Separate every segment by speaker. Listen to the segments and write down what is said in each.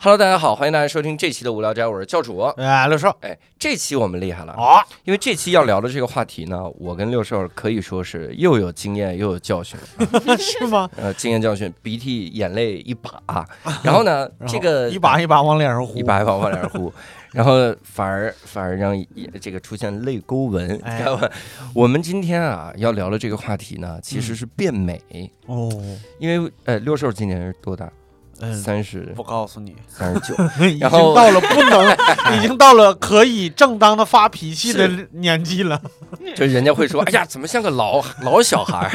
Speaker 1: Hello，大家好，欢迎大家收听这期的无聊斋，我是教主。
Speaker 2: 哎，六少，
Speaker 1: 哎，这期我们厉害了，
Speaker 2: 啊，
Speaker 1: 因为这期要聊的这个话题呢，我跟六兽可以说是又有经验又有教训，
Speaker 2: 是吗？
Speaker 1: 呃，经验教训，鼻涕眼泪一 把。然后呢，
Speaker 2: 然后
Speaker 1: 这个
Speaker 2: 一把一把往脸上呼，
Speaker 1: 呃一把一把往脸上 呼，然后反而反而让一这个出现泪沟纹，
Speaker 2: 哎
Speaker 1: 知道吧？我们今天啊要聊的这个话题呢，其实是变美，
Speaker 2: 哦，
Speaker 1: 因为呃，六兽今年是多大？
Speaker 2: 嗯，
Speaker 1: 三十
Speaker 2: 不告诉你，
Speaker 1: 三十九，
Speaker 2: 已经
Speaker 1: 然后
Speaker 2: 到了不能，已经到了可以正当的发脾气的年纪了。
Speaker 1: 就人家会说：“哎呀，怎么像个老 老小孩儿？”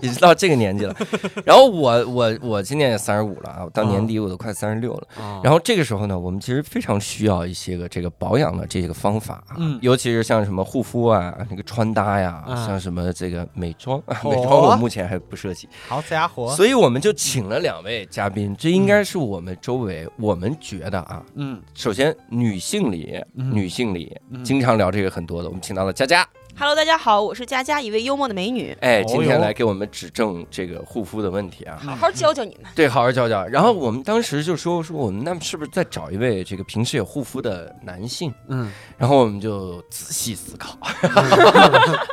Speaker 1: 已经到这个年纪了。然后我我我今年也三十五了啊，我到年底我都快三十六了。
Speaker 2: 哦
Speaker 1: 然后这个时候呢，我们其实非常需要一些个这个保养的这个方法啊，
Speaker 2: 嗯
Speaker 1: 尤其是像什么护肤啊、那个穿搭呀，
Speaker 2: 啊
Speaker 1: 像什么这个美妆，啊，
Speaker 2: 哦
Speaker 1: 美妆我目前还不涉及，
Speaker 2: 好家伙，
Speaker 1: 所以我们就请了两位嘉宾，这应该是我们周围我们觉得啊，
Speaker 2: 嗯，
Speaker 1: 首先女性里
Speaker 2: 嗯
Speaker 1: 女性里
Speaker 2: 嗯
Speaker 1: 经常聊这个很多的，我们请到了佳佳。
Speaker 3: Hello，大家好，我是佳佳，一位幽默的美女，
Speaker 1: 哎，
Speaker 2: 哦
Speaker 1: 今天
Speaker 2: 哟
Speaker 1: 来给我们指正这个护肤的问题啊，
Speaker 3: 好好教教你们。
Speaker 1: 对，好好教教。然后我们当时就说说我们那是不是再找一位这个平时也护肤的男性？
Speaker 2: 嗯，
Speaker 1: 然后我们就仔细思 考，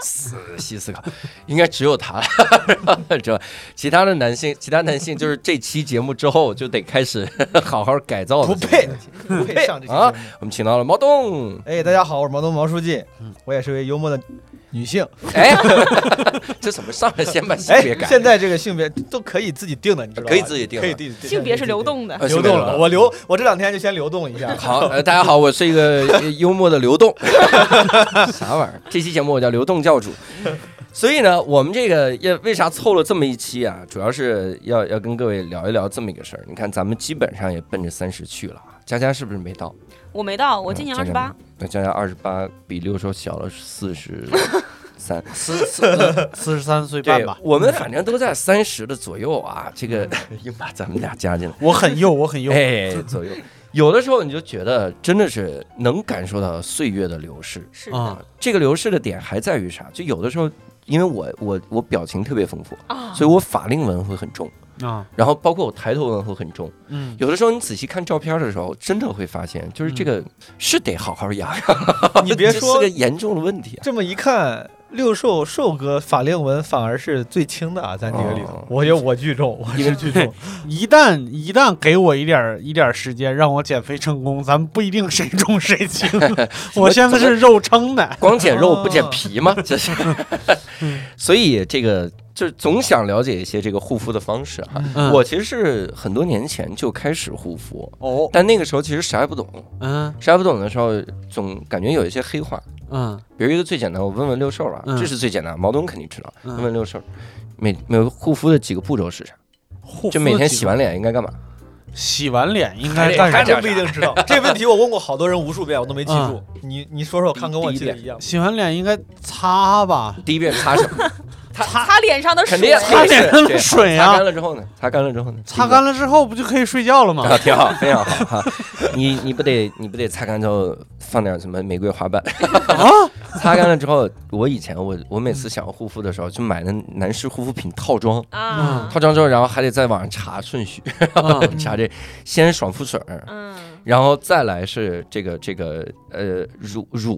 Speaker 1: 仔细思考，应该只有他了，这其他的男性，其他男性就是这期节目之后就得开始 好好改造
Speaker 4: 不
Speaker 1: 了。
Speaker 4: 配，不配上这期节目
Speaker 1: 啊我们请到了毛东，
Speaker 4: 哎，大家好，我是毛东毛书记，
Speaker 2: 嗯
Speaker 4: 我也是位幽默的女性。
Speaker 1: 哎， 这怎么上来先把性
Speaker 4: 哎
Speaker 1: 别，改？
Speaker 4: 现在这个性别都可以自己定的，你知道吧？
Speaker 1: 可以自己定了
Speaker 4: 可以自己定。
Speaker 3: 性别是流动的，
Speaker 1: 呃
Speaker 4: 流动了，我流，我这两天就先流动一下。
Speaker 1: 好，呃，大家好，我是一个呃幽默的流动，啥玩意儿？这期节目我叫流动教主。所以呢，我们这个要为啥凑了这么一期啊？主要是要要跟各位聊一聊这么一个事儿。你看，咱们基本上也奔着三十去了啊。佳佳是不是没到？
Speaker 3: 我没到，我
Speaker 1: 嗯
Speaker 3: 今年二十八，
Speaker 1: 那佳佳二十八，比六叔小了四十三。
Speaker 2: 四四四十三岁半
Speaker 1: 对
Speaker 2: 吧，，
Speaker 1: 我们反正都在三十的左右啊。这个 又把咱们俩加进来，
Speaker 2: 我很幼，我很幼，啊
Speaker 1: 哎，左右。有的时候你就觉得真的是能感受到岁月的流逝。
Speaker 3: 是 的
Speaker 2: 啊，
Speaker 1: 这个流逝的点还在于啥？就有的时候，因为我我我表情特别丰富，
Speaker 3: 啊，
Speaker 1: 所以我法令纹会很重，
Speaker 2: 啊，
Speaker 1: 然后包括我抬头纹会很重。
Speaker 2: 嗯，
Speaker 1: 有的时候你仔细看照片的时候，真的会发现，就是这个是得好好养养。
Speaker 4: 嗯 你别
Speaker 1: 这是
Speaker 4: 说
Speaker 1: 个，严重的问题啊。
Speaker 4: 这么一看，六兽兽哥法令纹反而是最轻的啊，咱几个里
Speaker 1: 哦
Speaker 4: 头，我觉得我聚众，我
Speaker 1: 因为
Speaker 4: 是聚众。
Speaker 2: 一旦一旦给我一点儿一点儿时间让我减肥成功，咱们不一定谁重谁 轻。我现在是肉撑的，
Speaker 1: 光减肉不减
Speaker 4: 哦
Speaker 1: 皮吗？ 这是，
Speaker 4: 嗯
Speaker 1: 所以这个就是总想了解一些这个护肤的方式啊。
Speaker 2: 嗯
Speaker 1: 我其实是很多年前就开始护肤，
Speaker 2: 哦，
Speaker 1: 但那个时候其实啥也不懂，
Speaker 2: 嗯
Speaker 1: 啥也不懂的时候，总感觉有一些黑话。
Speaker 2: 嗯
Speaker 1: 比如一个最简单，我问问六兽啊，
Speaker 2: 嗯
Speaker 1: 这是最简单，毛东肯定知道。
Speaker 2: 嗯
Speaker 1: 问问六兽，每每个护肤的几个步骤是啥？
Speaker 2: 嗯
Speaker 1: 就每天洗完脸应该干嘛？
Speaker 2: 洗完脸应
Speaker 1: 哎
Speaker 2: 该干
Speaker 4: 还
Speaker 2: 啥？
Speaker 4: 真不一定 知道这问题，我问过好多人无数遍，我都没记住
Speaker 2: 嗯。
Speaker 4: 你你说说看，跟我
Speaker 1: 第一
Speaker 4: 记得
Speaker 1: 遍
Speaker 4: 一样吗？
Speaker 2: 洗完脸应该擦吧，
Speaker 1: 第一遍擦什么？
Speaker 3: 擦脸上的
Speaker 1: 肯
Speaker 3: 水，
Speaker 1: 定
Speaker 2: 擦脸上 的
Speaker 1: 对
Speaker 2: 水啊
Speaker 1: 擦干了之后呢？擦干了之后呢？
Speaker 2: 擦干了之后不就可以睡觉了吗？
Speaker 1: 啊，挺好，非常好哈。你你不得你不得擦干之后放点什么玫瑰花瓣？
Speaker 2: 啊，
Speaker 1: 擦干了之后，我以前我我每次想要护肤的时候，就买那男士护肤品套装，
Speaker 3: 啊，
Speaker 1: 套装之后，然后还得在网上查顺序，
Speaker 2: 嗯
Speaker 1: 查这先爽肤水儿，
Speaker 3: 嗯，
Speaker 1: 然后再来是这个这个呃乳乳，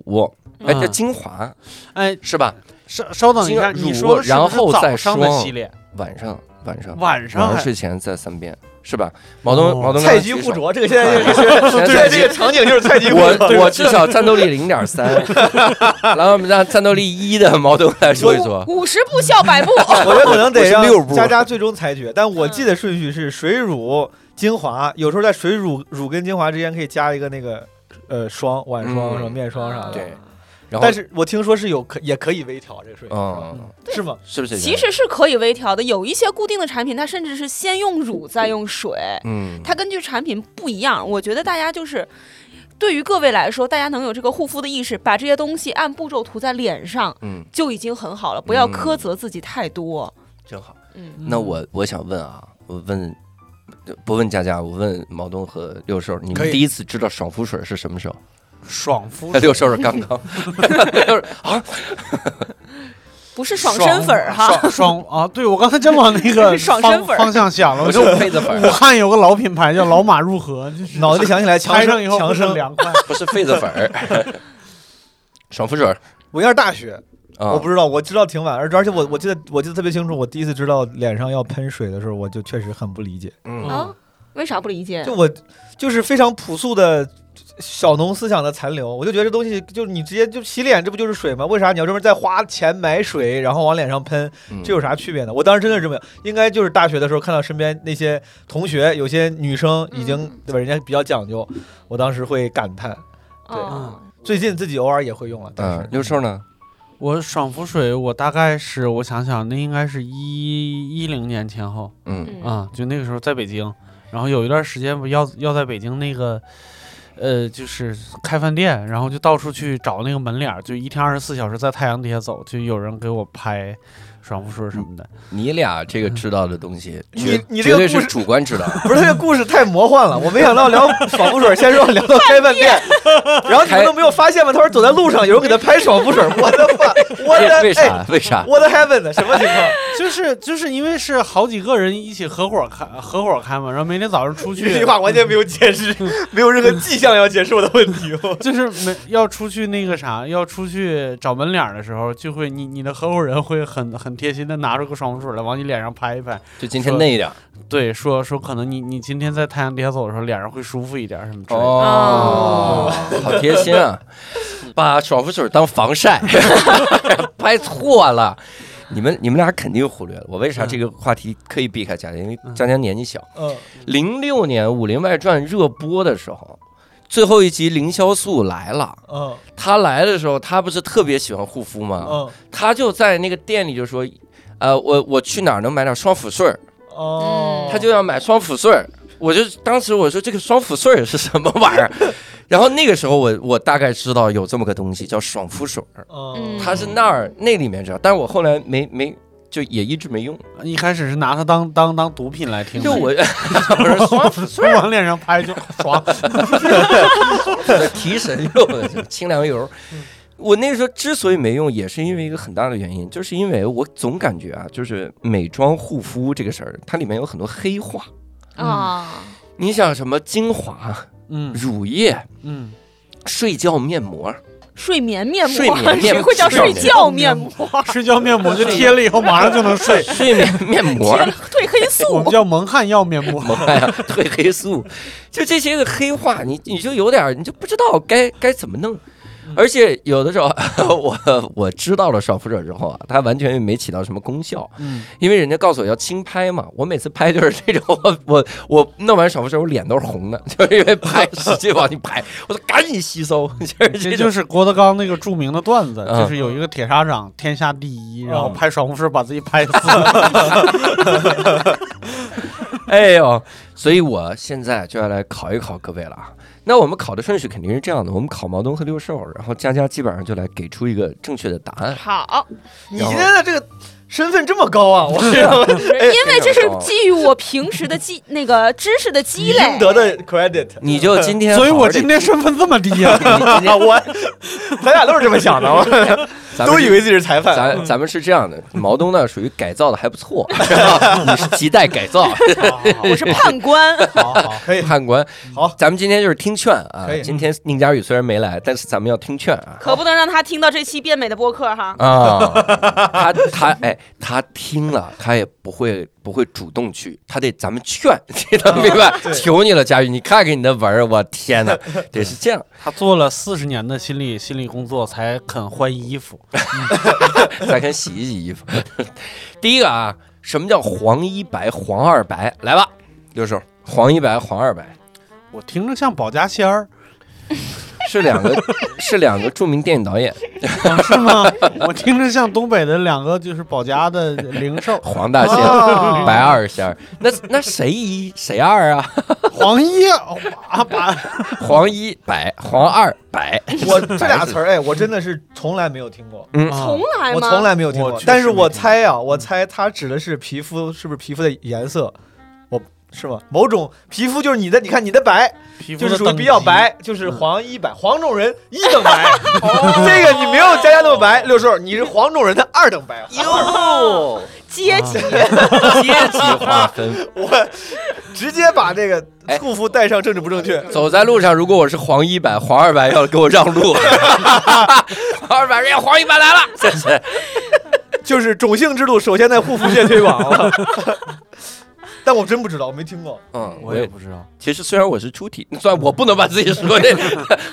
Speaker 1: 哎
Speaker 2: 嗯
Speaker 1: 这精华
Speaker 2: 哎，
Speaker 1: 是吧？
Speaker 2: 稍稍等一下，
Speaker 1: 今儿
Speaker 2: 你说的是
Speaker 1: 然
Speaker 2: 不是
Speaker 1: 后再
Speaker 2: 早上的
Speaker 1: 说
Speaker 2: 洗脸，
Speaker 1: 晚上晚上
Speaker 2: 晚上
Speaker 1: 晚上
Speaker 2: 还
Speaker 1: 睡前再三遍是吧？毛东
Speaker 2: 哦
Speaker 1: 毛东刚才
Speaker 4: 菜鸡
Speaker 1: 举
Speaker 4: 互
Speaker 1: 手，
Speaker 4: 啄，这个现在就是
Speaker 1: 现
Speaker 4: 现在
Speaker 1: 在
Speaker 4: 这个场景就是菜鸡互啄。
Speaker 1: 嗯我我至少战斗力零点三， 然后我们让战斗力一的毛东来说一说，
Speaker 3: 五十步 笑百步，
Speaker 4: 我觉得可能得让
Speaker 1: 我是六步嗯
Speaker 4: 佳佳最终裁决，但我记得顺序是水乳精华，有时候在水乳乳跟精华之间可以加一个那个呃霜晚霜
Speaker 1: 嗯
Speaker 4: 什么面霜啥的。
Speaker 1: 对然后
Speaker 4: 但是我听说是有可也可以微调这个水，
Speaker 1: 嗯，
Speaker 4: 是吗？
Speaker 1: 是不是？
Speaker 3: 其实是可以微调的，有一些固定的产品，它甚至是先用乳再用水，
Speaker 1: 嗯，
Speaker 3: 它根据产品不一样。我觉得大家就是。对于各位来说，大家能有这个护肤的意识，把这些东西按步骤涂在脸上
Speaker 1: 嗯
Speaker 3: 就已经很好了，不要
Speaker 1: 嗯
Speaker 3: 苛责自己太多。
Speaker 1: 真好。
Speaker 3: 嗯，
Speaker 1: 那我我想问啊，我问不问佳佳，我问毛东和六兽，你
Speaker 2: 可
Speaker 1: 们
Speaker 2: 以
Speaker 1: 第一次知道爽肤水是什么 时候？
Speaker 2: 爽 肤
Speaker 1: 那六兽是刚刚，六兽啊，
Speaker 3: 不是爽身粉儿哈，
Speaker 2: 爽爽啊！对我刚才真往那个
Speaker 3: 爽
Speaker 2: 方
Speaker 3: 身粉儿
Speaker 2: 方向想了，
Speaker 1: 我
Speaker 2: 我
Speaker 1: 是
Speaker 2: 说
Speaker 1: 五痱子粉
Speaker 2: 武
Speaker 1: 儿，
Speaker 2: 汉有个老品牌叫老马入河，就是
Speaker 4: 脑子里想起来强
Speaker 2: 拍上
Speaker 4: 生
Speaker 2: 以后
Speaker 4: 强
Speaker 2: 很
Speaker 4: 生，
Speaker 2: 凉快。
Speaker 1: 不是痱子粉儿，爽肤水儿
Speaker 4: 我应该是大学，
Speaker 1: 啊，
Speaker 4: 我不知道，我知道挺晚，而而且我我记得我记得特别清楚，我第一次知道脸上要喷水的时候，我就确实很不理解，
Speaker 1: 嗯
Speaker 3: 啊，为啥不理解哦
Speaker 4: 就？我就是非常朴素的小农思想的残留，我就觉得这东西就是你直接就洗脸，这不就是水吗？为啥你要专门再花钱买水，然后往脸上喷，
Speaker 1: 嗯
Speaker 4: 这有啥区别呢？我当时真的是这么想，应该就是大学的时候看到身边那些同学，有些女生已经、
Speaker 3: 嗯
Speaker 4: 对吧，人家比较讲究，我当时会感叹。对
Speaker 3: 哦
Speaker 4: 最近自己偶尔也会用啊了，但
Speaker 1: 嗯
Speaker 4: 是，
Speaker 1: 六兽呢？
Speaker 2: 我爽肤水，我大概是我想想，那应该是一一零年前后
Speaker 1: 嗯，
Speaker 3: 嗯
Speaker 2: 啊、就那个时候在北京，然后有一段时间不要要在北京那个。呃，就是开饭店，然后就到处去找那个门脸儿，就一天二十四小时在太阳底下走，就有人给我拍爽肤水什么的。
Speaker 1: 你俩这个知道的东西，
Speaker 4: 嗯你
Speaker 1: 绝
Speaker 4: 你这
Speaker 1: 绝
Speaker 4: 个
Speaker 1: 对是
Speaker 4: 故事
Speaker 1: 主观知道，
Speaker 4: 不是这个故事太魔幻了，我没想到聊 爽肤水，先说聊到开饭店， 然后你们都没有发现吗？他说走在路上有人给他拍爽肤水，我的妈， 我
Speaker 1: 为
Speaker 4: 的
Speaker 1: 为
Speaker 4: 哎
Speaker 1: 啥？为啥？
Speaker 4: 我的 heaven 呢？什么情况？
Speaker 2: 就是就是因为是好几个人一起合伙开合伙开嘛，然后每天早上 出去，
Speaker 4: 这句话完全没有 解释，没有任何迹象要解释我的问题。哦我
Speaker 2: 就是没要出去那个啥，要出去找门脸儿的时候，就会你你的合伙人会很很贴心的拿出个爽肤水来往你脸上拍一拍，
Speaker 1: 就今天那一点儿
Speaker 2: 对，说说可能你你今天在太阳底下走的时候，脸上会舒服一点儿什么之类的。
Speaker 1: 哦，好贴心啊！ 把爽肤水当防 晒，拍错了。你们你们俩肯定忽略了，我为啥这个话题刻意避开佳佳？因为佳佳年纪小，
Speaker 4: 嗯，
Speaker 1: 零六年《武林外传》热播的时候，最后一集凌潇肃来了。
Speaker 4: 嗯
Speaker 1: 他来的时候，他不是特别喜欢护肤吗？
Speaker 4: 嗯
Speaker 1: 他就在那个店里就说：“呃，我我去哪儿能买点双抚顺儿？”
Speaker 4: 哦，
Speaker 1: 他就要买双抚顺儿。我就当时我说这个双抚顺儿是什么玩意 儿？然后那个时候我我大概知道有这么个东西叫爽肤水儿，
Speaker 4: 嗯
Speaker 1: 它是那儿那里面知道，但是我后来没没就也一直没用，
Speaker 4: 嗯
Speaker 2: 一开始是拿它当当当毒品来听的，
Speaker 1: 就 我不是双抚顺儿
Speaker 2: 往脸上拍就爽。
Speaker 1: 提神用的清凉油。
Speaker 4: 嗯
Speaker 1: 我那时候之所以没用，也是因为一个很大的原因，就是因为我总感觉啊，就是美妆护肤这个事儿，它里面有很多黑话。
Speaker 4: 嗯
Speaker 3: 啊，
Speaker 1: 你想什么精华、
Speaker 2: 嗯
Speaker 1: 乳液、
Speaker 2: 嗯，
Speaker 1: 睡觉面膜，
Speaker 3: 睡眠面膜，
Speaker 1: 睡眠面膜，
Speaker 3: 谁会叫睡觉面膜？
Speaker 2: 睡觉面膜就贴了以后马上就能睡
Speaker 1: 睡眠面膜
Speaker 3: 贴了，褪黑
Speaker 2: 我们
Speaker 3: 素，
Speaker 2: 叫蒙汗药面膜。
Speaker 1: 哎呀，褪黑素，就这些个黑话，你你就有点儿，你就不知道该该怎么弄。
Speaker 2: 嗯
Speaker 1: 而且有的时候， 我我知道了爽肤水之后啊，它完全没起到什么功效，
Speaker 2: 嗯，
Speaker 1: 因为人家告诉我要轻拍嘛，我每次拍就是这种， 我我我弄完爽肤水，我脸都是红的， 就是因为拍使劲往你拍，我说赶紧吸收， 就是
Speaker 2: 这
Speaker 1: 这
Speaker 2: 就
Speaker 1: 种。
Speaker 2: 是郭德纲那个著名的段子，
Speaker 1: 嗯
Speaker 2: 就是有一个铁砂掌天下第一，然后
Speaker 4: 嗯
Speaker 2: 拍爽肤水把自己拍死。
Speaker 1: 哎呦，所以我现在就要来考一考各位了啊。那我们考的顺序肯定是这样的，我们考毛东和六兽，然后佳佳基本上就来给出一个正确的答案。
Speaker 3: 好，
Speaker 4: 你今天的这个身份这么高啊！我 是
Speaker 3: 因为这是基于我平时的积那个知识的积累
Speaker 4: 应。得的 credit，
Speaker 1: 你就今天好
Speaker 2: 所
Speaker 1: 好
Speaker 2: 以
Speaker 1: 地，
Speaker 2: 我今天身份这么低啊！
Speaker 1: 你今
Speaker 4: 啊，
Speaker 1: 天
Speaker 4: 我咱俩都是这么想的，我
Speaker 1: 咱们
Speaker 4: 都以为自己是裁判。
Speaker 1: 咱咱们是这样的，毛东呢属于改造的还不 错，你是亟待改造
Speaker 3: 我是判官，
Speaker 4: 好好可以，
Speaker 1: 判官。
Speaker 4: 好，
Speaker 1: 咱们今天就是听劝啊
Speaker 4: 可以。
Speaker 1: 今天宁佳宇虽然没来，但是咱们要听劝 啊。
Speaker 3: 可不能让他听到这期变美的播客哈。
Speaker 1: 啊，他他哎，他听了，他也不会不会主动去，他得咱们劝， 你能明白？求你了，佳宇，你看看你的文儿，我天 哪，得是这样。
Speaker 2: 他做了四十年的心理心理工作，才肯换衣服。
Speaker 1: 再看洗一洗衣服。第一个啊，什么叫黄一白、黄二白？来吧，右手，黄一白、黄二白
Speaker 2: 我听着像保家仙儿，
Speaker 1: 是两个是两个著名电影导演，，
Speaker 2: 啊是吗？ 我听着像东北的两个就是保家的灵兽
Speaker 1: 黄大仙、
Speaker 4: 哦
Speaker 1: 白二仙儿。那那谁一谁二啊？
Speaker 2: 黄一啊把
Speaker 1: 黄一白、黄二白，
Speaker 4: 我这俩词儿，哎，我真的是从来没有听过，
Speaker 1: 嗯，
Speaker 3: 从来吗？
Speaker 4: 我从来没有听
Speaker 2: 啊我
Speaker 4: 过
Speaker 2: 确。实
Speaker 4: 但是我
Speaker 2: 没听过
Speaker 4: 猜啊，我猜它指的是皮肤，是不是皮肤的颜色？我是吗？某种皮肤就是你的，你看你的白，
Speaker 2: 皮肤
Speaker 4: 就是
Speaker 2: 的
Speaker 4: 属于
Speaker 2: 等
Speaker 4: 比较
Speaker 2: 级，嗯
Speaker 4: 白，就是黄一白，黄种人一等白。 这个你没有佳佳那么白，六叔，你是黄种人的二等白。啊
Speaker 3: 哟，阶级
Speaker 1: 阶级划分。
Speaker 4: 我直接把这个
Speaker 1: 哎
Speaker 4: 护肤带上政治不正 确。
Speaker 1: 走在路上，如果我是黄一白，黄二白要给我让路。 黄二白，人家黄一白来了， 这是
Speaker 4: 就是种姓制度首先在护肤界推 广。但我真不知道，我没听过。
Speaker 1: 嗯，
Speaker 2: 我也不知道。
Speaker 1: 其实虽然我是出题，算我不能把自己说的，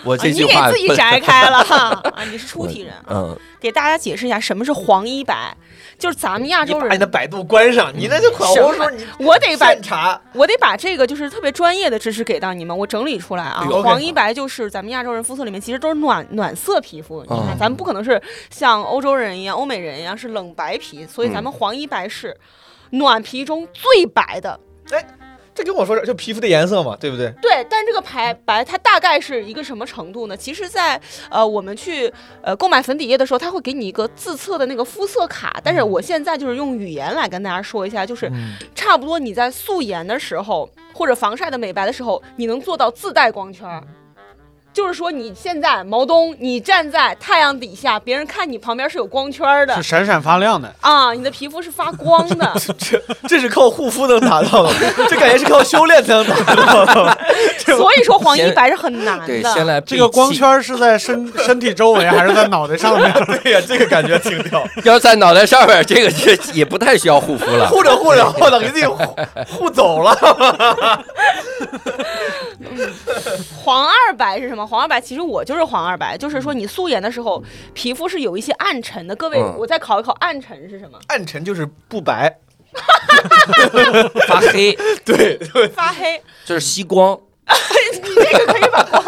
Speaker 1: 我
Speaker 3: 啊
Speaker 1: 这
Speaker 3: 你
Speaker 1: 句
Speaker 3: 给
Speaker 1: 话
Speaker 3: 自己摘开了啊！你是出题人，
Speaker 1: 嗯，
Speaker 3: 给大家解释一下什么是黄衣白，就是咱们亚
Speaker 4: 你
Speaker 3: 洲
Speaker 4: 把你的
Speaker 3: 人，
Speaker 4: 百度关上，你那就口红时候你
Speaker 3: 我得把
Speaker 4: 现查。
Speaker 3: 我得把这个就是特别专业的知识给到你们，我整理出来啊
Speaker 4: 哎。，OK
Speaker 3: 黄衣白就是咱们亚洲人肤色里面其实都是暖暖色皮肤，你
Speaker 1: 嗯
Speaker 3: 看咱们不可能是像欧洲人一样、欧美人一样是冷白皮，所以
Speaker 4: 嗯
Speaker 3: 咱们黄衣白是暖皮中最白的。
Speaker 4: 这跟我说这就皮肤的颜色嘛，对不对？
Speaker 3: 对，但这个牌白它大概是一个什么程度呢？其实在，呃我们去呃购买粉底液的时候，它会给你一个自测的那个肤色卡。但是我现在就是用语言来跟大家说一下，就是
Speaker 2: 嗯，
Speaker 3: 差不多你在素颜的时候或者防晒的美白的时候，你能做到自带光圈儿。就是说，你现在毛东，你站在太阳底下，别人看你旁边是有光圈儿的
Speaker 2: 是闪闪发亮的。
Speaker 3: 啊，你的皮肤是发光的。
Speaker 4: 这这是靠护肤能达到的， 这感觉是靠修炼才能达到的。
Speaker 3: 所以说，黄一
Speaker 1: 先
Speaker 3: 白是很难的。
Speaker 1: 对，先来
Speaker 2: 这个
Speaker 1: 背
Speaker 2: 光
Speaker 1: 弃，
Speaker 2: 圈是在身身体周围还是在脑袋上面？
Speaker 4: 对呀、这个感觉挺屌。
Speaker 1: 要在脑袋上面，这个这也不太需要护肤 了。
Speaker 4: 护着护着护着给自己护护走了。
Speaker 3: 黄二白是什么？黄二白其实我就是黄二白，就是说你素颜的时候皮肤是有一些暗沉的。各位，
Speaker 1: 嗯
Speaker 3: 我再考一考暗沉是什么？
Speaker 4: 暗沉就是不白，
Speaker 1: 发黑，
Speaker 4: 对对，
Speaker 3: 发黑，
Speaker 1: 这是吸光。
Speaker 3: 你这个可以把光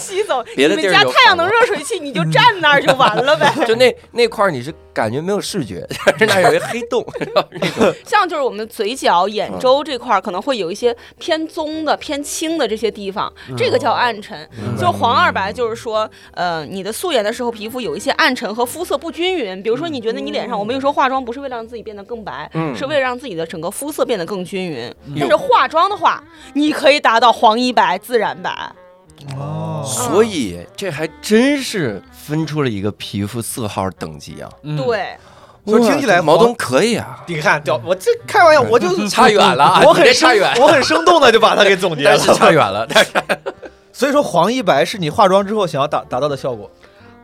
Speaker 3: 吸走。
Speaker 1: 别的
Speaker 3: 你
Speaker 1: 地儿
Speaker 3: 们家
Speaker 1: 有
Speaker 3: 太阳能热水器，你就站那儿就完了呗。
Speaker 1: 就那那块儿你是感觉没有视觉， 但是那儿有一黑洞，然后那种
Speaker 3: 像就是我们嘴角、眼
Speaker 2: 嗯
Speaker 3: 周这块儿可能会有一些偏棕的、偏青的这些地方，这个叫暗沉。
Speaker 2: 嗯
Speaker 3: 就是黄二白，就是说，呃，你的素颜的时候皮肤有一些暗沉和肤色不均匀。比如说，你觉得你脸上，我们有时候化妆不是为了让自己变得更白，
Speaker 1: 嗯
Speaker 3: 是为了让自己的整个肤色变得更均匀。
Speaker 2: 嗯
Speaker 3: 但是化妆的话，你可以达到黄一白、自然白。
Speaker 4: 哦
Speaker 1: 所以这还真是分出了一个皮肤色号等级啊。
Speaker 2: 嗯，
Speaker 3: 对，
Speaker 4: 所以听起来
Speaker 1: 哇这毛东可以 啊，
Speaker 4: 你看屌，我这开玩笑，我就是
Speaker 1: 差远了啊，
Speaker 4: 我
Speaker 1: 你
Speaker 4: 很
Speaker 1: 这
Speaker 4: 生
Speaker 1: 差远，
Speaker 4: 嗯我很生动的就把它给总结
Speaker 1: 但是
Speaker 4: 了。
Speaker 1: 差远了，但是
Speaker 4: 所以说，黄一白是你化妆之后想要达达到的效果。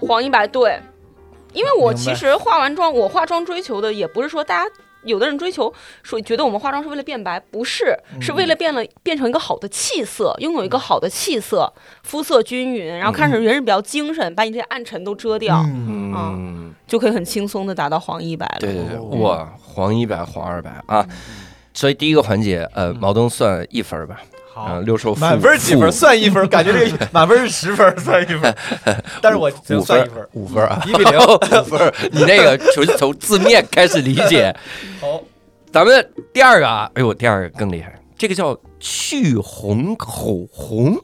Speaker 3: 黄一白对，因为我
Speaker 4: 明白
Speaker 3: 其实化完妆，我化妆追求的也不是说大家。有的人追求说觉得我们化妆是为了变白，不是，
Speaker 4: 嗯
Speaker 3: 是为了变了变成一个好的气色，拥有一个好的气色，肤色均匀，然后看着人是比较精神，把你这些暗沉都遮掉，
Speaker 4: 嗯，
Speaker 1: 嗯，
Speaker 3: 就可以很轻松的达到黄一白了。
Speaker 1: 对对对，
Speaker 2: 嗯
Speaker 1: 哇，黄一白、黄二白啊。所以第一个环节，呃，毛东算一分儿吧，啊，
Speaker 2: 好，
Speaker 1: 六兽负
Speaker 4: 满分几分
Speaker 1: 负
Speaker 4: 算一分？感觉这个 满分是十分算一分， 但是我只能
Speaker 1: 五
Speaker 4: 算一
Speaker 1: 分
Speaker 4: 分
Speaker 1: 儿，，五分儿啊，
Speaker 4: 一 比零。
Speaker 1: 五分儿，你那个纯从字面开始理解。
Speaker 4: 好，
Speaker 1: 咱们第二个啊，哎呦，第二个更厉害，这个叫去红口红，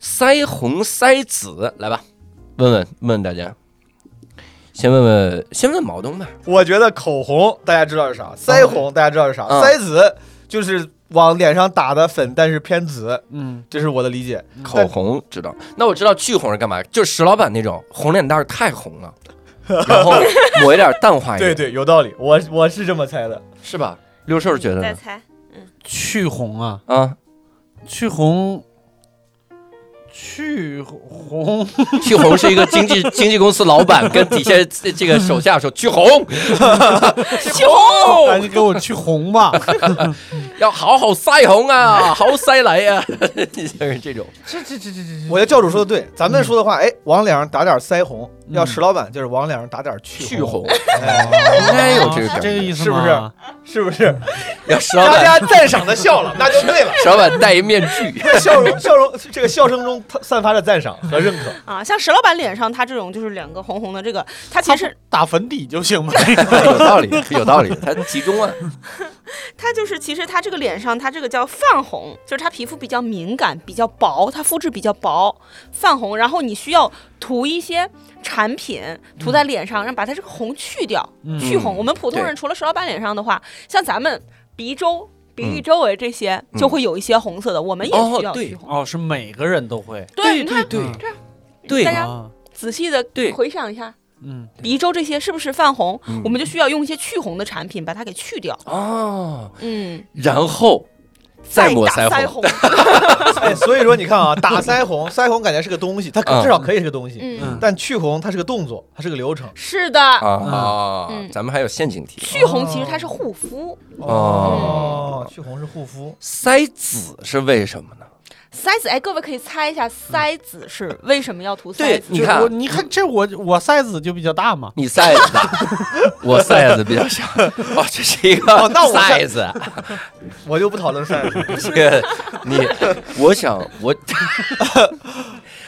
Speaker 1: 腮红腮紫，来吧，问问问问大家，先问问先问毛东吧，
Speaker 4: 我觉得口红大家知道是啥，腮红大家知道是啥，
Speaker 1: 嗯
Speaker 4: 腮紫就是往脸上打的粉，但是偏紫，
Speaker 2: 嗯，
Speaker 4: 这是我的理解。
Speaker 1: 口红知道，那我知道去红是干嘛，就是石老板那种红脸蛋儿太红了，然后抹一点淡化一点，
Speaker 4: 对对，有道理，我我是这么猜的。
Speaker 1: 是吧？六兽觉得
Speaker 3: 再
Speaker 1: 呢？
Speaker 3: 猜，
Speaker 2: 去红啊，
Speaker 1: 啊，
Speaker 2: 去红，去红，
Speaker 1: 去红是一个经纪经纪公司老板跟底下这这个手下说去红， 去红
Speaker 2: 赶紧给我去红吧。
Speaker 1: 要好好腮红啊， 好腮来呀、啊，就是这种。
Speaker 2: 这这这这这
Speaker 4: 我觉得教主说的对，咱
Speaker 1: 嗯
Speaker 4: 们说的话，哎，往脸上打点腮红，
Speaker 2: 嗯
Speaker 4: 要石老板就是往脸上打点去
Speaker 1: 去
Speaker 4: 红，
Speaker 1: 红，哎
Speaker 4: 哎
Speaker 2: 应
Speaker 1: 该有这个感觉
Speaker 2: 哦这个意思
Speaker 4: 是不是
Speaker 2: 吗
Speaker 4: 是不是？
Speaker 1: 要石老
Speaker 4: 大
Speaker 1: 板，
Speaker 4: 家赞赏的笑了，那就对了。
Speaker 1: 石老板戴一面具，
Speaker 4: 笑容，笑容，这个笑声中散发着赞赏和认 可。
Speaker 3: 啊，像石老板脸上他这种就是两个红红的，这个他其实
Speaker 2: 打粉底就行吧。
Speaker 1: 有道理，有道理，他集中啊，
Speaker 3: 它就是，其实它这个脸上，它这个叫泛红，就是它皮肤比较敏感、比较薄，它肤质比较薄，泛红。然后你需要涂一些产品涂在脸上，让把它这个红去掉，
Speaker 2: 嗯
Speaker 3: 去红。我们普通人
Speaker 1: 嗯对
Speaker 3: 除了石老板脸上的话，像咱们鼻周。比喻周围这些，
Speaker 1: 嗯
Speaker 3: 就会有一些红色的，我们也需
Speaker 1: 哦
Speaker 3: 要
Speaker 1: 对
Speaker 3: 去 红。
Speaker 2: 哦，是每个人都会。
Speaker 3: 对，你
Speaker 1: 对
Speaker 3: 看
Speaker 1: 对
Speaker 2: 嗯
Speaker 1: 对
Speaker 3: 大，家
Speaker 2: 啊
Speaker 3: 仔细的
Speaker 1: 对
Speaker 3: 回想一下，
Speaker 2: 嗯，
Speaker 3: 鼻周这些是不是泛红
Speaker 1: 嗯？
Speaker 3: 我们就需要用一些去红的产品把它给去掉。
Speaker 1: 哦，
Speaker 3: 嗯，
Speaker 1: 然后再抹
Speaker 3: 打腮
Speaker 1: 腮
Speaker 3: 红。
Speaker 4: 哎，所以说你看啊，打腮红，腮红感觉是个东西，它可
Speaker 1: 嗯
Speaker 4: 至少可以是个东西，
Speaker 3: 嗯，
Speaker 4: 但去红它是个动作，它是个流程。
Speaker 3: 是的，
Speaker 1: 啊
Speaker 3: 嗯
Speaker 1: 咱们还有陷阱题，
Speaker 3: 去红其实它是护肤，
Speaker 1: 哦
Speaker 4: 哦，去红是护肤，
Speaker 1: 腮紫是为什么呢？
Speaker 3: 腮紫。哎，各位可以猜一下，腮紫是为什么要涂腮紫？
Speaker 1: 你
Speaker 2: 就
Speaker 1: 看
Speaker 2: 我，你看这我我 size 就比较大嘛。
Speaker 1: 你腮子 大，我腮子比较小。 哦，这是一个
Speaker 4: 哦那我
Speaker 1: 腮子，
Speaker 4: 我就不讨论晒了。
Speaker 1: 这个你，我想我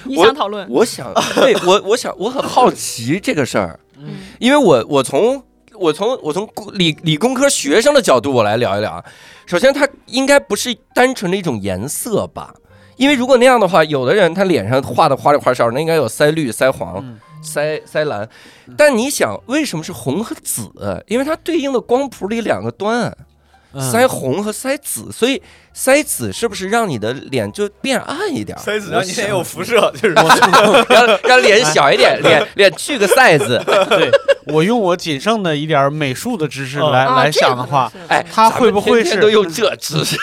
Speaker 3: 你想讨论？
Speaker 1: 我想，对我我想我很好奇这个事儿，
Speaker 3: 嗯
Speaker 1: 因为我我从我从我从理理工科学生的角度我来聊一聊啊。首先，它应该不是单纯的一种颜色吧？因为如果那样的话，有的人他脸上画的花里花哨，那应该有腮绿、腮黄、
Speaker 2: 嗯，
Speaker 1: 腮腮蓝。但你想，为什么是红和紫？因为它对应的光谱里两个端，
Speaker 2: 嗯
Speaker 1: 腮红和腮紫，所以腮紫是不是让你的脸就变暗一点儿？
Speaker 4: 塞子
Speaker 1: 我
Speaker 4: 让你
Speaker 1: 想
Speaker 4: 也有辐射，就 是
Speaker 1: 让让脸小一 点，脸脸去个 size。
Speaker 2: 对我用我仅剩的一点儿美术的知识
Speaker 4: 哦
Speaker 2: 来
Speaker 3: 啊
Speaker 2: 来
Speaker 3: 这个
Speaker 2: 想的
Speaker 3: 可能
Speaker 2: 话，
Speaker 3: 是
Speaker 1: 哎，
Speaker 2: 他会不会
Speaker 1: 咱们天天
Speaker 2: 是
Speaker 1: 都用这知识？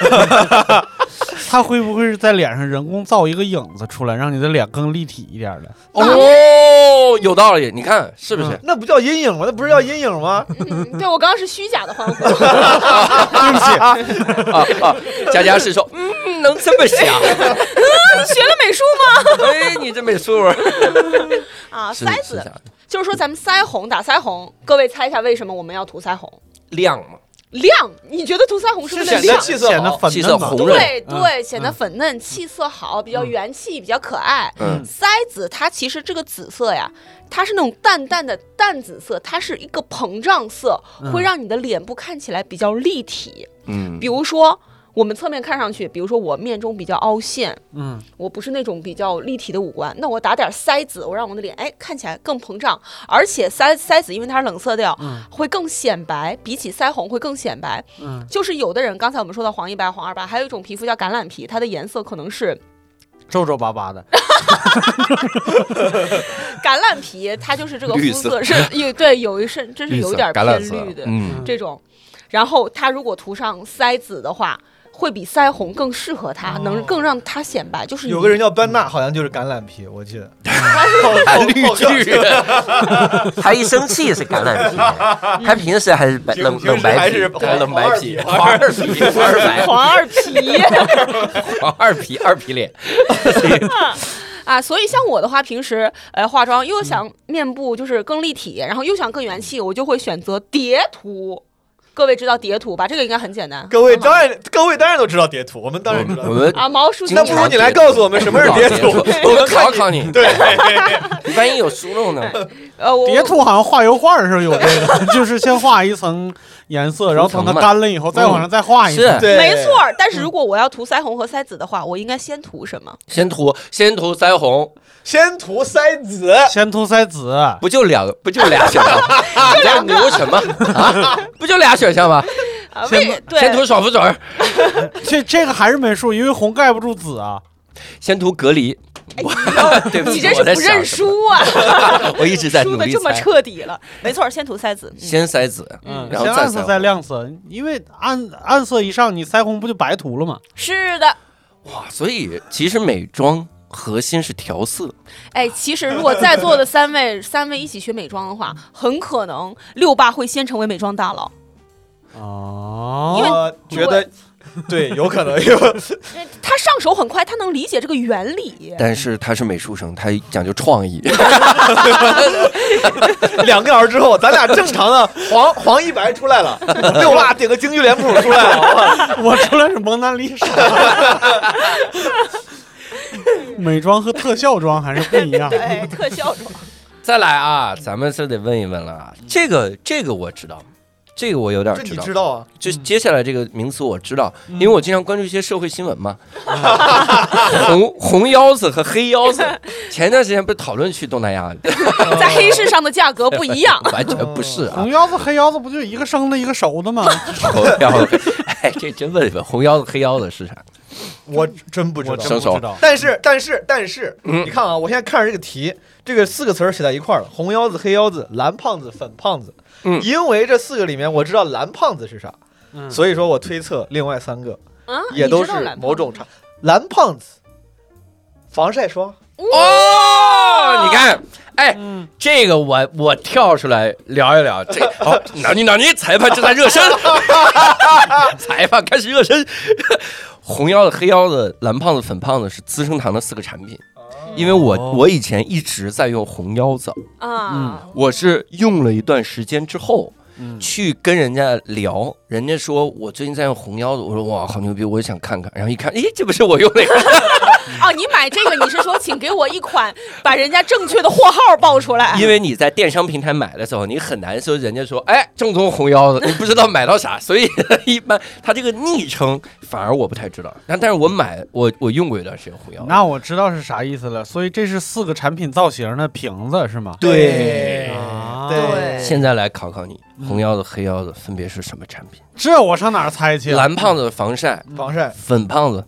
Speaker 2: 它会不会是在脸上人工造一个影子出来，让你的脸更立体一点儿的？
Speaker 1: 哦，有道理，你看是不是？
Speaker 4: 那不叫阴影吗？那不是叫阴影吗？
Speaker 3: 嗯对我刚刚是虚假 的欢呼。
Speaker 4: 对不起，
Speaker 1: 啊啊！佳佳是说，嗯，能这么想？
Speaker 3: 学了美术
Speaker 1: 哎，你这没数儿。
Speaker 3: 吗？啊，
Speaker 1: 是
Speaker 3: 腮
Speaker 1: 是
Speaker 3: 紫
Speaker 1: 啥
Speaker 3: 就是说咱们腮红打腮红，各位猜一下为什么我们要涂腮红？
Speaker 1: 亮嘛？
Speaker 3: 亮，你觉得涂腮红是为了
Speaker 4: 显
Speaker 3: 亮
Speaker 4: 得？气色
Speaker 2: 显得
Speaker 4: 好
Speaker 2: 粉
Speaker 1: 气色
Speaker 2: 嫩嘛
Speaker 1: 红润
Speaker 3: 对
Speaker 2: 嗯
Speaker 3: 对，显得
Speaker 2: 嗯
Speaker 3: 粉嫩，气色好，比较
Speaker 2: 嗯
Speaker 3: 元气，比较可爱。
Speaker 1: 嗯
Speaker 3: 腮紫它其实这个紫色呀，它是那种淡淡的淡紫色，它是一个膨胀色，
Speaker 2: 嗯
Speaker 3: 会让你的脸部看起来比较立体。
Speaker 1: 嗯
Speaker 3: 比如说我们侧面看上去，比如说我面中比较凹陷，
Speaker 2: 嗯
Speaker 3: 我不是那种比较立体的五官，那我打点腮紫，我让我的脸哎看起来更膨胀，而且腮腮紫因为它是冷色调，
Speaker 2: 嗯
Speaker 3: 会更显白，比起腮红会更显白。
Speaker 2: 嗯
Speaker 3: 就是有的人刚才我们说到黄一白、黄二白，还有一种皮肤叫橄榄皮，它的颜色可能是
Speaker 2: 皱皱巴巴的，
Speaker 3: 橄榄皮，它就是这个
Speaker 1: 绿
Speaker 3: 肤
Speaker 1: 色
Speaker 3: 色是 有对有一身真是有点
Speaker 1: 橄
Speaker 3: 偏
Speaker 1: 榄
Speaker 3: 绿
Speaker 1: 色，
Speaker 3: 的
Speaker 1: 嗯
Speaker 3: 这种，然后它如果涂上腮紫的话。会比腮红更适合它，
Speaker 1: 哦
Speaker 3: 能更让它显白。就是
Speaker 4: 有个人
Speaker 3: 叫
Speaker 4: 叫班纳，好像就是橄榄皮，我记得。嗯
Speaker 1: 绿巨人，还一生气是橄榄皮，还平时还是白冷冷白皮，冷白皮，黄二皮，黄二 白，
Speaker 3: 黄二皮，
Speaker 1: 黄二皮，二皮脸，
Speaker 3: 啊，所以像我的话，平时呃化妆
Speaker 1: 嗯
Speaker 3: 又想面部就是更立体，然后又想更元气，我就会选择叠涂。各位知道叠涂吧？这个应该很简单。
Speaker 4: 各位
Speaker 3: 很好
Speaker 4: 当然，各位当然都知道叠图，我们当然知道。
Speaker 1: 我们
Speaker 3: 啊，毛书记
Speaker 4: 那不如你来告诉我们什么是叠图，
Speaker 1: 我们考考你，
Speaker 4: 对，
Speaker 1: 万一有疏漏呢？
Speaker 3: 呃，我
Speaker 2: 叠图好像画油画的时候有这个， 就是先画一层颜色，然后等它干了以后再往上再画一层。
Speaker 1: 是
Speaker 4: 对，
Speaker 3: 没错。儿。但
Speaker 1: 嗯
Speaker 3: 是如果我要涂腮红和腮紫的话，我应该先涂什么？
Speaker 1: 先涂先涂腮红，
Speaker 4: 先涂腮紫，
Speaker 2: 先涂腮紫，
Speaker 1: 不就两个不就俩选项 吗？你在牛什么啊？不就俩选项吗？
Speaker 3: 啊，
Speaker 2: 先
Speaker 3: 为对
Speaker 1: 先涂爽肤水儿，
Speaker 2: 这这个还是美术，因为红盖不住紫啊。
Speaker 1: 先涂隔离。 我对不
Speaker 3: 哎哦你
Speaker 1: 起，
Speaker 3: 真
Speaker 1: 我
Speaker 3: 是
Speaker 1: 在
Speaker 3: 不
Speaker 1: 想
Speaker 3: 认
Speaker 1: 什么，
Speaker 3: 输啊！
Speaker 1: 我一直 在
Speaker 3: 输
Speaker 1: 努
Speaker 3: 的
Speaker 1: 力
Speaker 3: 这么
Speaker 1: 猜。
Speaker 3: 彻底了，没错儿，先涂 腮紫。嗯
Speaker 1: 先筛子，
Speaker 2: 嗯，
Speaker 1: 然后
Speaker 2: 先
Speaker 1: 再
Speaker 2: 暗色
Speaker 1: 腮
Speaker 2: 再亮色，因为暗暗色一上，你腮红不就白涂了吗？
Speaker 3: 是的，
Speaker 1: 哇，啊所以其实美妆核心是调色，
Speaker 3: 哎，其实如果在座的三位三位一起学美妆的话，很可能六爸会先成为美妆大佬。
Speaker 2: 哦，
Speaker 4: 我觉得对，有可能有。
Speaker 3: 呃他上手很快，他能理解这个原理。
Speaker 1: 但是他是美术生，他讲究创意。
Speaker 4: 两个小时之后，咱俩正常的黄黄一白出来了，六辣顶个京剧脸谱出来了，
Speaker 2: 我出来是蒙娜丽莎。美妆和特效妆还是不一样。
Speaker 3: 对，哎特效妆。
Speaker 1: 再来啊，咱们是得问一问了啊，这个这个我知道，这个我有点
Speaker 4: 哇这
Speaker 1: 知
Speaker 4: 你
Speaker 1: 道
Speaker 4: 知。道啊？
Speaker 1: 就
Speaker 2: 嗯
Speaker 1: 接下来这个名词我知道，因为我经常关注一些社会新闻嘛， 红红腰子和黑腰 子，前段时间不是讨论去东南亚，。
Speaker 3: 在黑市上的价格不一样
Speaker 1: 完全不是啊
Speaker 2: 红，腰子、黑腰子不就一个生的，一个熟的吗？
Speaker 1: 红腰子，哎，这真问问红腰子黑腰子是啥？
Speaker 4: 我真不知
Speaker 2: 我
Speaker 4: 道
Speaker 2: 真。
Speaker 1: 生
Speaker 2: 不
Speaker 1: 手
Speaker 2: 知道。
Speaker 4: 但是但是但是，
Speaker 1: 嗯
Speaker 4: 你看啊，我现在看着这个题，这个四个词儿写在一块儿了：红腰子、黑腰子、蓝胖子、粉胖子。
Speaker 1: 嗯
Speaker 4: 因为这四个里面我知道蓝胖子是啥，
Speaker 2: 嗯，
Speaker 4: 所以说我推测另外三个
Speaker 3: 啊，
Speaker 4: 也
Speaker 3: 你
Speaker 4: 都
Speaker 3: 知道
Speaker 4: 是
Speaker 3: 蓝
Speaker 4: 某
Speaker 3: 胖
Speaker 4: 种
Speaker 3: 子
Speaker 4: 差。蓝胖子，防晒霜，
Speaker 1: 哦，你看，哎，
Speaker 2: 嗯，
Speaker 1: 这个我我跳出来聊一聊，这好，哪你哪你，裁判正在热身，裁判开始热身。红腰子、黑腰子、蓝胖子、粉胖子是资生堂的四个产品，因为我
Speaker 2: 哦
Speaker 1: 我以前一直在用红腰子，
Speaker 4: 嗯
Speaker 3: 啊，
Speaker 1: 我是用了一段时间之后
Speaker 2: 嗯
Speaker 1: 去跟人家聊，人家说我最近在用红腰子，我说哇好牛逼，我也想看看，然后一看，诶，这不是我用那个，
Speaker 3: 哦，你买这个你是说请给我一款把人家正确的货号报出 来？
Speaker 1: 因为你在电商平台买的时候，你很难说人家说，哎，正宗红腰子，你不知道买到啥， 所以一般他这个昵称反而我不太知道。但但是我买我我用过一段时间红腰子，
Speaker 2: 那我知道是啥意思了。所以这是四个产品造型的瓶子是吗？
Speaker 1: 对
Speaker 2: 啊
Speaker 4: 对，
Speaker 1: 现在来考考你，红腰子、黑腰子分别是什么产品？
Speaker 2: 这我上哪儿猜去？啊
Speaker 1: 蓝胖子防晒，
Speaker 4: 防晒
Speaker 1: 粉胖子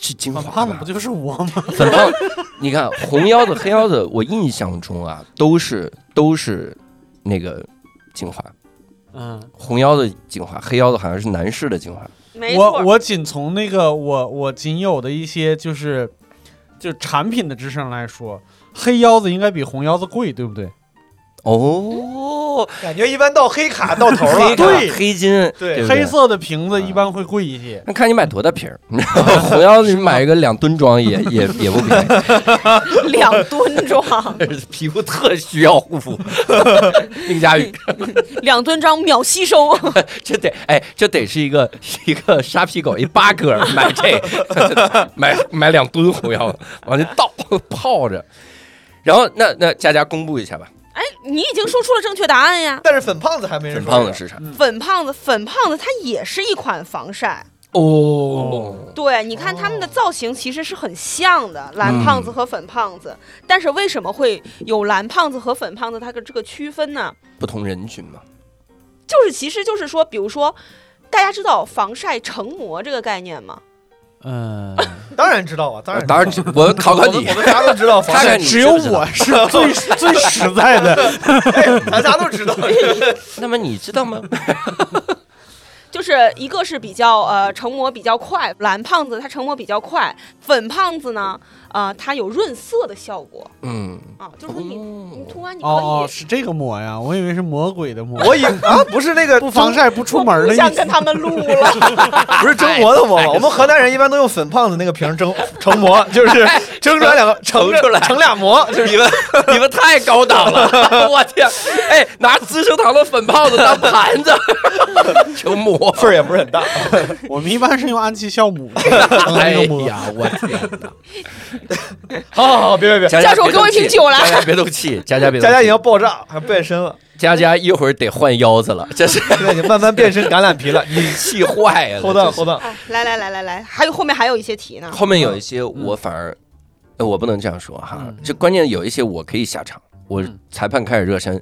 Speaker 1: 是精华
Speaker 2: 粉
Speaker 1: 吧，
Speaker 2: 胖子不就是我吗？
Speaker 1: 粉胖子，你看红腰子、黑腰子，我印象中啊都是都是那个精华，
Speaker 2: 嗯，
Speaker 1: 红腰子精华，黑腰子好像是男士的精华。
Speaker 3: 没
Speaker 2: 我
Speaker 3: 错，
Speaker 2: 我仅从那个我我仅有的一些就是就产品的知识上来说，黑腰子应该比红腰子贵，对不对？
Speaker 1: 哦，
Speaker 4: 感觉一般到黑卡到头了。
Speaker 1: 黑卡
Speaker 4: 对，
Speaker 1: 黑金，
Speaker 4: 对
Speaker 1: 不
Speaker 2: 黑。色的瓶子一般会贵一些。
Speaker 1: 那看你买多大瓶儿，红腰子你买一个两吨装也也也不便宜，
Speaker 3: 两吨装，
Speaker 1: 皮肤特需要护 肤。宁佳宇，
Speaker 3: 两吨装秒吸收。
Speaker 1: 这得哎，这得是一个是一个沙皮狗一八哥儿买这 买买两吨红腰子往那倒 泡着，然后那那佳佳公布一下吧，
Speaker 3: 哎，你已经说出了正确答案呀。
Speaker 4: 但是粉胖子还没人
Speaker 1: 粉
Speaker 4: 说。
Speaker 1: 胖子是啥？
Speaker 3: 粉胖子，粉胖子它也是一款防晒。
Speaker 1: 哦，
Speaker 3: 对，你看它们的造型其实是很像的，蓝胖
Speaker 2: 嗯
Speaker 3: 子和粉胖子。但是为什么会有蓝胖子和粉胖子它的这个区分呢？
Speaker 1: 不同人群嘛，
Speaker 3: 就是其实就是说，比如说，大家知道防晒成膜这个概念吗？
Speaker 2: 嗯，
Speaker 4: 当然知道啊，当然知道
Speaker 1: 呃当然我考考
Speaker 4: 我们
Speaker 1: 你
Speaker 4: 我，们啥都知道，防
Speaker 1: 看
Speaker 4: 晒
Speaker 1: 看你
Speaker 2: 只有
Speaker 1: 知不知道
Speaker 2: 我是 最最实在 的。
Speaker 4: 咱啥都 知道。
Speaker 1: 那么你知道吗？
Speaker 3: 就是一个是比较呃成膜比较快，蓝胖子它成膜比较快，粉胖子呢，呃它有润色的效果
Speaker 1: 嗯，
Speaker 3: 啊，就是说你、你涂完你可以。
Speaker 2: 哦哦，是这个抹呀，我以为是魔鬼的魔。
Speaker 4: 我以啊，不是那个
Speaker 2: 不防晒不出
Speaker 3: 我
Speaker 2: 门
Speaker 3: 不
Speaker 2: 的
Speaker 3: 想
Speaker 2: 意
Speaker 3: 跟
Speaker 2: 思。
Speaker 3: 他们录 了，
Speaker 4: 不是蒸馍的馍吗？我们河南人一般都用粉胖子那个瓶儿蒸 成馍，就是蒸出 来两个盛
Speaker 1: 盛出来
Speaker 4: 盛俩馍，就是
Speaker 1: 你们你们太高档 了，我天！哎，拿资生堂的粉泡子当盘 子，成魔。
Speaker 4: 份儿也不是很大。
Speaker 2: 我们一般是用氨气酵母成
Speaker 1: 哎
Speaker 2: 那个膜。，
Speaker 1: 我天哪！
Speaker 4: 好好好，别别别，
Speaker 1: 佳佳
Speaker 3: 教授给我一瓶酒来
Speaker 1: 佳佳别动气，佳佳别动
Speaker 4: 佳
Speaker 1: 气，
Speaker 4: 佳已经要爆炸，还变身了，
Speaker 1: 佳佳一会儿得换腰子了， 这是
Speaker 4: 现在已经慢慢变身橄榄皮 了。你
Speaker 1: 气坏了。
Speaker 4: 后荡
Speaker 1: 这是
Speaker 4: 后荡，
Speaker 3: 哎，来来来来来，还有后面还有一些题呢。
Speaker 1: 后面有一些我反而，呃我不能这样说哈，这关键有一些我可以下场。我裁判开始热身，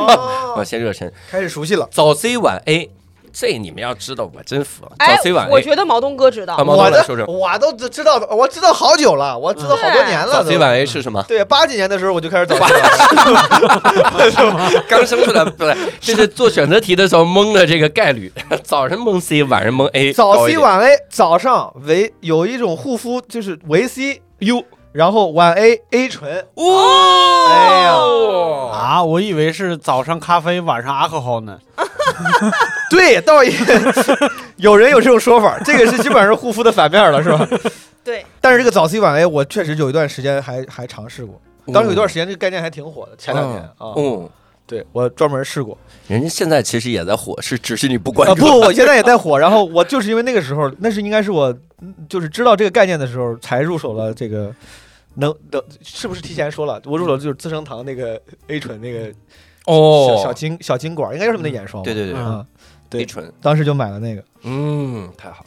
Speaker 1: 我先热身，
Speaker 4: 开始熟悉了。
Speaker 1: 早 C 晚 A，这你们要知道，我真服了。
Speaker 3: 哎
Speaker 1: 早 C 晚，A，
Speaker 3: 我觉得毛东哥知道
Speaker 1: 啊，毛豆
Speaker 4: 我
Speaker 1: 来
Speaker 4: 的
Speaker 1: 说说，
Speaker 4: 我都知知道，我知道好久了，我知道好多年了
Speaker 1: 早 C
Speaker 4: 都。
Speaker 1: 晚 A 是什么？
Speaker 4: 对，八几年的时候我就开始早 C 了。
Speaker 1: 刚生出来不对，这是做选择题的时候蒙的这个概率， 早上蒙 C，晚上蒙 A，
Speaker 4: 早
Speaker 1: 高一
Speaker 4: C
Speaker 1: 点
Speaker 4: 晚 A，早上维有一种护肤就是维 C U，然后晚 A A 醇。
Speaker 1: 哦，
Speaker 4: 哎呀
Speaker 2: 啊，我以为是早上咖啡，晚上阿克豪呢。
Speaker 4: 对，倒也 有人有这种说法，这个是基本上是护肤的反面了，是吧？
Speaker 3: 对，
Speaker 4: 但是这个早 C 晚 A，我确实有一段时间还还尝试过，当时有一段时间这个概念还挺火的，前两年啊，
Speaker 1: 嗯，
Speaker 4: 对我专门试过
Speaker 1: 人家现在其实也在火，是只是你 不关
Speaker 4: 啊，
Speaker 1: 注。
Speaker 4: 不，我现在也在火，然后我就是因为那个时候，那是应该是我嗯就是知道这个概念的时候才入手了这个。能能是不是提前说了？我入手的就是资生堂那个 A 醇那个小小
Speaker 1: 哦，
Speaker 4: 金小金管，应该就是他们的眼霜吧。
Speaker 1: 对对对
Speaker 2: 嗯
Speaker 4: 啊，对
Speaker 1: ，A 醇，
Speaker 4: 当时就买了那个。
Speaker 1: 嗯，太好了，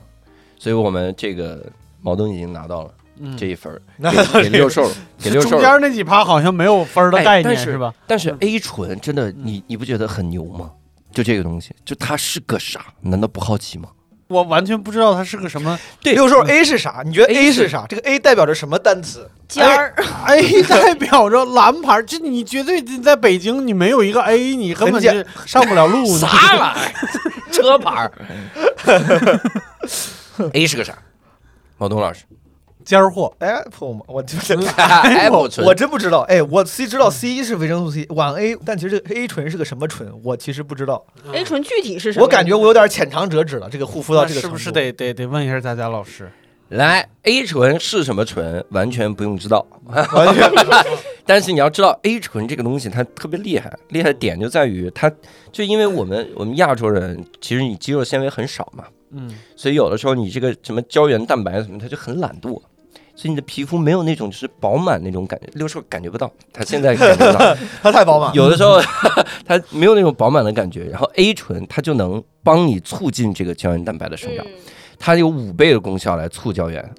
Speaker 1: 所以我们这个毛东已经拿到了
Speaker 2: 嗯，
Speaker 1: 这一分儿，
Speaker 4: 那
Speaker 1: 给给六兽了， 给六兽
Speaker 2: 中
Speaker 1: 了。
Speaker 2: 间那几趴好像没有分儿的
Speaker 1: 哎
Speaker 2: 概
Speaker 1: 但
Speaker 2: 念、
Speaker 1: 是
Speaker 2: 吧？
Speaker 1: 但是
Speaker 2: 嗯
Speaker 1: A 醇真的，你你不觉得很牛吗？就这个东西，就它是个啥？难道不好奇吗？
Speaker 2: 我完全不知道它是个什么。
Speaker 1: 对
Speaker 4: 六兽 A 是啥？你觉得
Speaker 1: A
Speaker 4: A
Speaker 1: 是
Speaker 4: 是啥？这个 A 代表着什么单词？
Speaker 3: 尖儿
Speaker 4: 哎
Speaker 2: A 哎 代表着蓝牌，这你绝对你在北京，你没有一个 A，你根本就上不了路。你
Speaker 1: 啥玩意儿？车牌儿？A 是个啥？毛东老 师
Speaker 2: 尖儿货，
Speaker 4: Apple 吗？哎我就是
Speaker 1: 嗯，Apple
Speaker 4: 哎我
Speaker 1: 纯
Speaker 4: 真不知道。哎，我 C 知道 C 是维生素 C，晚 A，但其实这 A 醇是个什么醇，我其实不知道。
Speaker 3: A 醇哎具体是什么？
Speaker 4: 我感觉我有点浅尝辄止了，这个护肤到
Speaker 2: 那
Speaker 4: 这个
Speaker 2: 是不是
Speaker 4: 程度？
Speaker 2: 得得得问一下大家老师？
Speaker 1: 来 A 醇是什么醇？完全不用知道，
Speaker 4: 完全
Speaker 1: 但是你要知道 A 醇这个东西它特别厉害，厉害的点就在于它，就因为我们我们亚洲人其实你肌肉纤维很少嘛，
Speaker 2: 嗯，
Speaker 1: 所以有的时候你这个什么胶原蛋白什么，它就很懒惰。所以你的皮肤没有那种就是饱满那种感觉，六兽感觉不到，他现在感觉不 到，
Speaker 4: 它太饱满了。
Speaker 1: 有的时候它没有那种饱满的感觉，然后 A 醇它就能帮你促进这个胶原蛋白的生长，
Speaker 3: 嗯
Speaker 1: 它有五倍的功效来促胶原，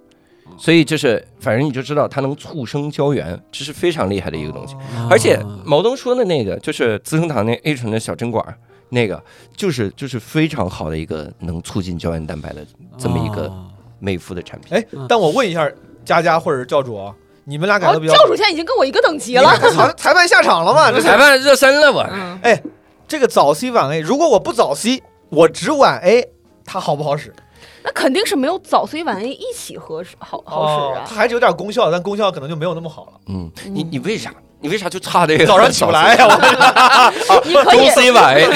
Speaker 1: 所以就是反正你就知道它能促生胶原，这是非常厉害的一个
Speaker 4: 啊
Speaker 1: 东西。啊而且毛东说的那个就是资生堂那 A 醇的小针管儿，那个就是就是非常好的一个能促进胶原蛋白的这么一个
Speaker 2: 啊
Speaker 1: 美肤的产品。
Speaker 4: 哎，但我问一下佳佳或者是教主啊，你们俩感
Speaker 3: 哦
Speaker 4: 觉比较嗯
Speaker 3: 教主现在已经跟我一个等级
Speaker 4: 你
Speaker 3: 了
Speaker 4: 看。这裁 裁判下场了嘛？这哎是
Speaker 1: 裁判哎热身了我，
Speaker 3: 嗯，
Speaker 4: 哎这个早 C 晚 A，如果我不早 C，我只晚 A，它好不好使？
Speaker 3: 那肯定是没有早 C 晚 A 一起合适，好好使
Speaker 4: 它
Speaker 3: 啊。
Speaker 4: 还是有点功效，但功效可能就没有那么好了。
Speaker 1: 嗯，你你为啥你为啥就差这个？
Speaker 4: 早上起不来呀、我哦
Speaker 3: 你可
Speaker 1: 中
Speaker 3: 以，
Speaker 1: C 晚 A，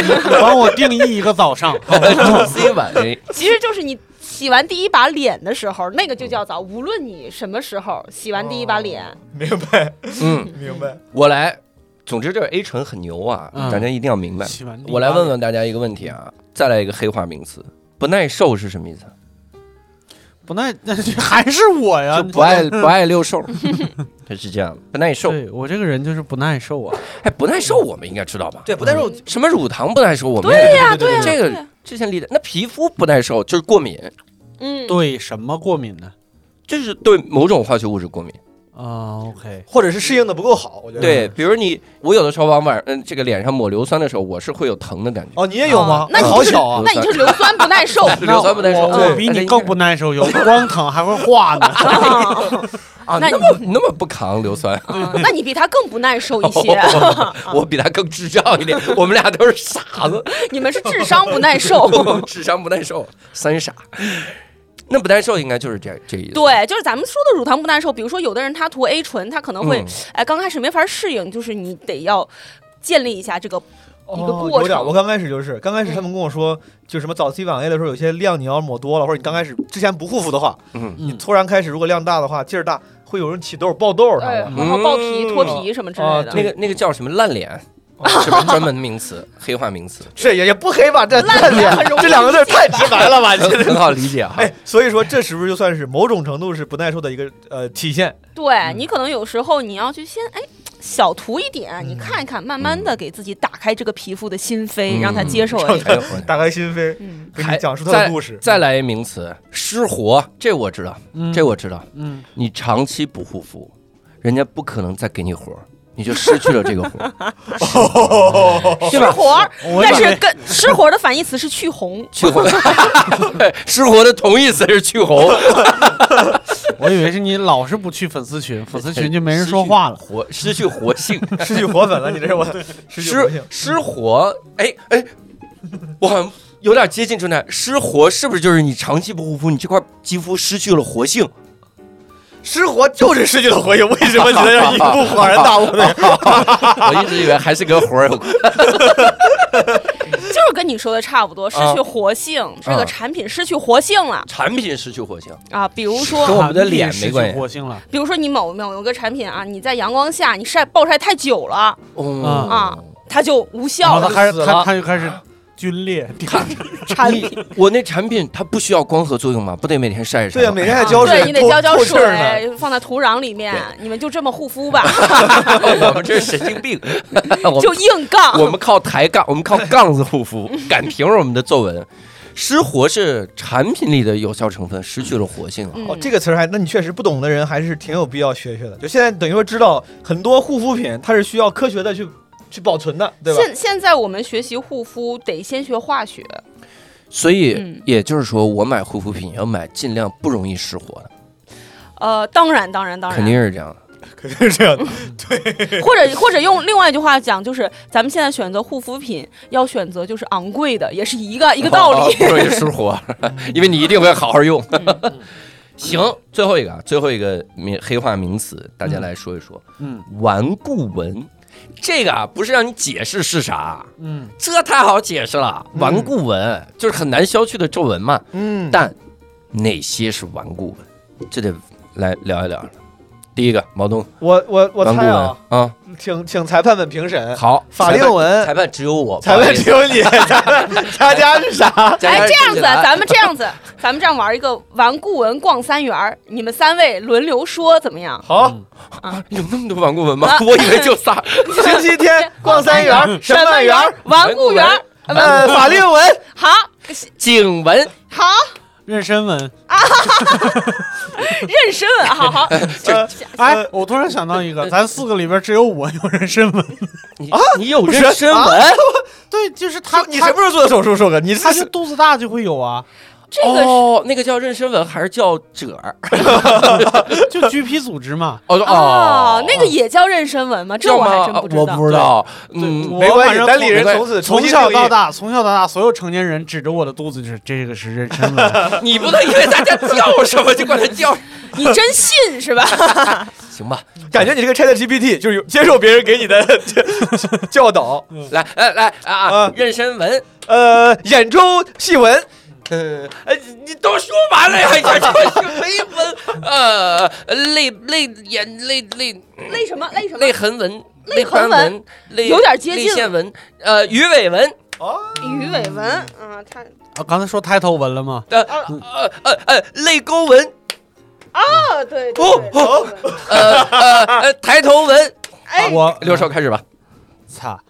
Speaker 2: 帮我定义一个早 上，
Speaker 1: 中 C 晚哎 A。
Speaker 3: 其实就是你洗完第一把脸的时候，那个就叫早。无论你什么时候洗完第一把脸，
Speaker 4: 明白
Speaker 1: 嗯，
Speaker 4: 明白。
Speaker 1: 我来，总之这个 A 醇很牛啊，
Speaker 2: 嗯
Speaker 1: 大家一定要明白。
Speaker 2: 洗完地
Speaker 1: 我来问问大家一个问题啊，再来一个黑化名词，不耐受是什么意思？
Speaker 2: 不耐， 那还是我呀
Speaker 1: 就？不 爱不爱六兽，它 是这样的，不耐受。
Speaker 2: 对我这个人就是不耐受啊。
Speaker 1: 哎，不耐受我们应该知道吧？
Speaker 4: 对，不但是我
Speaker 1: 什么乳糖不耐受我们
Speaker 3: 对呀、
Speaker 4: 对
Speaker 3: 呀、
Speaker 1: 这
Speaker 3: 对呀
Speaker 1: 个之前理解。那皮肤不耐受就是过敏，
Speaker 3: 嗯，
Speaker 2: 对什么过敏呢？
Speaker 1: 就是对某种化学物质过敏。
Speaker 2: 啊，OK，
Speaker 4: 或者是适应的不够好，我觉得。
Speaker 1: 对，
Speaker 2: 嗯
Speaker 1: 比如你，我有的时候往晚嗯这个脸上抹硫酸的时候，我是会有疼的感觉。
Speaker 4: 哦，你也有吗
Speaker 3: 哦？那你
Speaker 4: 好
Speaker 3: 就是
Speaker 4: 巧啊！
Speaker 3: 那你就是硫酸不 耐受。
Speaker 1: 是硫酸不耐受，啊
Speaker 2: 我我
Speaker 1: 对
Speaker 2: 比
Speaker 1: 大家
Speaker 2: 你
Speaker 1: 应
Speaker 2: 更
Speaker 1: 该
Speaker 2: 不耐受，有光疼还会化呢。
Speaker 1: 啊，
Speaker 3: 那
Speaker 1: 那么那么不扛硫酸，
Speaker 3: 嗯，那你比他更不耐受一
Speaker 4: 哦
Speaker 3: 些，
Speaker 1: 我我比他更智障一点，我们俩都是傻子，
Speaker 3: 你们是智商不 耐受。
Speaker 1: 我们 智商不耐受，三傻。那不耐受应该就是这这意思。
Speaker 3: 对，就是咱们说的乳糖不耐受，比如说有的人他涂 A 醇，他可能会
Speaker 1: 嗯，
Speaker 3: 哎，刚开始没法适应，就是你得要建立一下这个，一个
Speaker 4: 哦
Speaker 3: 过
Speaker 4: 有点，
Speaker 3: 程
Speaker 4: 我刚开始就是，刚开始他们跟我说，就什么早 C 晚 A 的时候，有些量你要抹多了，或者你刚开始之前不护肤的话，
Speaker 1: 嗯，
Speaker 2: 嗯
Speaker 4: 突然开始如果量大的话，劲儿大，会有人起痘、爆痘啥
Speaker 3: 哎，
Speaker 4: 的。
Speaker 3: 然后爆皮、脱皮什么之类
Speaker 4: 哦
Speaker 1: 那
Speaker 3: 的。
Speaker 1: 个那个叫什么烂脸，是吧？专门名词，黑化名词，
Speaker 4: 这也也不黑吧？这
Speaker 3: 烂脸很容易
Speaker 4: 这两个字儿太直 白
Speaker 2: 哎
Speaker 4: 了吧？这
Speaker 1: 很好理解哈。
Speaker 4: 哎，所以说这是不是就算是某种程度是不耐受的一个呃体现？
Speaker 3: 对你可能有时候你要去先哎小涂一点，你看一看，慢慢的给自己打开这个皮肤的心扉，
Speaker 1: 嗯
Speaker 3: 让它接受。
Speaker 4: 嗯
Speaker 1: 还有
Speaker 4: 打开心扉，
Speaker 3: 嗯，
Speaker 4: 给
Speaker 1: 还
Speaker 4: 你讲述他的故事。
Speaker 1: 再来一名词，失活，这我知道，
Speaker 2: 嗯
Speaker 1: 这我知道。
Speaker 2: 嗯，
Speaker 1: 你长期不护肤，人家不可能再给你活儿，你就失去了这个活儿，
Speaker 3: 失
Speaker 1: 对吧？
Speaker 3: 活儿，
Speaker 2: 我
Speaker 3: 但
Speaker 2: 以
Speaker 3: 是
Speaker 2: 为
Speaker 3: 跟失活儿的反义词是去红。
Speaker 1: 去红，对， 失活的同义词是去红，
Speaker 2: 我以为是你老是不去粉丝群，粉丝群就没人说话了。
Speaker 1: 活 失去活性，
Speaker 4: 失去活粉了，你这是我失去活
Speaker 1: 失
Speaker 4: 性。
Speaker 1: 失活，哎哎，我好像有点接近状态，失活是不是就是你长期不护肤，你这块肌肤失去了活性？
Speaker 4: 失活就是失去了活性，为什么你在这儿一步恍然大悟 呢？
Speaker 1: 我一直以为还是跟活儿有关，
Speaker 3: 就是跟你说的差不多，失去活性，这个产品失去活性了
Speaker 1: 产品失去活性，
Speaker 3: 啊。比如
Speaker 1: 跟
Speaker 3: 说，
Speaker 1: 我们的脸没关系
Speaker 2: 失去活性了，
Speaker 3: 比如说你某某一个产品啊，你在阳光下你晒暴晒太久了，
Speaker 1: 嗯
Speaker 3: 啊它就无
Speaker 2: 哦然后
Speaker 3: 效
Speaker 2: 他
Speaker 3: 了。
Speaker 2: 开始
Speaker 4: 死
Speaker 2: 他
Speaker 4: 了
Speaker 2: 他就开始皲裂，
Speaker 3: 产
Speaker 1: 你
Speaker 3: 品
Speaker 1: 我那产品它不需要光合作用吗？不啊得每天晒一晒？
Speaker 4: 对呀，每天还浇水，
Speaker 3: 对你得浇浇
Speaker 4: 透气儿呢。
Speaker 3: 水，放在土壤里面，你们就这么护肤 吧，
Speaker 1: 我们这是神 经病，我们
Speaker 3: 就硬杠。
Speaker 1: 我们靠抬杠，我们靠杠子护 肤，敢凭我们的皱纹。失活是产品里的有效成分失去了活性啊，
Speaker 3: 嗯
Speaker 4: 哦，这个词儿还，那你确实不懂的人还是挺有必要学学的。就现在等于说知道很多护肤品，它是需要科学的去去保存的，对吧？
Speaker 3: 现现在我们学习护肤得先学化学，
Speaker 1: 所以
Speaker 3: 嗯
Speaker 1: 也就是说，我买护肤品要买尽量不容易失火的，
Speaker 3: 呃，当然，当然，当
Speaker 1: 肯
Speaker 3: 然，
Speaker 1: 定是这样的。
Speaker 4: 肯定是这样的。
Speaker 3: 或者或者用另外一句话讲，就是咱们现在选择护肤品，要选择就是昂贵的，也是一个一个道
Speaker 4: 哦
Speaker 3: 理。 哎
Speaker 1: 不容易失火，
Speaker 4: 嗯
Speaker 1: 因为你一定会好好用。
Speaker 3: 嗯
Speaker 1: 行，最后一个啊，最后一个名黑化名词，大家来说一说
Speaker 2: 嗯
Speaker 1: 顽固纹。这个啊，不是让你解释是啥，啊
Speaker 2: 嗯
Speaker 1: 这太好解释了。
Speaker 4: 嗯
Speaker 1: 顽固纹就是很难消去的皱纹嘛。
Speaker 4: 嗯
Speaker 1: 但哪些是顽固纹？这得来聊一聊了。第一个毛东，
Speaker 4: 我我我
Speaker 1: 顽固
Speaker 4: 猜
Speaker 1: 纹
Speaker 4: 啊，
Speaker 1: 啊，
Speaker 4: 请请裁判们评审，
Speaker 1: 好，
Speaker 4: 法
Speaker 1: 裁
Speaker 4: 令
Speaker 1: 判
Speaker 4: 纹，
Speaker 1: 裁判只有我，
Speaker 4: 裁
Speaker 1: 不好
Speaker 4: 判
Speaker 1: 意思嗯
Speaker 4: 只有 你，裁判佳佳是啥？
Speaker 1: 佳佳是
Speaker 3: 哎，这样子，
Speaker 1: 进来
Speaker 3: 咱们这 样子，咱们这样玩一个玩顾文逛三元儿，你们三位轮流说怎么样？
Speaker 4: 好，
Speaker 2: 嗯
Speaker 1: 有那么多顽固纹吗
Speaker 3: 啊？
Speaker 1: 我以为就 仨。
Speaker 4: 星期天逛三元
Speaker 1: 嗯
Speaker 4: 儿、山
Speaker 3: 万
Speaker 4: 万园儿、
Speaker 3: 顽固园儿，
Speaker 4: 呃，法令纹，
Speaker 3: 好，
Speaker 1: 颈纹，
Speaker 3: 好，
Speaker 2: 妊娠纹。
Speaker 3: 妊娠纹，好好，
Speaker 4: 呃
Speaker 2: 哎，我突然想到一个，咱四个里边只有我有妊娠纹。
Speaker 1: 你你有
Speaker 4: 不是
Speaker 1: 妊娠纹？
Speaker 4: 啊
Speaker 2: 对，就是他，
Speaker 4: 你什么时候做的手术，硕哥？你这
Speaker 2: 他就是肚子大就会有啊，
Speaker 3: 这个是
Speaker 1: 哦，那个叫妊娠纹还是叫褶儿？
Speaker 2: 就橘皮组 织嘛。
Speaker 1: 哦
Speaker 3: 哦，那个也叫妊娠纹吗？这
Speaker 1: 叫
Speaker 3: 我
Speaker 1: 吗
Speaker 3: 还？真
Speaker 1: 我
Speaker 3: 知道。
Speaker 1: 不知道。
Speaker 2: 对
Speaker 1: 嗯，
Speaker 2: 我
Speaker 4: 没关
Speaker 2: 反
Speaker 4: 系，
Speaker 2: 正
Speaker 4: 单立人
Speaker 1: 没关系
Speaker 4: 从此重
Speaker 2: 从
Speaker 4: 新
Speaker 2: 小
Speaker 4: 定义
Speaker 2: 到大，从小到大，所有成年人指着我的肚子就是这个是妊娠纹。
Speaker 1: 你不能因为大家叫什么就管他叫，
Speaker 3: 你真信是吧？
Speaker 1: 行吧？
Speaker 4: 感觉你这个 Chat GPT 就是有接受别人给你的 教导。
Speaker 1: 来来来啊
Speaker 4: 啊，
Speaker 1: 妊娠纹，
Speaker 4: 呃，眼周细纹，呃，
Speaker 1: 呃，你都说完了 呀，还讲这是眉纹，呃，泪泪眼泪泪
Speaker 3: 累什么累什么？
Speaker 1: 泪痕纹。
Speaker 3: 泪
Speaker 1: 环
Speaker 3: 痕纹
Speaker 1: 纹，泪
Speaker 3: 有点接近
Speaker 1: 泪腺纹，呃，鱼尾纹，
Speaker 4: 哦，
Speaker 3: 鱼尾纹，啊，他
Speaker 2: 啊，刚才说抬头纹了吗？
Speaker 1: 呃
Speaker 3: 啊
Speaker 1: 呃呃呃，泪沟纹，
Speaker 3: 哦，对对
Speaker 1: 哦
Speaker 3: 对，
Speaker 1: 呃呃呃，抬头纹。
Speaker 3: 哎
Speaker 2: 啊我
Speaker 1: 六少开始吧，
Speaker 2: 擦，
Speaker 3: 啊，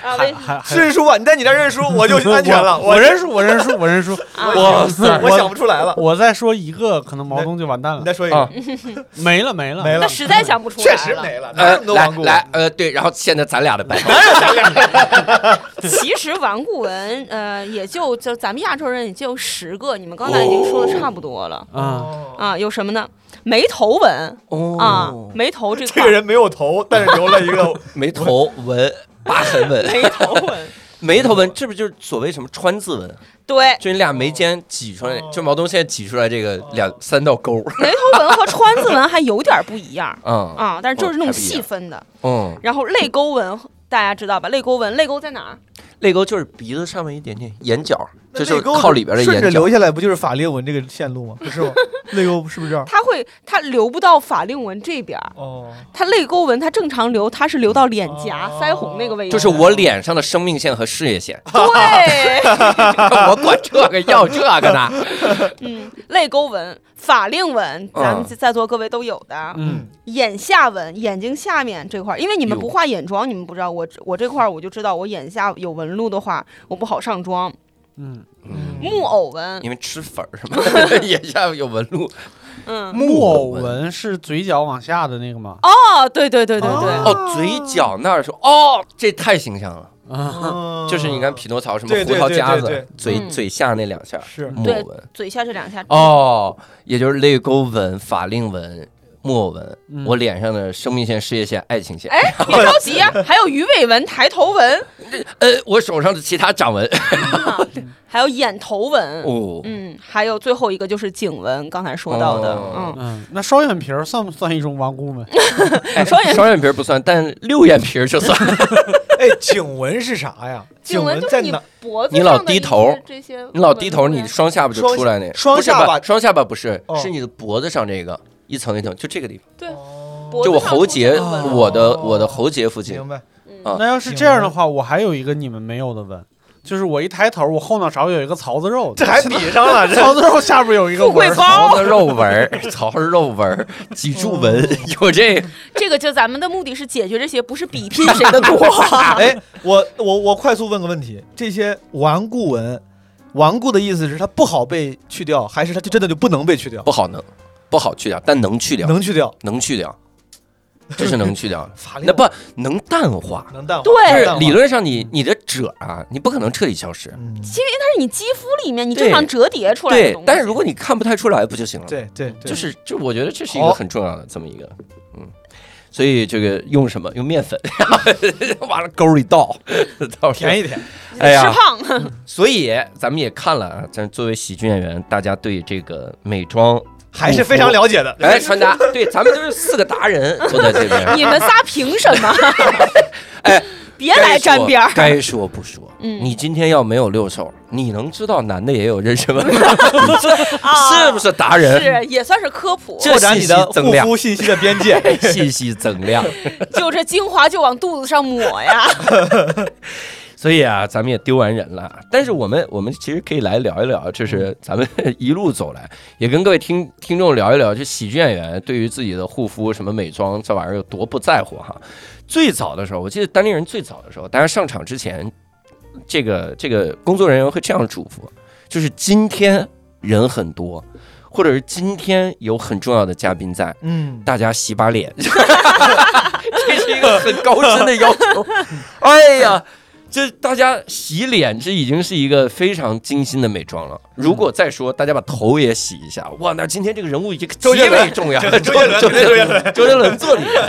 Speaker 2: 还
Speaker 3: 为
Speaker 2: 还还
Speaker 4: 认输吧，你在你这儿认输，我就安全了。
Speaker 2: 我我认输，我认输，我 认输。
Speaker 3: 啊
Speaker 1: 哇塞
Speaker 4: 我想不出来了。
Speaker 2: 我再说一个，可能毛东就完蛋
Speaker 4: 你
Speaker 2: 了，
Speaker 4: 再说一
Speaker 1: 啊
Speaker 4: 个，，
Speaker 2: 没了没了
Speaker 4: 没
Speaker 3: 那
Speaker 4: 了，
Speaker 3: 实在想不出来
Speaker 4: 确实
Speaker 3: 了，
Speaker 4: 没了，哪有
Speaker 1: 呃
Speaker 4: 那，么多
Speaker 1: 来
Speaker 4: 顽固？
Speaker 1: 来，呃，对，然后现在咱俩的白
Speaker 3: 哦
Speaker 1: 话，
Speaker 3: 其实顽固纹，呃，也就就咱们亚洲人也就十个，你们刚才已经说的差不多了、
Speaker 2: 啊！
Speaker 3: 啊。有什么呢？眉头纹
Speaker 1: 哦
Speaker 3: 啊，眉头这
Speaker 4: 这
Speaker 3: 块
Speaker 4: 个
Speaker 3: 儿，
Speaker 4: 人没有头，但是留了一个
Speaker 1: 眉头纹、疤痕纹、
Speaker 3: 眉头纹，
Speaker 1: 眉头纹，这不就是所谓什么川字纹？
Speaker 3: 对，
Speaker 1: 就你俩眉间挤出来，就毛东现在挤出来这个两三道沟，
Speaker 3: 眉头纹和川字纹还有点不一样
Speaker 1: 嗯
Speaker 3: 啊，但是就是
Speaker 1: 哦
Speaker 3: 那
Speaker 1: 还
Speaker 3: 种
Speaker 1: 不一样
Speaker 3: 细分的。
Speaker 1: 嗯，
Speaker 3: 然后泪沟纹大家知道吧？泪沟纹，泪沟在哪儿？
Speaker 1: 泪沟就是鼻子上面一点点，眼角
Speaker 4: 那
Speaker 1: 就是
Speaker 4: 泪沟
Speaker 1: 靠里边的
Speaker 4: 顺着
Speaker 1: 眼
Speaker 4: 留
Speaker 1: 角，
Speaker 4: 下来，不就是法令纹这个线路吗？不是 吗？泪沟是不是这儿？
Speaker 3: 它会，它流不到法令纹这边儿，
Speaker 4: 哦，
Speaker 3: 它泪沟纹它正常流，它是流到脸颊、
Speaker 4: 哦
Speaker 3: 腮红那个位置。
Speaker 1: 就是我脸上的生命线和事业线，
Speaker 3: 对。
Speaker 1: 我管这个要这个呢。
Speaker 3: 嗯，泪沟纹、法令纹，咱们
Speaker 1: 嗯
Speaker 3: 在座各位都有的。
Speaker 2: 嗯，
Speaker 3: 眼下纹，眼睛下面这块儿，因为你们
Speaker 1: 哟
Speaker 3: 不画眼妆，你们不知道。我这我这块儿我就知道，我眼下有纹路的话，我不好上妆。
Speaker 2: 嗯，
Speaker 1: 嗯，
Speaker 3: 木偶纹，
Speaker 1: 因为吃粉儿什么的， 眼下有纹路，
Speaker 3: 嗯，
Speaker 2: 木偶纹是嘴角往下的那个吗？
Speaker 3: 哦，对对对对对，
Speaker 1: 哦，嘴角那儿是哦，这太形象了，
Speaker 2: 啊，
Speaker 4: 哦
Speaker 1: 就是你看匹诺曹什么
Speaker 4: 对
Speaker 1: 胡
Speaker 4: 对
Speaker 1: 桃
Speaker 4: 对
Speaker 1: 夹
Speaker 4: 对
Speaker 1: 子
Speaker 4: 对，
Speaker 1: 嘴
Speaker 3: 嗯
Speaker 1: 嘴下那两下
Speaker 4: 是
Speaker 1: 木
Speaker 3: 对
Speaker 1: 偶纹。
Speaker 3: 嘴下这两下。
Speaker 1: 哦，也就是泪沟纹、法令纹、木偶纹，
Speaker 2: 嗯
Speaker 1: 我脸上的生命线、事业线、爱情线，
Speaker 3: 哎，别着急呀、还有鱼尾纹、抬头纹，
Speaker 1: 呃，我手上的其他掌纹，
Speaker 3: 啊还有眼头纹，
Speaker 1: 哦，
Speaker 3: 嗯，还有最后一个就是颈纹，刚才说到的，
Speaker 1: 哦
Speaker 3: 嗯，
Speaker 2: 嗯，那双眼皮儿算不算一种顽固纹？
Speaker 3: 哦
Speaker 1: 哎
Speaker 3: 双眼皮
Speaker 1: 双眼皮儿不算，但六眼皮儿就算。
Speaker 4: 哎，颈纹是啥呀？
Speaker 3: 颈纹就
Speaker 4: 在
Speaker 3: 是你
Speaker 4: 哪？
Speaker 3: 脖子
Speaker 1: 你老
Speaker 3: 上的
Speaker 1: 低
Speaker 3: 一
Speaker 1: 头
Speaker 3: 些这些纹路呀，
Speaker 1: 你老低头，你双下巴就出来那
Speaker 4: 双
Speaker 1: 不是
Speaker 4: 双下巴
Speaker 1: 吧双下巴不是，
Speaker 4: 哦
Speaker 1: 是你的脖子上这个一层一层，就这个地方，
Speaker 3: 对
Speaker 4: 哦
Speaker 3: 脖子
Speaker 1: 就我
Speaker 3: 上
Speaker 1: 喉
Speaker 3: 出现
Speaker 1: 结，
Speaker 3: 的纹路
Speaker 1: 我的我的喉结附近
Speaker 4: 明白。
Speaker 3: 嗯
Speaker 1: 啊
Speaker 2: 那要是这样的话，我还有一个你们没有的纹，就是我一抬头，我后脑勺有一个槽子肉，
Speaker 4: 这 还比上了，这
Speaker 2: 槽子肉下边有一个
Speaker 3: 富贵
Speaker 2: 纹儿。
Speaker 3: 包
Speaker 1: 槽的肉纹儿，槽的肉纹儿，脊柱纹，
Speaker 4: 哦
Speaker 1: 有这个
Speaker 3: 这个就咱们的目的是解决这些，不是比拼谁的多。 啊
Speaker 4: 哎，我我我快速问个问题：这些顽固纹，顽固的意思是它不好被去掉，还是它就真的就不能被去掉？
Speaker 1: 不好弄，不好去掉，但能去掉，
Speaker 4: 能去掉。，
Speaker 1: 能去掉。这是能去掉的
Speaker 4: 法令
Speaker 1: 那不能淡化。
Speaker 4: 能淡化，
Speaker 3: 对
Speaker 1: 就是理论上你你的褶啊，你不可能彻底消失。
Speaker 4: 论，
Speaker 3: 但是你肌肤里面你
Speaker 1: 对
Speaker 3: 正常折叠出来的
Speaker 1: 对
Speaker 3: 东西，，
Speaker 1: 但是如果你看不太出来，不就行了？，
Speaker 4: 对对对，
Speaker 1: 就是就我觉得这是一个很重要的这么一个，嗯，所以这个用什么？用面粉， 往沟里 倒，倒出来
Speaker 4: 甜一点，
Speaker 3: 你
Speaker 1: 哎呀
Speaker 3: 吃胖，
Speaker 1: 所以咱们也看了啊，咱作为喜剧演员，大家对这个美妆、
Speaker 4: 还是非常了解的。
Speaker 1: 哎穿搭，对咱们都是四个达人坐在这 边，
Speaker 3: 你们仨凭什么？
Speaker 1: 哎，
Speaker 3: 别来沾边儿。
Speaker 1: 该说不说。
Speaker 3: 嗯
Speaker 1: 你今天要没有六兽，你能知道男的也有妊娠纹
Speaker 4: 啊
Speaker 1: 吗？ 是不是达人？
Speaker 3: 是也算是科普，
Speaker 1: 哎这
Speaker 4: 拓展你的
Speaker 1: 信息增
Speaker 4: 护
Speaker 1: 量
Speaker 4: 肤信息的 边界，
Speaker 1: 信息增量。
Speaker 3: 就这精华就往肚子上抹呀。
Speaker 1: 所以啊，咱们也丢完人了。但是我们我们其实可以来聊一聊，就是咱们一路走来，也跟各位听听众聊一聊，就喜剧演员对于自己的护肤、什么美妆这玩意儿有多不在乎哈。最早的时候，我记得单立人最早的时候，大家上场之前，这个这个工作人员会这样嘱咐，就是今天人很多，或者是今天有很重要的嘉宾在，
Speaker 4: 嗯，
Speaker 1: 大家洗把脸， 这是一个很高深的要求。 哎呀，这大家洗脸，这已经是一个非常精心的美妆了。如果再说大家把头也洗一下，哇，那今天这个人物已经极
Speaker 4: 周杰伦
Speaker 1: 为重要。
Speaker 4: 周杰伦
Speaker 1: 嗯 周
Speaker 4: 周杰
Speaker 1: 杰伦， 周杰伦做的一 个。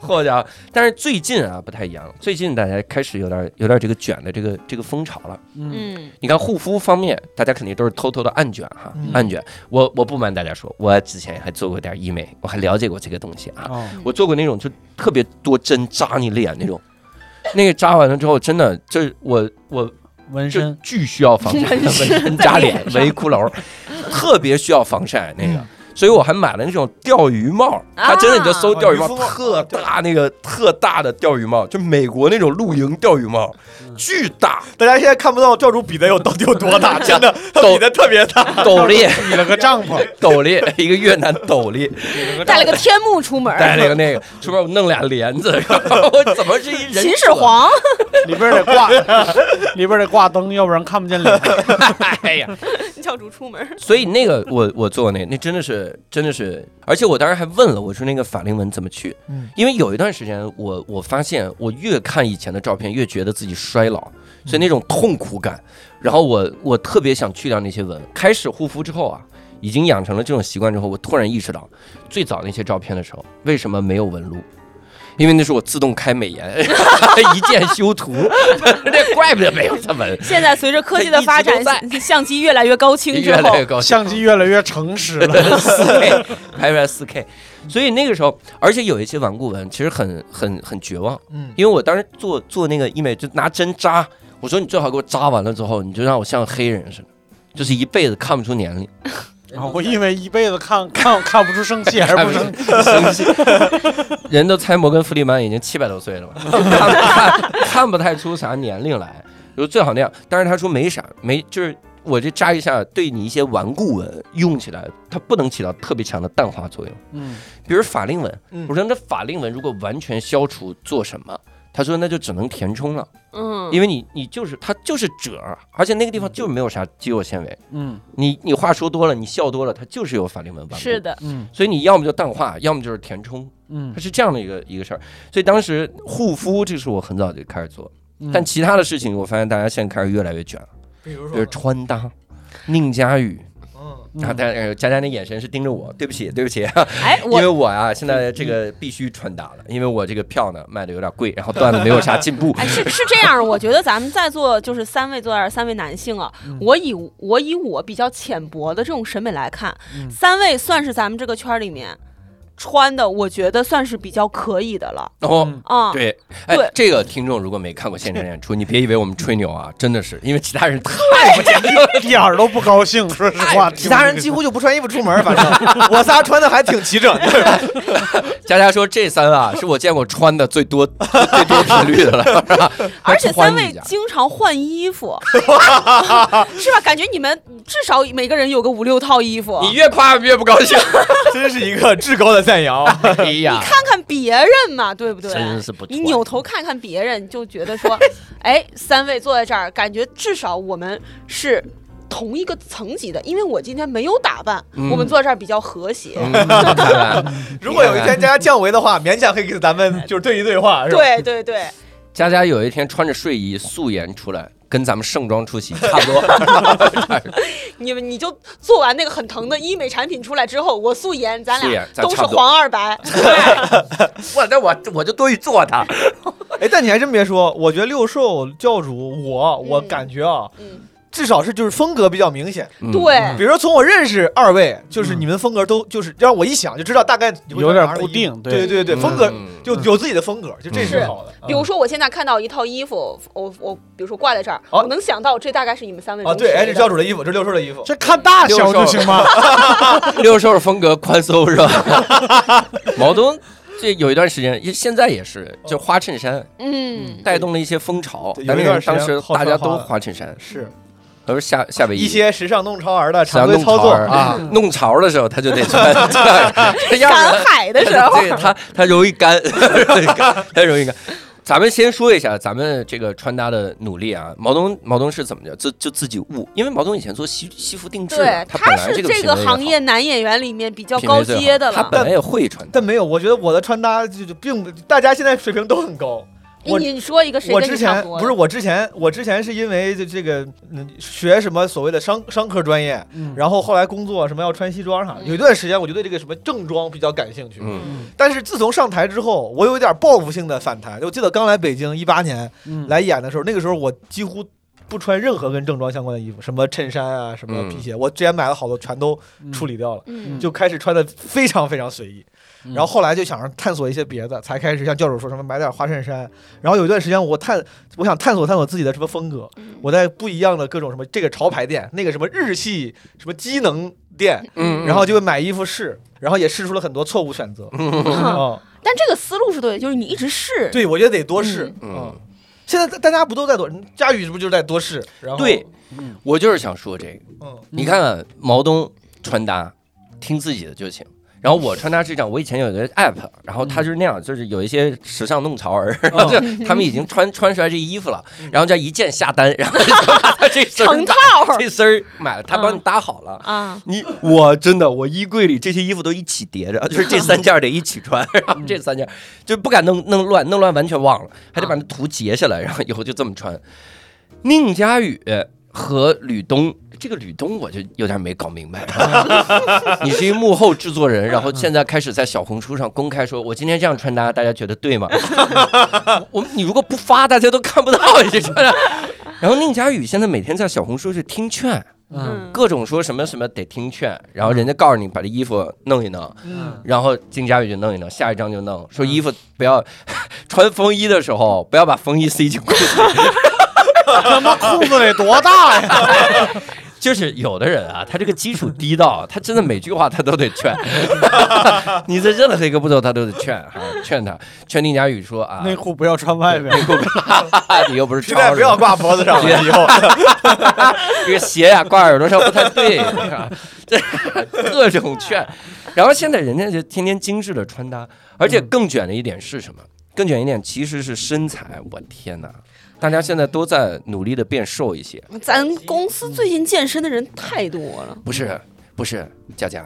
Speaker 1: 或者啊，但是最近啊不太一样，最近大家开始有点有点这个卷的这个这个风潮了。
Speaker 2: 嗯，
Speaker 3: 嗯，
Speaker 1: 你看护肤方面，大家肯定都是偷偷的暗卷哈，
Speaker 4: 嗯
Speaker 1: 暗卷。我我不瞒大家说，我之前还做过点医美，我还了解过这个东西
Speaker 3: 嗯
Speaker 1: 啊。
Speaker 2: 哦，
Speaker 1: 我做过那种就特别多针扎你脸那种，那个扎完了之后，真的就是我我
Speaker 2: 纹
Speaker 1: 就
Speaker 2: 身，
Speaker 1: 巨需要防晒，
Speaker 3: 纹
Speaker 1: 纹
Speaker 3: 身
Speaker 1: 身扎脸
Speaker 3: 在脸上
Speaker 1: 围骷髅，特别需要防晒那个
Speaker 4: 嗯。
Speaker 1: 所以我还买了那种钓鱼帽，
Speaker 3: 啊
Speaker 1: 它真的你就搜钓鱼帽，
Speaker 4: 哦渔夫帽
Speaker 1: 特大那个特大的钓鱼帽，就美国那种露营钓鱼帽，巨大，
Speaker 4: 大家现在看不到教主比的有到底有多 大，真的，他
Speaker 1: 抖
Speaker 4: 比的特别大，
Speaker 1: 斗笠，
Speaker 5: 比了个丈夫，
Speaker 1: 斗笠，一个越南斗笠，
Speaker 3: 嗯带了个天幕出门，
Speaker 1: 带了个那个，出边我弄俩帘子， 然后我怎么是一人？
Speaker 3: 秦始，皇，
Speaker 2: 里边得挂，里边得挂灯，要不然看不 见脸。
Speaker 1: 哎呀！
Speaker 3: 教主出门。
Speaker 1: 所以那
Speaker 3: 嗯
Speaker 1: 个我我做那那真的是真的是，而且我当时还问了，我说那个法令纹怎么去？
Speaker 4: 嗯
Speaker 1: 因为有一段时间我我发现我越看以前的照片越觉得自己衰老，
Speaker 3: 嗯
Speaker 1: 所以那种痛苦感，然后我我特别想去掉那些纹。开始护肤之后啊，已经养成了这种习惯之后，我突然意识到，最早那些照片的时候为什么没有纹路？因为那是我自动开美颜， 一键修 图，那哎怪不得没有它纹。
Speaker 3: 现在随着科技的发
Speaker 1: 它一直都
Speaker 3: 展，相机越来越高清之
Speaker 1: 越来
Speaker 3: 后
Speaker 1: 越，高兴，
Speaker 2: 相机越来越诚实 了，
Speaker 1: 四 K 拍出来四 K，所以那个时候，而且有一些顽固纹，其实很很很绝望，
Speaker 4: 嗯，
Speaker 1: 因为我当时做做那个医美，就拿针扎，我说你最好给我扎完了之后，你就让我像黑人似的，就是一辈子看不出年龄，
Speaker 2: 然后我因为一辈子看 看看不出生气还是不生气，
Speaker 1: 生气，人都猜摩根弗里曼已经七百多岁了吧，看不看看不太出啥年龄来，就最好那样。但是他说没啥，没就是我这扎一下，对你一些顽固纹用起来，它不能起到特别强的淡化作用。
Speaker 2: 嗯，
Speaker 1: 比如法令纹，
Speaker 4: 嗯
Speaker 1: 我说那法令纹如果完全消除做什么？他说那就只能填充了，
Speaker 3: 嗯，
Speaker 1: 因为你你就是它就是褶儿，而且那个地方就是没有啥肌肉纤维。
Speaker 2: 嗯
Speaker 1: 你你话说多了，你笑多了，它就是有法令纹。
Speaker 3: 是，的，
Speaker 2: 嗯
Speaker 1: 所以你要么就淡化，要么就是填充，
Speaker 2: 嗯
Speaker 1: 它，是这样的一个一个事儿。所以当时护肤这是我很早就开始做，
Speaker 2: 嗯
Speaker 1: 但其他的事情我发现大家现在开始越来越卷了，
Speaker 4: 比如
Speaker 1: 比如穿搭。宁佳宇，
Speaker 4: 嗯，
Speaker 1: 然后大家佳佳那眼神是盯着我，对不起，对不起，
Speaker 3: 哎，
Speaker 1: 因为
Speaker 3: 我。
Speaker 1: 我啊，现在这个必须穿搭了，因为我这个票呢卖的有点贵，然后段子没有啥进步
Speaker 3: 哎是是这样儿，我觉得咱们在座就是三位坐在这儿三位男性啊，
Speaker 1: 嗯
Speaker 3: 我以我以我比较浅薄的这种审美来看，
Speaker 2: 嗯
Speaker 3: 三位算是咱们这个圈儿里面穿的，我觉得算是比较可以的了
Speaker 1: 然后
Speaker 2: 嗯
Speaker 3: 啊。
Speaker 1: 对，哎
Speaker 3: 对，
Speaker 1: 这个听众如果没看过现场演出，你别以为我们吹牛啊，真的是因为其他人太不讲究了，
Speaker 2: 一点儿都不高兴， 说实话，
Speaker 4: 其他人几乎就不穿衣服出门，反正我仨穿的还挺齐整，
Speaker 1: 佳佳说这三啊是我见过穿的最多最多频率的了， 是吧
Speaker 3: 而且三位
Speaker 1: 还穿你家
Speaker 3: 经常换衣 服，是吧？感觉你们至少每个人有个五六套 衣服。
Speaker 1: 你越夸越不高 兴。
Speaker 4: 真是一个至高的赞扬。啊
Speaker 1: 哎呀，
Speaker 3: 看看别人嘛，对不对？
Speaker 1: 真是不错
Speaker 3: 你扭头看看 别人，就觉得说，哎，三位坐在这儿，感觉至少我们是同一个层级的，因为我今天没有打扮，
Speaker 1: 嗯
Speaker 3: 我们坐在这儿比较和谐。
Speaker 1: 嗯看看
Speaker 4: 如果有一天大家降维的话，勉强可以给咱们就是对一对话，是吧？
Speaker 3: 对对对，
Speaker 1: 佳佳有一天穿着睡衣素颜出来，跟咱们盛装出席差 不多。
Speaker 3: 你们你就做完那个很疼的医美产品出来之后，我素颜，咱
Speaker 1: 素
Speaker 3: 俩
Speaker 1: 颜咱
Speaker 3: 都
Speaker 1: 差
Speaker 3: 是
Speaker 1: 不多
Speaker 3: 黄 二白，
Speaker 1: 我那我我就多余做他。
Speaker 4: 哎，但你还真别说，我觉得六兽教主，我我
Speaker 3: 嗯
Speaker 4: 感觉啊，
Speaker 3: 嗯，
Speaker 4: 至少是就是风格比较明显。
Speaker 1: 嗯
Speaker 3: 对
Speaker 4: 比如说从我认识二位，就是你们风格都就是让我一想就知道大概你会
Speaker 2: 有点
Speaker 4: 穿啥
Speaker 2: 固
Speaker 4: 衣服
Speaker 2: 定
Speaker 4: 对
Speaker 2: 对
Speaker 4: 对对，
Speaker 1: 嗯
Speaker 4: 风格就有自己的风格，就这是
Speaker 3: 是
Speaker 4: 好的。嗯
Speaker 3: 比如说我现在看到一套衣服，我我比如说挂在这儿，
Speaker 4: 哦
Speaker 3: 我能想到这大概是你们
Speaker 1: 哦
Speaker 3: 三位
Speaker 4: 啊，
Speaker 3: 中
Speaker 4: 对，哎，这
Speaker 3: 谁
Speaker 4: 是教
Speaker 3: 的。
Speaker 4: 主的衣服，这是六兽的衣服，
Speaker 5: 这看大小就行 吗？
Speaker 1: 六兽风格宽松是吧？毛东这有一段时间，现在也是，就花衬衫
Speaker 3: 嗯，
Speaker 1: 带动了一些风潮
Speaker 4: 对。有
Speaker 1: 但
Speaker 4: 一
Speaker 1: 是
Speaker 4: 段时间
Speaker 1: 当时
Speaker 4: 好
Speaker 1: 大家
Speaker 4: 穿花
Speaker 1: 都
Speaker 4: 的
Speaker 1: 花衬衫，
Speaker 4: 是
Speaker 1: 都是夏夏威夷。
Speaker 4: 一些时尚弄潮儿的常
Speaker 1: 想
Speaker 4: 规
Speaker 1: 弄
Speaker 4: 操
Speaker 1: 潮
Speaker 4: 作
Speaker 1: 儿
Speaker 4: 啊。，
Speaker 1: 弄潮儿的时候他就得穿，这样
Speaker 3: 赶
Speaker 1: 子
Speaker 3: 海的时候，
Speaker 1: 对他他容易干，他容易干。咱们先说一下咱们这个穿搭的努力啊，毛东毛东是怎么着？就就自己悟，因为毛东以前做西西服定制的，
Speaker 3: 对，
Speaker 1: 本来
Speaker 3: 是
Speaker 1: 这个
Speaker 3: 这
Speaker 1: 品味
Speaker 3: 个
Speaker 1: 也
Speaker 3: 行
Speaker 1: 好
Speaker 3: 业男演员里面比较
Speaker 1: 品味
Speaker 3: 高
Speaker 1: 最好
Speaker 3: 阶的
Speaker 1: 他
Speaker 3: 了。
Speaker 1: 本来也会穿搭。
Speaker 4: 但没有，我觉得我的穿搭就就并不，大家现在水平都很高。
Speaker 3: 你
Speaker 4: 我
Speaker 3: 你说一个谁
Speaker 4: 我
Speaker 3: 跟你
Speaker 4: 之
Speaker 3: 差
Speaker 4: 前
Speaker 3: 多？
Speaker 4: 不是，我之前，我之前是因为这这个嗯学什么所谓的商商科专业，
Speaker 2: 嗯
Speaker 4: 然后后来工作什么要穿西装啥的，
Speaker 3: 嗯
Speaker 4: 有一段时间我就对这个什么正装比较感兴趣。
Speaker 1: 嗯，
Speaker 4: 但是自从上台之后，我有一点报复性的反弹。我记得刚来北京一八年
Speaker 2: 嗯
Speaker 4: 来演的时候，那个时候我几乎不穿任何跟正装相关的衣服，什么衬衫啊，什么
Speaker 1: 嗯
Speaker 4: 皮鞋，我之前买了好多全都处
Speaker 2: 理，
Speaker 4: 理掉了，
Speaker 3: 嗯，
Speaker 4: 就开始穿的非常非常随意。
Speaker 2: 嗯
Speaker 4: 然后后来就想着探索一些别的，才开始像教主说什么买点花衬衫。然后有一段时间我探，我想探索探索自己的什么风格。我在不一样的各种什么这个潮牌店，那个什么日系什么机能店，
Speaker 1: 嗯
Speaker 4: 然后就会买衣服试，然后也试出了很多错误选择。 嗯，
Speaker 3: 但这个思路是对的，就是你一直试。
Speaker 4: 对，我觉得得多试。
Speaker 1: 嗯
Speaker 4: 嗯，现在大家不都在多？佳宇这不就是在多试？然后
Speaker 1: 对，
Speaker 2: 嗯
Speaker 1: 我就是想说这个，
Speaker 4: 嗯，
Speaker 1: 你看啊毛东穿搭，听自己的就行。然后我穿搭是这样，我以前有一个 app，然后
Speaker 4: 嗯
Speaker 1: 他就是那样，就是有一些时尚弄潮儿，然后
Speaker 4: 哦
Speaker 1: 就 他们已经穿穿出来这衣服了，
Speaker 4: 嗯
Speaker 1: 然后再一键下单，然后就把他这身儿
Speaker 3: 成
Speaker 1: 买
Speaker 3: 套
Speaker 1: 这身儿买了，他帮你搭好了。
Speaker 3: 啊，
Speaker 1: 你我真的，我衣柜里这些衣服都一起叠着，就是这三件儿得一起穿，然后这三件儿就不敢弄弄乱，弄乱完全忘了，还得把那图截下来，然后以后就这么穿。宁佳宇和吕东，这个吕东我就有点没搞明白， 你是一幕后制作人，然后现在开始在小红书上公开说，我今天这样穿搭，大家觉得对吗？ 我你如果不发，大家都看不到你这穿搭。 然后宁佳宇现在每天在小红书是听劝。
Speaker 2: 嗯
Speaker 1: 各种说什么什么得听劝，然后人家告诉你把这衣服弄一弄，
Speaker 2: 嗯
Speaker 1: 然后金佳宇就弄一弄，下一张就弄，说衣服不要穿风衣的时候不要把风衣塞进裤子，
Speaker 5: 他妈裤子得多大呀？
Speaker 1: 就是有的人啊，他这个基础低到他真的每句话他都得 劝，你在任何一个步骤他都得劝啊，劝他劝宁佳宇说啊，
Speaker 2: 内裤不要穿外边，
Speaker 1: 你又不是
Speaker 4: 皮带
Speaker 1: 超
Speaker 4: 不
Speaker 1: 人
Speaker 4: 要，挂脖子上了，以后
Speaker 1: 这个鞋呀、挂耳朵上不太对，啊这各种劝。然后现在人家就天天精致的穿搭，而
Speaker 3: 嗯
Speaker 1: 且更卷的一点是什么？更卷一点其实是身材。我天哪！大家现在都在努力的变瘦一些，
Speaker 3: 嗯咱公司最近健身的人太多了。
Speaker 1: 不是不是，佳佳，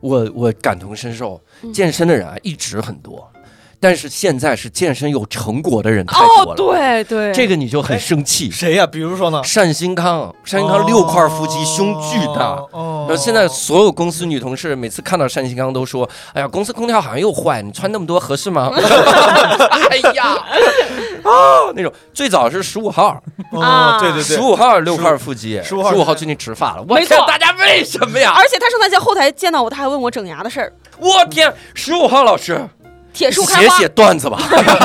Speaker 1: 我我感同身受，
Speaker 3: 嗯
Speaker 1: 健身的人啊一直很多，但是现在是健身有成果的人太多了，
Speaker 3: 哦，对对，
Speaker 1: 这个你就很生气。
Speaker 4: 谁呀？比如说呢？
Speaker 1: 单新康，单
Speaker 3: 哦
Speaker 1: 新康六块腹肌，胸巨大。
Speaker 4: 哦。
Speaker 1: 然
Speaker 4: 然
Speaker 1: 后现在所有公司女同事每次看到单新刚都说：“哎呀，公司空调好像又坏，你穿那么多合适吗？” 哎呀，啊，那种最早是十五号，
Speaker 4: 哦，对对
Speaker 1: 十
Speaker 4: 对，
Speaker 1: 五号六块腹肌，
Speaker 4: 15
Speaker 1: 十
Speaker 4: 号
Speaker 1: 五号最近植发了。我
Speaker 3: 没
Speaker 1: 天，
Speaker 3: 错
Speaker 1: 大家为什么呀？
Speaker 3: 而且他上次在后台见到我，他还问我整牙的事儿，
Speaker 1: 我天，十五号老师
Speaker 3: 铁树开
Speaker 1: 写
Speaker 3: 花
Speaker 1: 写段子吧，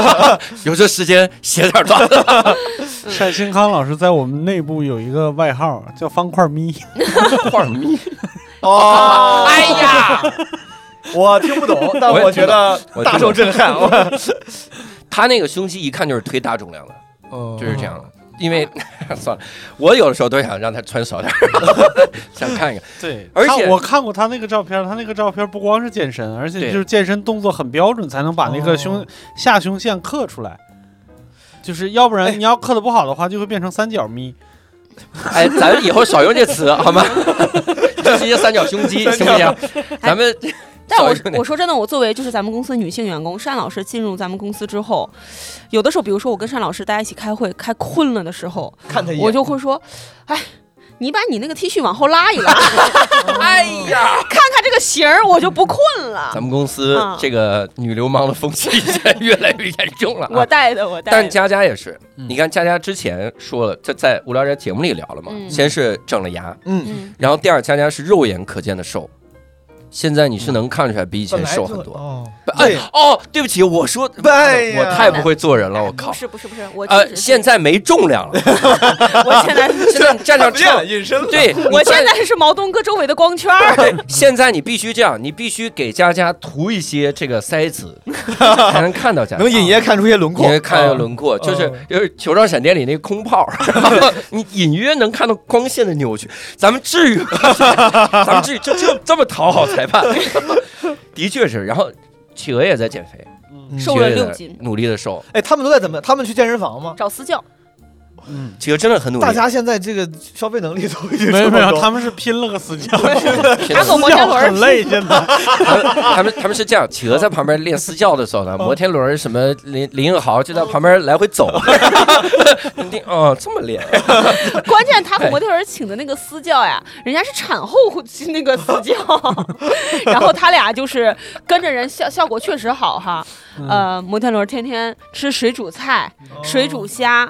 Speaker 1: 有这时间写点段子。
Speaker 2: 单新康老师在我们内部有一个外号叫方块咪，
Speaker 1: 画迷，
Speaker 4: 哦，
Speaker 1: 哎 呀，
Speaker 4: 我听不懂，但
Speaker 1: 我也
Speaker 4: 我觉得
Speaker 1: 我也听不懂
Speaker 4: 大受震撼。我
Speaker 1: 他那个胸肌一看就是推大重量的。
Speaker 4: 哦
Speaker 1: 就是这样的。因为 算了，我有的时候都想让他穿少点儿， 想看一看。
Speaker 2: 对
Speaker 1: 而且
Speaker 2: 他我看过他那个照片，他那个照片不光是健身，而且
Speaker 1: 对
Speaker 2: 就是健身动作很标准，才能把那个胸、
Speaker 4: 哦
Speaker 2: 下胸线刻出来。就是要不然你要刻的不好的话，就会变成三角咪。
Speaker 1: 哎，咱以后少用这词好吗？就直接三角胸肌行不行？啊咱们
Speaker 3: 哎但我
Speaker 1: 少用点
Speaker 3: 我说真啊的，我作为就是咱们公司女性员工，单老师进入咱们公司之后，有的时候，比如说我跟单老师大家一起开会，开困了的时候，
Speaker 4: 看他一眼，
Speaker 3: 我就
Speaker 1: 嗯
Speaker 3: 会说，哎。你把你那个 T 恤往后拉一 拉，哎呀，看看这个型儿，我就不困了
Speaker 1: 咱。们公司
Speaker 3: 啊
Speaker 1: 这个女流氓的风气现在越来越严重了、
Speaker 3: 我
Speaker 1: 啊。
Speaker 3: 带的，我带的。
Speaker 1: 但佳佳也是，
Speaker 2: 嗯
Speaker 1: 你看佳佳之前说了，在在无聊斋节目里聊了嘛，
Speaker 3: 嗯
Speaker 1: 先是整了牙，
Speaker 4: 嗯，
Speaker 3: 嗯，
Speaker 1: 然后第二佳佳是肉眼可见的瘦，现在你是能看出来比以前瘦很多。
Speaker 4: 多
Speaker 1: 哎
Speaker 4: 对，
Speaker 1: 哦，对不起，我说，
Speaker 4: 哎呀
Speaker 1: 我太不会做人了，我
Speaker 3: 不
Speaker 1: 靠。
Speaker 3: 是不是不是，我确
Speaker 1: 呃，
Speaker 3: 实是
Speaker 1: 现在没重量了，
Speaker 3: 我 现在
Speaker 1: 现在站 上秤，
Speaker 4: 隐身了，
Speaker 1: 对，
Speaker 3: 我
Speaker 1: 你站
Speaker 3: 现在是毛东哥周围的光圈儿。
Speaker 1: 对，现在你必须这样，你必须给佳佳涂一些这个腮紫，才能看到佳佳。
Speaker 4: 能隐约看出一些轮廓，
Speaker 1: 因为看
Speaker 4: 啊
Speaker 1: 到轮廓，就是
Speaker 4: 嗯
Speaker 1: 就是《球状闪电》里那个空 泡，然后你隐约能看到光线的扭曲。咱们至于 吗，咱们至于就就这么讨好裁判？ 的确是。然后企鹅也在减肥，
Speaker 4: 嗯
Speaker 3: 瘦了
Speaker 1: 企鹅也在
Speaker 3: 6斤
Speaker 1: 努力的瘦。
Speaker 4: 哎，他们都在怎么？他们去健身房吗？
Speaker 3: 找 私教，
Speaker 2: 嗯，
Speaker 1: 企鹅真的很努力
Speaker 4: 大。家现在这个消费能力都已经
Speaker 2: 没有没有，他
Speaker 4: 们
Speaker 2: 们是拼了个私 教，
Speaker 1: 天
Speaker 3: 拿
Speaker 1: 哪
Speaker 3: 走摩天轮儿
Speaker 2: 很累，现 在。
Speaker 1: 他们他们他们是这样，企鹅在旁边练私教的时候呢，摩天轮儿什么林林彦豪就在旁边来回走。 你听哦，这么练，
Speaker 3: 关键他和模特儿请的那个私教呀，人家是产后那个私教， 然后他俩就是跟着人效效果确实好哈。
Speaker 2: 嗯
Speaker 1: 嗯
Speaker 3: 呃，摩天轮天天吃水煮菜、水
Speaker 4: 哦
Speaker 3: 煮虾，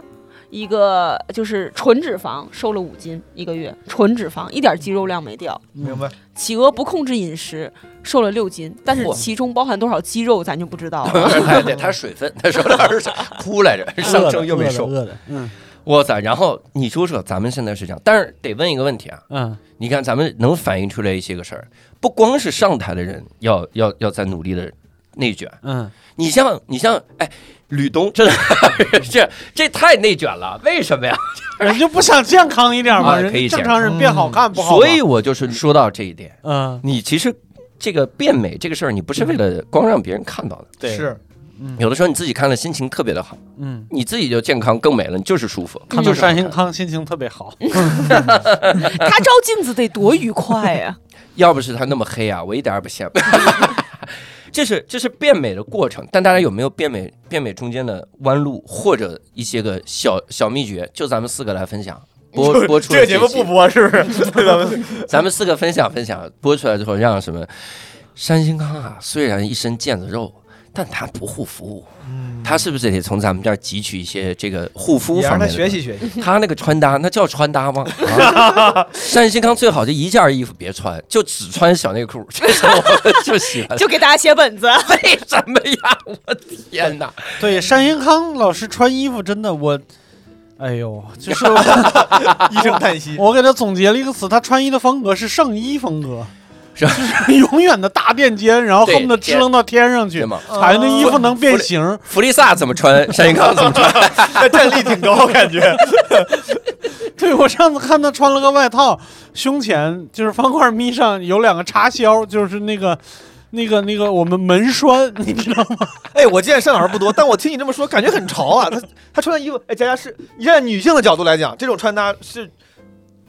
Speaker 3: 一个就是纯脂肪，瘦了五斤一个月，纯脂肪一点肌肉量没掉。
Speaker 4: 明白，
Speaker 3: 企鹅不控制饮食，瘦了六斤，但是
Speaker 1: 嚯
Speaker 3: 其中包含多少肌肉咱就不知道 了。
Speaker 1: 对对，他是水分，他说他是哭来着，上升又没瘦。
Speaker 2: 饿的，嗯
Speaker 1: 哇塞！然后你说说，咱们现在是这样，但是得问一个问题啊，
Speaker 2: 嗯，
Speaker 1: 你看咱们能反映出来一些个事儿，不光是上台的人要要要在努力的内卷，
Speaker 2: 嗯，
Speaker 1: 你像你像哎，吕东真的 这这太内卷了，为什么呀？
Speaker 2: 人就不想健康一点吗？
Speaker 1: 啊可以
Speaker 2: 人
Speaker 1: 这样
Speaker 2: 正常人变好看不好吗？
Speaker 1: 所以我就是说到这一点，
Speaker 2: 嗯，
Speaker 1: 你其实这个变美这个事儿，你不是为了光让别人看到的，
Speaker 2: 对，
Speaker 4: 是
Speaker 1: 有的时候你自己看了心情特别的好，
Speaker 2: 嗯，
Speaker 1: 你自己就健康更美了，你就是舒服，
Speaker 4: 嗯
Speaker 2: 看
Speaker 1: 就
Speaker 2: 到
Speaker 1: 是好
Speaker 2: 单兴
Speaker 1: 看。
Speaker 2: 康心情特别好。
Speaker 3: 他照镜子得多愉快呀、
Speaker 1: 要不是他那么黑啊，我一点儿也不羡慕。 这是这是变美的过程，但大家有没有变美变美中间的弯路或者一些个小小秘诀？就咱们四个来分享，播 播出
Speaker 4: 这
Speaker 1: 来
Speaker 4: 个节目
Speaker 1: 这
Speaker 4: 不
Speaker 1: 期
Speaker 4: 播是不 是？对咱们
Speaker 1: 咱们四个分享分享，播出来之后让什么？山新康啊，虽然一身腱子肉，但他不护肤，他是不是得从咱们这儿汲取一些这个护肤
Speaker 4: 也
Speaker 1: 方
Speaker 4: 让
Speaker 1: 面
Speaker 4: 他
Speaker 1: 的？
Speaker 4: 学习。学习，
Speaker 1: 他那个穿搭，那叫穿搭吗？啊、山新康最好就一件衣服别穿，就只穿小内裤， 这是我就喜欢。
Speaker 3: 就给大家写本子。
Speaker 1: 为什么呀？我天哪！
Speaker 2: 对，单兴康老师穿衣服真的我，哎呦，就是
Speaker 4: 一声叹息。
Speaker 2: 我给他总结了一个词，他穿衣的风格是圣衣风格，
Speaker 1: 是吧
Speaker 2: 就是永远的大垫肩，然后
Speaker 1: 对
Speaker 2: 恨不得支棱到天上去
Speaker 1: 对，吗？
Speaker 2: 才那衣服能变形。
Speaker 1: 弗利萨怎么穿，山新康怎么穿？
Speaker 4: 那战力挺高，感觉。
Speaker 2: 对我上次看他穿了个外套，胸前就是方块咪上有两个插销，就是那个。那个那个，我们门栓，你知道吗？
Speaker 4: 哎，我见单老师不多，但我听你这么说，感觉很潮啊。他他穿的衣服，哎，佳佳是，你站在女性的角度来讲，这种穿搭是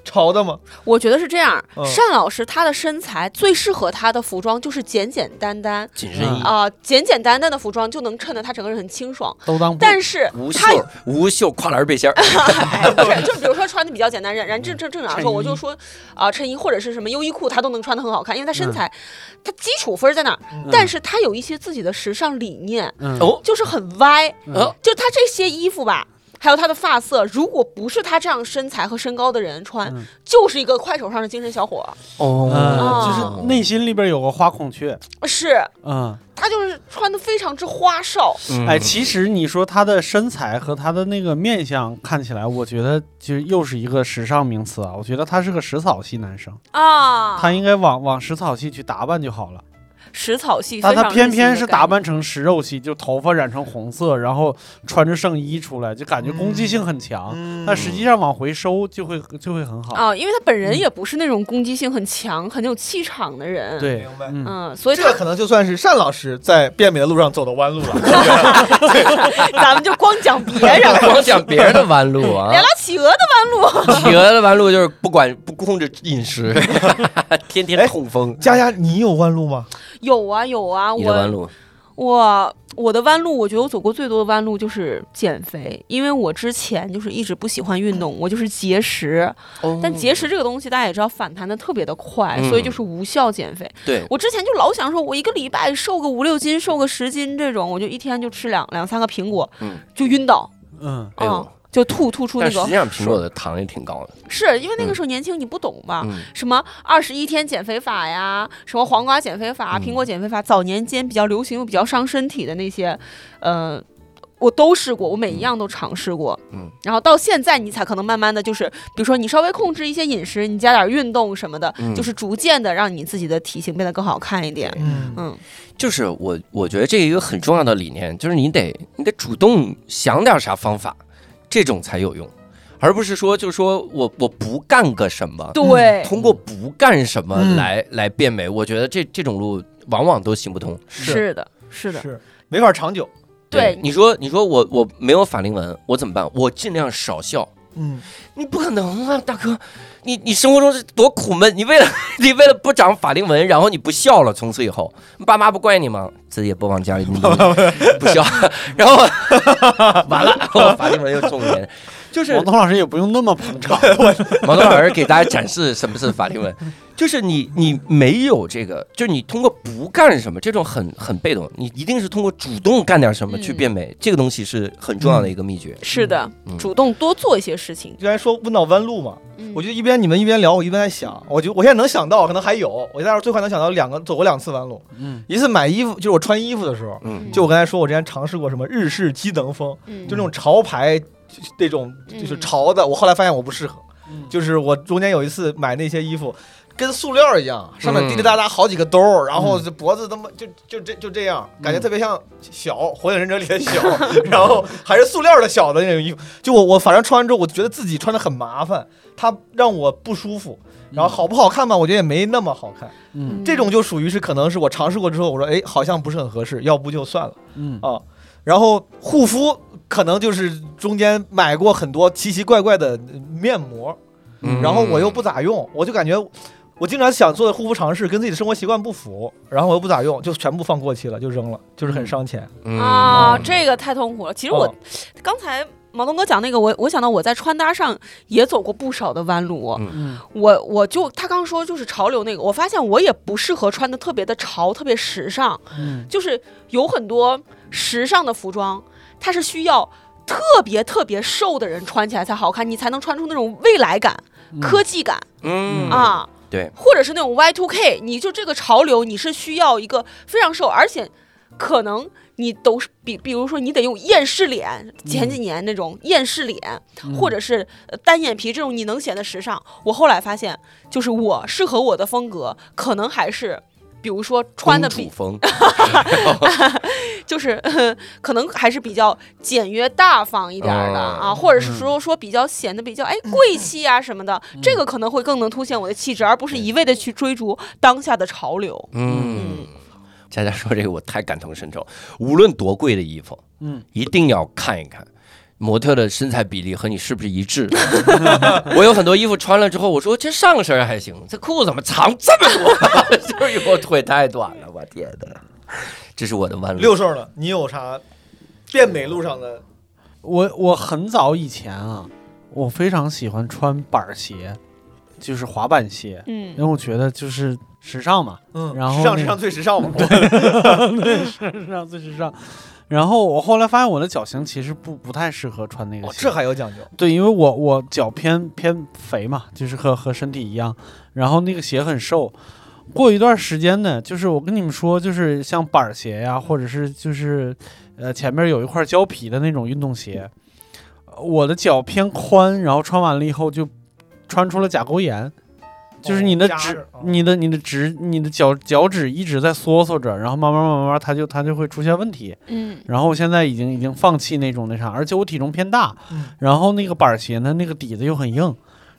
Speaker 4: 潮的吗？
Speaker 3: 我觉得是这样，
Speaker 4: 嗯
Speaker 3: 单老师他的身材最适合他的服装就是简简单单
Speaker 1: 紧身衣、
Speaker 3: 啊、简简单单的服装就能衬得他整个人很清爽。
Speaker 2: 都当
Speaker 3: 但是
Speaker 1: 无袖
Speaker 3: 他，
Speaker 1: 无袖跨栏背心儿。
Speaker 3: 哎不 是就比如说穿的比较简单，然然正正正常
Speaker 2: 衬
Speaker 3: 说，我
Speaker 2: 衣
Speaker 3: 就说啊、衬衣或者是什么优衣库，他都能穿得很好看，因为他身
Speaker 2: 嗯
Speaker 3: 材，他基础分在哪儿？但是他有一些自己的时尚理念，
Speaker 2: 嗯
Speaker 1: 哦，
Speaker 3: 就是很歪，
Speaker 1: 哦，
Speaker 3: 就他这些衣服吧。还有他的发色，如果不是他这样身材和身高的人穿，
Speaker 2: 嗯
Speaker 3: 就是一个快手上的精神小伙儿。
Speaker 1: 哦
Speaker 2: 嗯，就是内心里边有个花孔雀，
Speaker 3: 是
Speaker 2: 嗯，
Speaker 3: 他就是穿的非常之花哨，
Speaker 1: 嗯
Speaker 2: 哎，其实你说他的身材和他的那个面相看起来，我觉得其实又是一个时尚名词啊。我觉得他是个食草系男生，
Speaker 3: 啊
Speaker 2: 他应该往往食草系去打扮就好了。
Speaker 3: 食草系，
Speaker 2: 但
Speaker 3: 非
Speaker 2: 他
Speaker 3: 常
Speaker 2: 偏
Speaker 3: 日系
Speaker 2: 偏
Speaker 3: 的
Speaker 2: 是
Speaker 3: 感
Speaker 2: 打
Speaker 3: 觉
Speaker 2: 扮成食肉系，就头发染成红色，然后穿着圣衣出来，就感觉攻击性很强。
Speaker 4: 嗯
Speaker 2: 但实际上往回收就会就会很好。
Speaker 3: 啊，因为他本人
Speaker 2: 嗯
Speaker 3: 也不是那种攻击性很强、很有气场的人。，
Speaker 2: 对
Speaker 4: 明白，
Speaker 2: 嗯，
Speaker 3: 哦嗯，所以
Speaker 4: 这可能就算是单老师在变美的路上走的弯路了。
Speaker 3: 他咱们就光讲别人，
Speaker 1: 光讲别人的弯路 啊
Speaker 3: 聊聊，企鹅的
Speaker 1: 企鹅的弯路就是不管不控制饮食， 天天痛风。
Speaker 4: 佳佳，你有弯路吗？
Speaker 3: 有啊有啊，
Speaker 1: 你的弯
Speaker 3: 我
Speaker 1: 路，
Speaker 3: 我我的弯路，我觉得我走过最多的弯路就是减肥，因为我之前就是一直不喜欢运动，我就是节食，但节食这个东西大家也知道反弹的特别的快，所以
Speaker 1: 哦嗯
Speaker 3: 就是无效减肥。
Speaker 1: 对，
Speaker 3: 我之前就老想说，我一个礼拜瘦个五六斤，瘦个十斤这种，我就一天就吃两两三个苹果，
Speaker 1: 嗯
Speaker 3: 就晕倒，
Speaker 2: 嗯，
Speaker 1: 哎呦
Speaker 3: 嗯，就吐吐出那
Speaker 1: 但实
Speaker 3: 个
Speaker 1: 际上苹果的糖也挺高的。
Speaker 3: 是因为那
Speaker 1: 嗯
Speaker 3: 个时候年轻，你不懂嘛，
Speaker 1: 嗯
Speaker 3: 什么二十一天减肥法呀，什么黄瓜减肥法、
Speaker 1: 嗯
Speaker 3: 苹果减肥法，早年间比较流行又比较伤身体的那些，呃，我都试过，我每一样都尝试过。
Speaker 1: 嗯，
Speaker 3: 然后到现在你才可能慢慢的就是，比如说你稍微控制一些饮食，你加点运动什么的，
Speaker 1: 嗯
Speaker 3: 就是逐渐的让你自己的体型变得更好看一点。
Speaker 4: 嗯
Speaker 3: 嗯，
Speaker 1: 就是我，我觉得这一个很重要的理念，就是你得你得主动想点啥方法，这种才有用，而不是说就说我我不干个什么，
Speaker 3: 对，
Speaker 1: 通过不干什么
Speaker 4: 嗯
Speaker 1: 来、来变美，我觉得这这种路往往都行不通。
Speaker 3: 是的，是的，
Speaker 4: 是，没法长久。
Speaker 3: 对
Speaker 1: 你说你说我我没有法令纹，我怎么办？我尽量少笑。
Speaker 4: 嗯，
Speaker 1: 你不可能啊，大哥，你你生活中是多苦闷，你为了 你为了不长法令纹，然后你不笑了，从此以后，爸妈不怪你吗？自己也不往家里努力 不笑， 然后完了，我法令纹又中年，就是
Speaker 2: 王东老师也不用那么捧场。
Speaker 1: 毛东老师给大家展示什么是法令纹，就是你你没有这个，就是你通过不干什么这种很很被动，你一定是通过主动干点什
Speaker 3: 嗯
Speaker 1: 么去变美，这个东西是很重要的一个秘诀。
Speaker 3: 是的，
Speaker 1: 嗯
Speaker 3: 主动多做一些事情。
Speaker 4: 刚才说问到弯路嘛，
Speaker 3: 嗯
Speaker 4: 我就一边你们一边聊，我一边在想，我就我现在能想到，可能还有，我待会儿最快能想到两个，走过两次弯路，
Speaker 2: 嗯，
Speaker 4: 一次买衣服，就是我穿衣服的时候，
Speaker 1: 嗯，
Speaker 4: 就我刚才说，我之前尝试过什么日式机能风，
Speaker 3: 嗯
Speaker 4: 就那种潮牌，就是那种就是潮的，我后来发现我不适合，
Speaker 2: 嗯
Speaker 4: 就是我中间有一次买那些衣服。跟塑料一样，上面滴滴答答好几个兜儿，然后这脖子他妈就就这就这样，感觉特别像小《火影忍者》里的小， 然后还是塑料的小的那种衣服。就我我反正穿完之后，我觉得自己穿的很麻烦，它让我不舒服。然后好不好看吧，我觉得也没那么好看。
Speaker 2: 嗯
Speaker 4: 这种就属于是可能是我尝试过之后，我说哎好像不是很合适，要不就算了。
Speaker 2: 嗯
Speaker 4: 啊。然后护肤可能就是中间买过很多奇奇怪怪的面膜，
Speaker 1: 嗯
Speaker 4: 然后我又不咋用，我就感觉我经常想做的护肤尝试跟自己的生活习惯不符，然后我又不咋用，就全部放过期了，就扔了，就是很伤钱。
Speaker 1: 嗯
Speaker 3: 啊，这个太痛苦了。其实我、
Speaker 4: 哦
Speaker 3: 刚才毛东哥讲那个，我我想到我在穿搭上也走过不少的弯路。
Speaker 1: 嗯
Speaker 2: 嗯
Speaker 3: 我我就他刚说就是潮流那个，我发现我也不适合穿的特别的潮，特别时尚，
Speaker 2: 嗯
Speaker 3: 就是有很多时尚的服装，它是需要。特别特别瘦的人穿起来才好看，你才能穿出那种未来感、
Speaker 2: 嗯
Speaker 3: 科技感
Speaker 1: 嗯
Speaker 3: 啊，
Speaker 1: 对，
Speaker 3: 或者是那种 Y two K，你就这个潮流，你是需要一个非常瘦，而且可能你都是比，比如说你得用厌世脸，前几年那种厌世脸，
Speaker 2: 嗯
Speaker 3: 或者是呃单眼皮这种，你能显得时尚。我后来发现，就是我适合我的风格，可能还是。比如说穿的
Speaker 1: 公
Speaker 3: 比
Speaker 1: 主风，
Speaker 3: 就是 呵呵可能还是比较简约大方一点儿的
Speaker 1: 嗯
Speaker 3: 啊，
Speaker 1: 嗯
Speaker 3: 或者是说说比较显得比较哎贵气啊什么的，这个可能会更能凸显我的气质，而不是一味的去追逐当下的潮流。
Speaker 1: 嗯，佳佳说这个我太感同身受，无论多贵的衣服，
Speaker 2: 嗯，
Speaker 1: 一定要看一看。模特的身材比例和你是不是一致？ 我有很多衣服穿了之后，我说这上身还行，这裤子怎么长这么多？ 就是因为我腿太短了，我天哪！这是我的弯路。，
Speaker 4: 六兽呢？你有啥变美路上的？
Speaker 2: 我我很早以前啊，我非常喜欢穿板儿鞋，就是滑板鞋，因为
Speaker 3: 嗯
Speaker 2: 我觉得就是时尚嘛，
Speaker 4: 嗯，
Speaker 2: 然后
Speaker 4: 时尚
Speaker 2: 那
Speaker 4: 时尚最时尚嘛。
Speaker 2: 对，时尚最时尚。然后我后来发现我的脚型其实不不太适合穿那个
Speaker 4: 哦
Speaker 2: 鞋，
Speaker 4: 这还有讲究。
Speaker 2: 对，因为我我脚偏偏肥嘛，就是和和身体一样，然后那个鞋很瘦。过一段时间呢，就是我跟你们说，就是像板儿鞋呀，或者是就是呃前面有一块胶皮的那种运动鞋，呃我的脚偏宽，然后穿完了以后就穿出了甲沟炎，就是
Speaker 4: 哦
Speaker 2: 你的
Speaker 6: 夹
Speaker 2: 指
Speaker 6: 着啊、
Speaker 2: 你的、你的指、你的脚脚趾一直在缩缩着，然后慢慢、慢慢慢慢，它就它就会出现问题。
Speaker 3: 嗯，
Speaker 2: 然后我现在已经已经放弃那种那啥，而且我体重偏大，
Speaker 6: 嗯
Speaker 2: 然后那个板鞋呢，那个底子又很硬，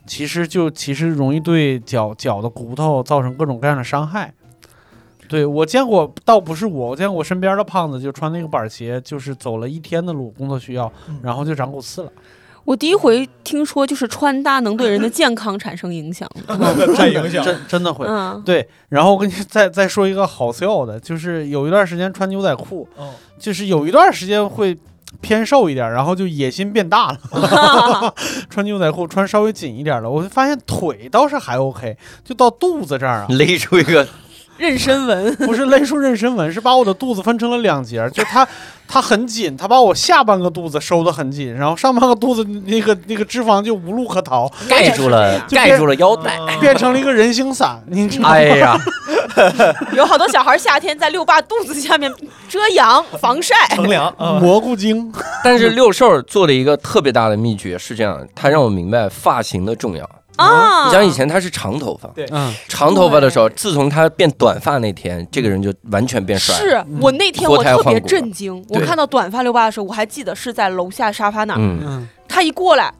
Speaker 2: 其实就其实容易对脚脚的骨头造成各种各样的伤害。对我见过，倒不是我，我见过我身边的胖子就穿那个板鞋，就是走了一天的路，工作需要
Speaker 6: 嗯，
Speaker 2: 然后就长骨刺了。
Speaker 3: 我第一回听说就是穿搭能对人的健康产生影响。
Speaker 4: 太影响。
Speaker 2: 真真的会。
Speaker 3: 嗯，
Speaker 2: 对，然后我跟你再再说一个好笑的，就是有一段时间穿牛仔裤，
Speaker 6: 嗯
Speaker 2: 就是有一段时间会偏瘦一点，然后就野心变大了， 穿牛仔裤穿稍微紧一点了，我就发现腿倒是还 OK，就到肚子这 儿啊
Speaker 1: 勒出一个
Speaker 3: 妊娠纹，
Speaker 2: 不是勒出妊娠纹，是把我的肚子分成了两截儿，就它它很紧，它把我下半个肚子收得很紧，然后上半个肚子那个那个脂肪就无路可逃，
Speaker 1: 盖住了，
Speaker 2: 就变嗯
Speaker 1: 盖住了腰带。
Speaker 2: 变成了一个人形伞，你知道 吗？
Speaker 1: 哎呀，
Speaker 3: 有好多小孩夏天在六爸肚子下面遮 阳防晒。
Speaker 6: 乘凉啊，
Speaker 2: 蘑菇精，
Speaker 1: 但是六兽做了一个特别大的秘诀，是这样，他让我明白发型的重要。
Speaker 3: 啊！
Speaker 1: 嗯你想以前他是长头发，
Speaker 2: 嗯，
Speaker 1: 长头发的时候，自从他变短发那天，这个人就完全变帅了。
Speaker 3: 是我那天
Speaker 1: 脱
Speaker 3: 我
Speaker 1: 胎
Speaker 3: 特
Speaker 1: 换
Speaker 3: 别
Speaker 1: 骨
Speaker 3: 震惊，我
Speaker 1: 对
Speaker 3: 看到短发六八的时候，我还记得是在楼下沙发那儿，
Speaker 1: 嗯，
Speaker 2: 嗯，
Speaker 3: 他一过来，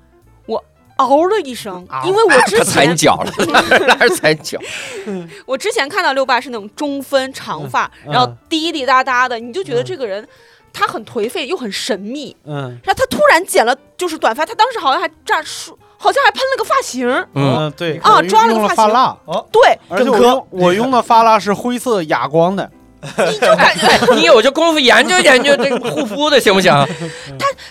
Speaker 3: 我嗷了一声，因为我之
Speaker 1: 他踩
Speaker 3: 前
Speaker 1: 脚 了，哪是踩脚？
Speaker 3: 我之前看到六八是那种中分长发，
Speaker 2: 嗯
Speaker 3: 然后滴滴答答的，你就觉得
Speaker 2: 嗯
Speaker 3: 这个人。他很颓废又很神秘，
Speaker 2: 嗯
Speaker 3: 然后他突然剪了就是短发，他当时好像还炸梳，好像还喷了个发型儿，
Speaker 1: 嗯，
Speaker 2: 嗯，对
Speaker 3: 啊
Speaker 2: 我用
Speaker 3: 抓了个
Speaker 2: 用
Speaker 3: 发
Speaker 2: 发
Speaker 3: 型
Speaker 2: 蜡，
Speaker 3: 对，
Speaker 2: 而且
Speaker 4: 正
Speaker 2: 我
Speaker 4: 科
Speaker 2: 用我用的发蜡是灰色哑光的，
Speaker 3: 你 就感觉
Speaker 1: 嗯哎你有这功夫研究研究这个护肤的行不行？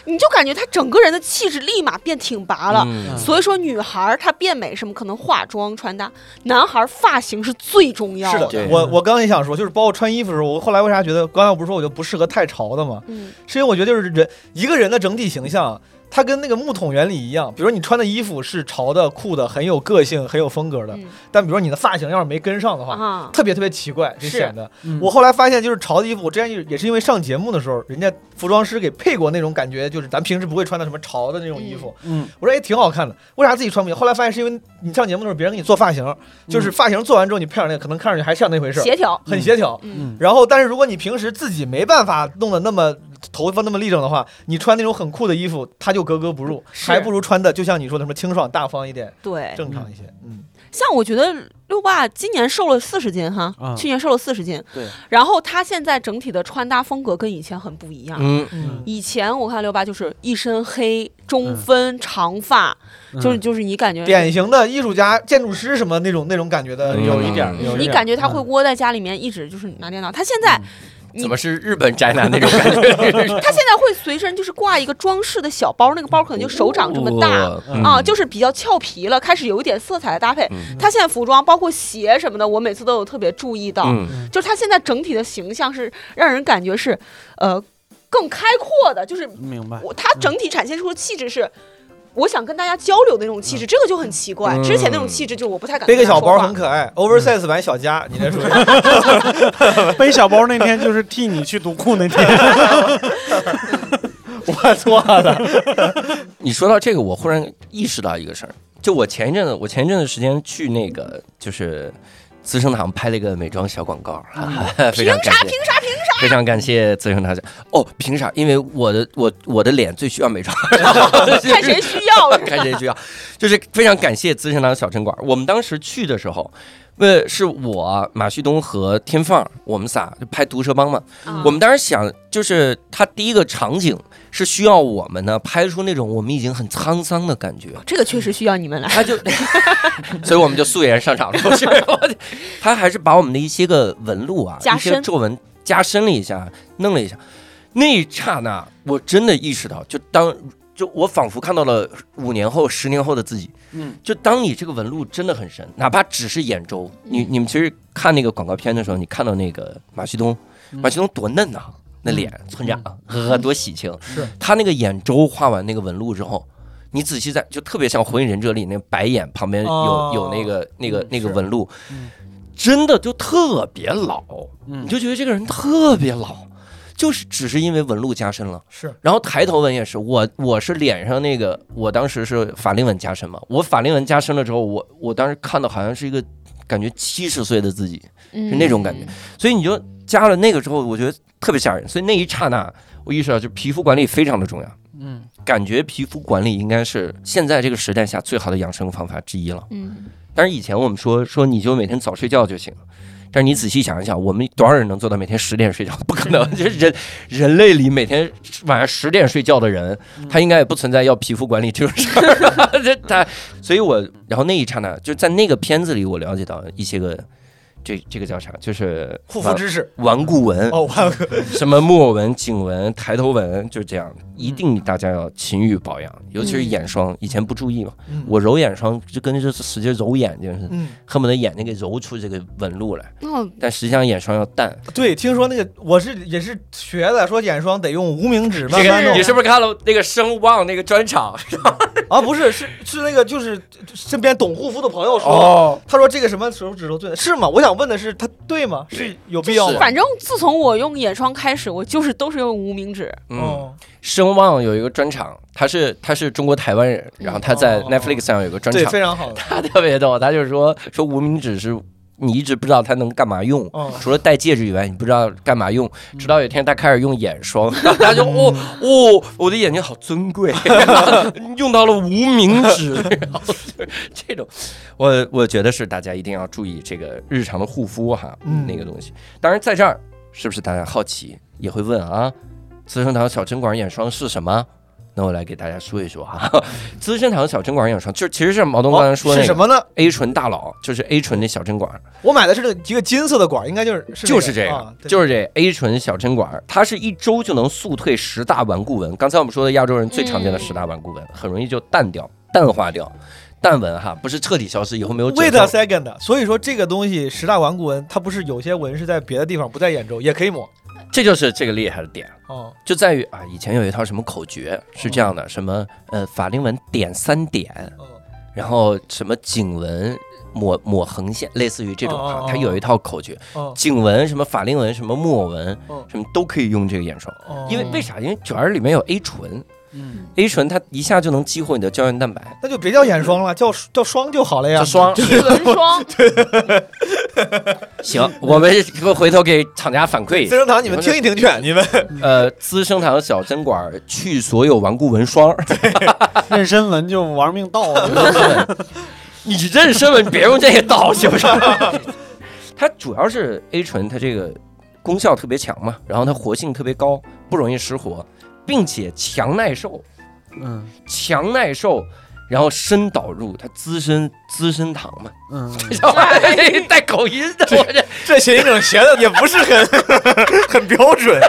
Speaker 3: 你就感觉他整个人的气质立马变挺拔了，
Speaker 1: 嗯
Speaker 3: 所以说，女孩儿她变美什么可能化妆穿搭，男孩儿发型是最重要
Speaker 4: 是的
Speaker 1: 对，
Speaker 4: 我我刚刚也想说，就是包括穿衣服的时候，我后来为啥觉得刚才我不是说我就不适合太潮的吗？
Speaker 3: 嗯，
Speaker 4: 是因为我觉得就是人一个人的整体形象，它跟那个木桶原理一样，比如说你穿的衣服是潮的、酷的、很有个性、很有风格的，
Speaker 3: 嗯
Speaker 4: 但比如说你的发型要是没跟上的话，
Speaker 3: 啊，
Speaker 4: 特别特别奇怪，就是显得。
Speaker 2: 嗯
Speaker 4: 我后来发现，就是潮的衣服，我之前也是因为上节目的时候，人家服装师给配过那种感觉，就是咱平时不会穿的什么潮的那种衣服。
Speaker 2: 嗯
Speaker 4: 我说哎，挺好看的，为啥自己穿不起？后来发现是因为你上节目的时候，别人给你做发型，就是发型做完之后你配上那个，可能看上去还像那回事儿，
Speaker 3: 协调，
Speaker 4: 很协调。
Speaker 3: 嗯
Speaker 2: 嗯
Speaker 4: 然后，但是如果你平时自己没办法弄得那么头发那么立正的话，你穿那种很酷的衣服，它就格格不入，
Speaker 3: 是哎
Speaker 4: 还不如穿的就像你说的什么清爽大方一点，
Speaker 3: 对。
Speaker 4: 正常一些。嗯，
Speaker 3: 像我觉得六爸今年瘦了四十斤哈，
Speaker 2: 啊
Speaker 3: 去年瘦了四十斤，
Speaker 1: 对。
Speaker 3: 然后他现在整体的穿搭风格跟以前很不一样。
Speaker 1: 嗯，
Speaker 6: 嗯
Speaker 3: 以前我看六八就是一身黑，中分、长发，就是
Speaker 2: 嗯
Speaker 3: 就是你感觉
Speaker 4: 典型的艺术家、建筑师什么那种那种感觉的，
Speaker 1: 嗯
Speaker 2: 有一点儿，有一
Speaker 3: 你
Speaker 2: 点儿
Speaker 3: 感觉他会
Speaker 2: 嗯
Speaker 3: 窝在家里面一直就是拿电脑。他现在你
Speaker 1: 怎么是日本宅男那种感 觉？
Speaker 3: 他现在会随身就是挂一个装饰的小包，那个包可能就手掌这么大，
Speaker 1: 嗯
Speaker 3: 啊，就是比较俏皮了，开始有一点色彩的搭配。
Speaker 1: 嗯
Speaker 3: 他现在服装包括鞋什么的，我每次都有特别注意到，
Speaker 1: 嗯
Speaker 3: 就是他现在整体的形象是让人感觉是，呃，更开阔的，
Speaker 1: 嗯
Speaker 3: 就是
Speaker 2: 明白。
Speaker 3: 我他整体展现出的气质是。我想跟大家交流的那种气质，这个就很奇怪。
Speaker 1: 嗯
Speaker 3: 之前那种气质，就是我不太敢
Speaker 4: 背
Speaker 3: 跟
Speaker 4: 个
Speaker 3: 他说
Speaker 4: 小
Speaker 3: 话。
Speaker 4: 包很可爱，oversize 版小家，你这属于
Speaker 2: 背小包那天就是替你去读库那天，
Speaker 4: 我错了。
Speaker 1: 你说到这个，我忽然意识到一个事儿，就我前一阵子，我前一阵子时间去那个就是资生堂拍了一个美妆小广告，哈哈， 非常感哦谢，凭啥凭啥，非常感谢资生堂。哦，凭啥？因为我的我我的脸最需要美妆，
Speaker 3: 看谁需要是吧
Speaker 1: 看谁需要，就是非常感谢资生堂小城馆。我们当时去的时候。呃，是我马旭东和天放，我们仨就拍《毒蛇帮》嘛。
Speaker 3: 啊
Speaker 1: 我们当时想，就是它第一个场景是需要我们呢拍出那种我们已经很沧桑的感觉，
Speaker 3: 这个确实需要你们来。
Speaker 1: 他 就，所以我们就素颜上场了。不是，我他还是把我们的一些个纹路啊，
Speaker 3: 加
Speaker 1: 一些
Speaker 3: 深
Speaker 1: 皱纹加深了一下，弄了一下。那一刹那，我真的意识到，就当就我仿佛看到了五年后、十年后的自己。
Speaker 2: 嗯，
Speaker 1: 就当你这个纹路真的很深，哪怕只是眼周，你
Speaker 3: 嗯
Speaker 1: 你们其实看那个广告片的时候，你看到那个马旭东，
Speaker 4: 嗯
Speaker 1: 马旭东多嫩呐、那脸村长，呵呵，多喜庆。
Speaker 4: 是
Speaker 1: 他那个眼周画完那个纹路之后，你仔细在就特别像《火影忍者》里那白眼旁边有、
Speaker 4: 哦
Speaker 1: 有那个那个
Speaker 4: 嗯
Speaker 1: 那个
Speaker 4: 是
Speaker 1: 纹路，
Speaker 2: 嗯
Speaker 1: 真的就特别老，
Speaker 2: 嗯
Speaker 1: 你就觉得这个人特别老。就是只是因为纹路加深了。
Speaker 6: 是
Speaker 1: 然后抬头纹也是，我我是脸上那个，我当时是法令纹加深嘛，我法令纹加深了之后，我我当时看到好像是一个感觉七十岁的自己，
Speaker 3: 是
Speaker 1: 是那种感觉。所以你就加了那个之后，我觉得特别吓人。所以那一刹那，我意识到就皮肤管理非常的重要，
Speaker 2: 嗯，
Speaker 1: 感觉皮肤管理应该是现在这个时代下最好的养生方法之一了。
Speaker 3: 嗯，
Speaker 1: 但是以前我们说说你就每天早睡觉就行，但是你仔细想一想，我们多少人能做到每天十点睡觉？不可能， 就是人人类里每天晚上十点睡觉的人，
Speaker 4: 嗯
Speaker 1: 他应该也不存在要皮肤管理这种事 儿。这他，所以我然后那一刹那就在那个片子里，我了解到一些个。这这个叫啥？就是
Speaker 4: 护肤知 识
Speaker 1: 顽固纹，
Speaker 4: 哦，我有个
Speaker 1: 什么木偶纹、颈纹、抬头纹，就这
Speaker 4: 嗯
Speaker 1: 样。一定大家要勤于保养，尤其是眼霜，以前不注意嘛。
Speaker 4: 嗯
Speaker 1: 我揉眼霜就跟着使劲揉眼睛似的，
Speaker 4: 嗯，
Speaker 1: 恨不得眼睛给揉出这个纹路来，
Speaker 3: 那
Speaker 1: 但实际上眼霜要淡。
Speaker 4: 对，听说那个我是也是学的，说眼霜得用无名指慢
Speaker 1: 这
Speaker 4: 慢
Speaker 1: 个
Speaker 4: 弄
Speaker 1: 你是不是看了那个声望那个专场？
Speaker 4: 啊，不是是是那个就是身边懂护肤的朋友说的，
Speaker 6: 哦，
Speaker 4: 他说这个什么手指头最是吗？我想问的是，他对吗？是有必要
Speaker 1: 是
Speaker 4: 吗？
Speaker 3: 反正自从我用眼霜开始，我就是都是用无名 指。
Speaker 1: 嗯，
Speaker 4: 哦，
Speaker 1: 声望有一个专场，他是他是中国台湾人，然后他在
Speaker 4: 哦
Speaker 1: Netflix 上有一个专
Speaker 4: 对，
Speaker 1: 场，
Speaker 4: 非常好。
Speaker 1: 他 特别逗，他就说说无名指是你一直不知道它能干嘛用。
Speaker 4: 哦，
Speaker 1: 除了戴戒指以外，你不知道干嘛用。
Speaker 4: 嗯
Speaker 1: 直到有一天，他开始用眼霜，然后他就哦哦，我的眼睛好尊 贵，用到了无名指，然后就是这种，我我觉得是大家一定要注意这个日常的护肤哈，
Speaker 4: 嗯
Speaker 1: 那个东西。当然，在这儿是不是大家好奇也会问啊？资生堂小针管眼霜是什么？那我来给大家说一说哈， 资生堂小针管眼霜就是其实是毛东刚才说
Speaker 4: 哦是
Speaker 1: 那
Speaker 4: 什
Speaker 1: 个
Speaker 4: 么呢？
Speaker 1: A 醇大佬，就是 A 醇那小针管，
Speaker 4: 我买的是那个一个金色的管儿，应该就是是那
Speaker 1: 就是这
Speaker 4: 啊
Speaker 1: 个，
Speaker 4: 对
Speaker 1: 就是这 A 醇小针管儿，它是一周就能速退十大顽固纹。刚才我们说的亚洲人最常见的十大顽固纹，很容易就淡掉、淡化掉。淡纹哈，不是彻底消失，以后没有
Speaker 4: ，wait
Speaker 1: 褶
Speaker 4: a
Speaker 1: 皱。
Speaker 4: second，所以说这个东西十大顽固纹，它不是有些纹是在别的地方不在眼周也可以抹
Speaker 1: 这就是这个厉害的点，
Speaker 4: 哦，
Speaker 1: 就在于啊，以前有一套什么口诀是这样的，什么呃法令纹点三点，
Speaker 4: 哦
Speaker 1: 然后什么颈纹抹抹横线，类似于这种
Speaker 4: 哦哦
Speaker 1: 哈
Speaker 4: 哦，
Speaker 1: 它有一套口诀，
Speaker 4: 哦
Speaker 1: 颈纹什么法令纹什么木偶纹
Speaker 4: 哦
Speaker 1: 什么都可以用这个眼霜，
Speaker 4: 哦，
Speaker 1: 因为为啥？因为卷儿里面有 A 醇，
Speaker 2: 嗯
Speaker 1: A 醇它一下就能激活你的胶原蛋白，
Speaker 4: 那就别叫眼霜了，叫叫霜就好了呀
Speaker 1: 叫。霜。
Speaker 3: 齿轮霜，
Speaker 1: 行，我们回头给厂家反馈一
Speaker 4: 资
Speaker 1: 下。
Speaker 4: 生堂，你们听一听去，你们
Speaker 1: 呃，资生堂小针管儿去所有顽固纹霜，
Speaker 2: 妊娠纹就玩命倒啊，
Speaker 1: 你认识纹别用这个刀，行不 行？它主要是 A 醇，它这个功效特别强嘛，然后它活性特别高，不容易失活，并且强耐受，
Speaker 2: 嗯
Speaker 1: 强耐受。然后深导入，它资深资生堂嘛，
Speaker 2: 嗯，
Speaker 1: 哎带口音的，我这
Speaker 4: 这谐音梗学的也不是很 很标准。